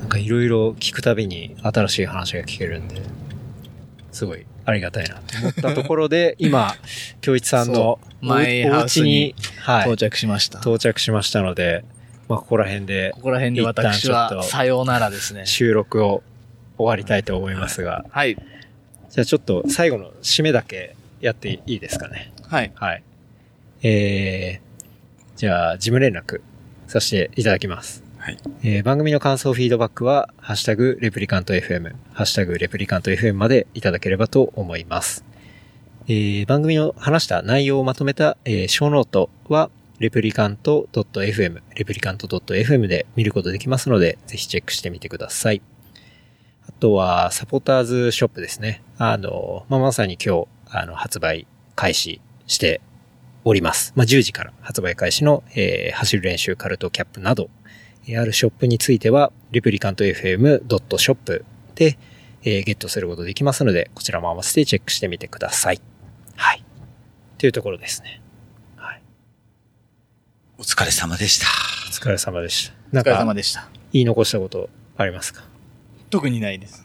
[SPEAKER 4] なんかいろいろ聞くたびに新しい話が聞けるんで、すごいありがたいなと思ったところ で、今、京一さんの
[SPEAKER 3] う
[SPEAKER 4] おお
[SPEAKER 3] マイハウス
[SPEAKER 4] 家に
[SPEAKER 3] に、
[SPEAKER 4] は
[SPEAKER 3] 到
[SPEAKER 4] い、
[SPEAKER 3] 着しました。こ
[SPEAKER 4] 到着しましたので、まあ、ここら辺で
[SPEAKER 3] こら辺で私
[SPEAKER 4] 一旦ちょっ
[SPEAKER 3] は、
[SPEAKER 4] と
[SPEAKER 3] さようならですね。
[SPEAKER 4] 収録を終わりたいと思いますが、
[SPEAKER 3] はい。
[SPEAKER 4] じゃあちょっと最後の締めだけやっていいですかね。
[SPEAKER 3] はい。
[SPEAKER 4] はい。えー、じゃあ、事務連絡させていただきます。
[SPEAKER 2] はい
[SPEAKER 4] えー番組の感想、フィードバックは、ハッシュタグ、レプリカント FM、ハッシュタグ、レプリカント FM までいただければと思います。えー番組の話した内容をまとめた、えー、小ノートは、レプリカント .fm、レプリカント .fm で見ることできますので、ぜひチェックしてみてください。あとは、サポーターズショップですね。あの、まあ、まさに今日、あの、発売開始しております。まあ、10時から発売開始の、えー走る練習カルトキャップなど、えーあるショップについては、レプリカント FM.shop で、えーゲットすることできますので、こちらも合わせてチェックしてみてください。はい。というところですね。はい。
[SPEAKER 2] お疲れ様でした。
[SPEAKER 4] お疲れ様でした。な
[SPEAKER 3] お
[SPEAKER 4] ん
[SPEAKER 3] 疲れ様
[SPEAKER 4] か、
[SPEAKER 3] でした。
[SPEAKER 4] 言い残したことありますか
[SPEAKER 3] 特にないです。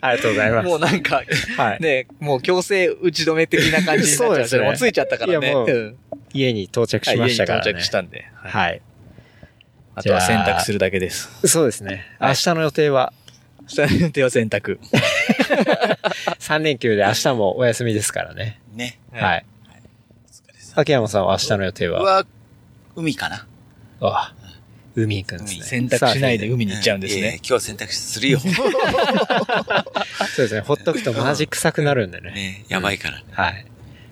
[SPEAKER 4] ありがとうございます。
[SPEAKER 5] もうなんか、
[SPEAKER 4] はい。
[SPEAKER 5] ね、もう強制打ち止め的な感じになっちゃう。
[SPEAKER 4] そうですね
[SPEAKER 5] もうついちゃったから
[SPEAKER 4] い
[SPEAKER 5] ね。
[SPEAKER 4] やもう
[SPEAKER 5] うん
[SPEAKER 4] 家に到着しましたから、ね。
[SPEAKER 3] はい家に到着したんで。はい
[SPEAKER 4] はい。
[SPEAKER 3] あとは
[SPEAKER 4] じゃ
[SPEAKER 3] 選
[SPEAKER 4] あ
[SPEAKER 3] 択するだけです。
[SPEAKER 4] そうですね。
[SPEAKER 3] はい
[SPEAKER 4] 明日の予定は
[SPEAKER 3] 下の予定は選択。
[SPEAKER 4] 3連休で明日もお休みですからね。
[SPEAKER 2] ね。
[SPEAKER 4] は。
[SPEAKER 3] はいい
[SPEAKER 4] 秋山さんは明日の予定は
[SPEAKER 2] は、海かな。
[SPEAKER 4] あ海行くんですね。
[SPEAKER 3] 選択しないで海に行っちゃうんです
[SPEAKER 2] ええ
[SPEAKER 3] ね。
[SPEAKER 2] 今日は選択肢するよ。
[SPEAKER 4] サーフィンで。そうですね。ほっとくとマジ臭くなるんでね。
[SPEAKER 2] ねやばいからね。
[SPEAKER 4] はい。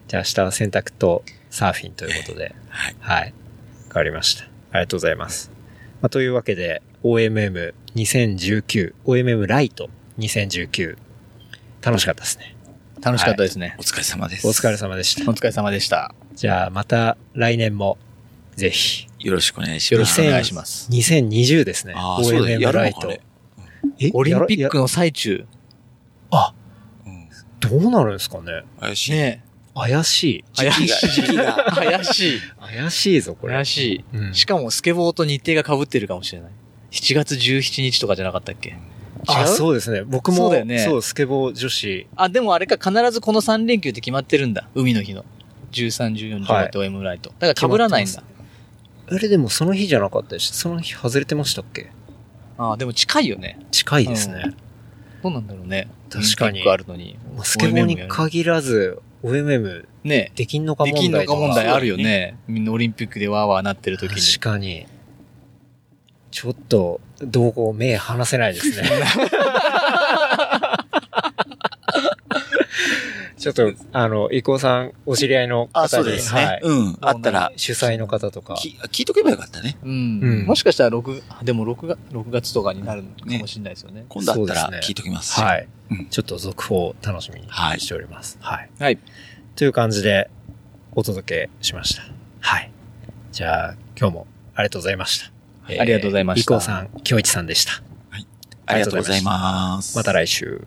[SPEAKER 4] じゃあ明日は洗濯とサーフィンということで。
[SPEAKER 2] はい。
[SPEAKER 4] はい。わかりました。ありがとうございます。まあ、というわけで、OMM2019、OMM ライト2019。楽しかったですね。
[SPEAKER 3] 楽しかったですね
[SPEAKER 2] お。疲れ様です。
[SPEAKER 4] お疲れ様でした
[SPEAKER 3] お。疲れ様でした。
[SPEAKER 4] じゃあまた来年も、ぜひ。
[SPEAKER 2] よろしくお願いし
[SPEAKER 3] よ
[SPEAKER 2] ま
[SPEAKER 3] ろ
[SPEAKER 2] す。
[SPEAKER 3] しくお願いします。
[SPEAKER 4] 2020ですね。
[SPEAKER 2] ああ、そうだ、や
[SPEAKER 4] OMM
[SPEAKER 2] る
[SPEAKER 4] ラ
[SPEAKER 2] の
[SPEAKER 4] イ
[SPEAKER 2] か
[SPEAKER 4] ト
[SPEAKER 2] ね。。
[SPEAKER 4] え
[SPEAKER 5] オリンピック
[SPEAKER 4] や
[SPEAKER 5] の最中。
[SPEAKER 2] うん
[SPEAKER 4] らやどうなるんですかね
[SPEAKER 2] 怪しい。
[SPEAKER 3] ね
[SPEAKER 4] 怪しい。
[SPEAKER 3] 怪しい。
[SPEAKER 2] 時期が。
[SPEAKER 3] 怪しい。
[SPEAKER 4] 怪しいぞ、これ。
[SPEAKER 3] 怪し
[SPEAKER 4] う
[SPEAKER 3] い。
[SPEAKER 4] ん
[SPEAKER 3] しかもスケボーと日程が被ってるかもしれない。7月17日とかじゃなかったっけ
[SPEAKER 4] あ、
[SPEAKER 3] 違う
[SPEAKER 4] そうですね。僕も、
[SPEAKER 3] そうだよね
[SPEAKER 4] そうスケボー女子。
[SPEAKER 3] あ、でもあれか、必ずこの3連休って決まってるんだ。海の日の。13、14、
[SPEAKER 4] はい
[SPEAKER 3] 15って OM ライト。だから被らないん
[SPEAKER 4] 決
[SPEAKER 3] だ。
[SPEAKER 4] あれでもその日じゃなかったでしその日外れてましたっけ
[SPEAKER 3] あでも近いよね。
[SPEAKER 4] 近いですね。
[SPEAKER 3] うんどうなんだろうね。
[SPEAKER 4] 確か
[SPEAKER 3] オリンピ
[SPEAKER 4] に
[SPEAKER 3] ックあるのに。
[SPEAKER 4] まあスケボー
[SPEAKER 3] OMM や
[SPEAKER 4] に
[SPEAKER 3] る
[SPEAKER 4] 限らず、OMM
[SPEAKER 3] ね
[SPEAKER 4] できんのか
[SPEAKER 3] で
[SPEAKER 4] 問
[SPEAKER 3] きんの
[SPEAKER 4] 題
[SPEAKER 3] か
[SPEAKER 4] と
[SPEAKER 3] 問題あるよね。みんなオリンピックでわーわーなってる時に。
[SPEAKER 4] 確かに。ちょっと、動向目離せないですね。ちょっと、あの、伊藤さん、お知り合いの方に、
[SPEAKER 2] あ、そうです
[SPEAKER 4] は
[SPEAKER 2] ね
[SPEAKER 4] い。
[SPEAKER 2] うん。あったら、
[SPEAKER 4] 主催の方とか。
[SPEAKER 2] き聞いとけばよかったね。
[SPEAKER 3] う
[SPEAKER 4] うん
[SPEAKER 3] ん。もしかしたら六あでも6月、6月とかになるのかもしれないですよね。
[SPEAKER 2] 今度あった
[SPEAKER 4] そうで
[SPEAKER 2] ら
[SPEAKER 4] すね
[SPEAKER 2] 聞いときます。。
[SPEAKER 4] はいい、
[SPEAKER 2] うん
[SPEAKER 4] ちょっと続報を楽しみに
[SPEAKER 2] はい
[SPEAKER 4] しております。はい。
[SPEAKER 3] はい
[SPEAKER 4] という感じでお届けしました。はい。じゃあ、今日もありがとうございました。
[SPEAKER 3] ありがとうございました
[SPEAKER 4] 伊藤さん、京一さんでした。
[SPEAKER 2] ありがとうございます。
[SPEAKER 4] また来週。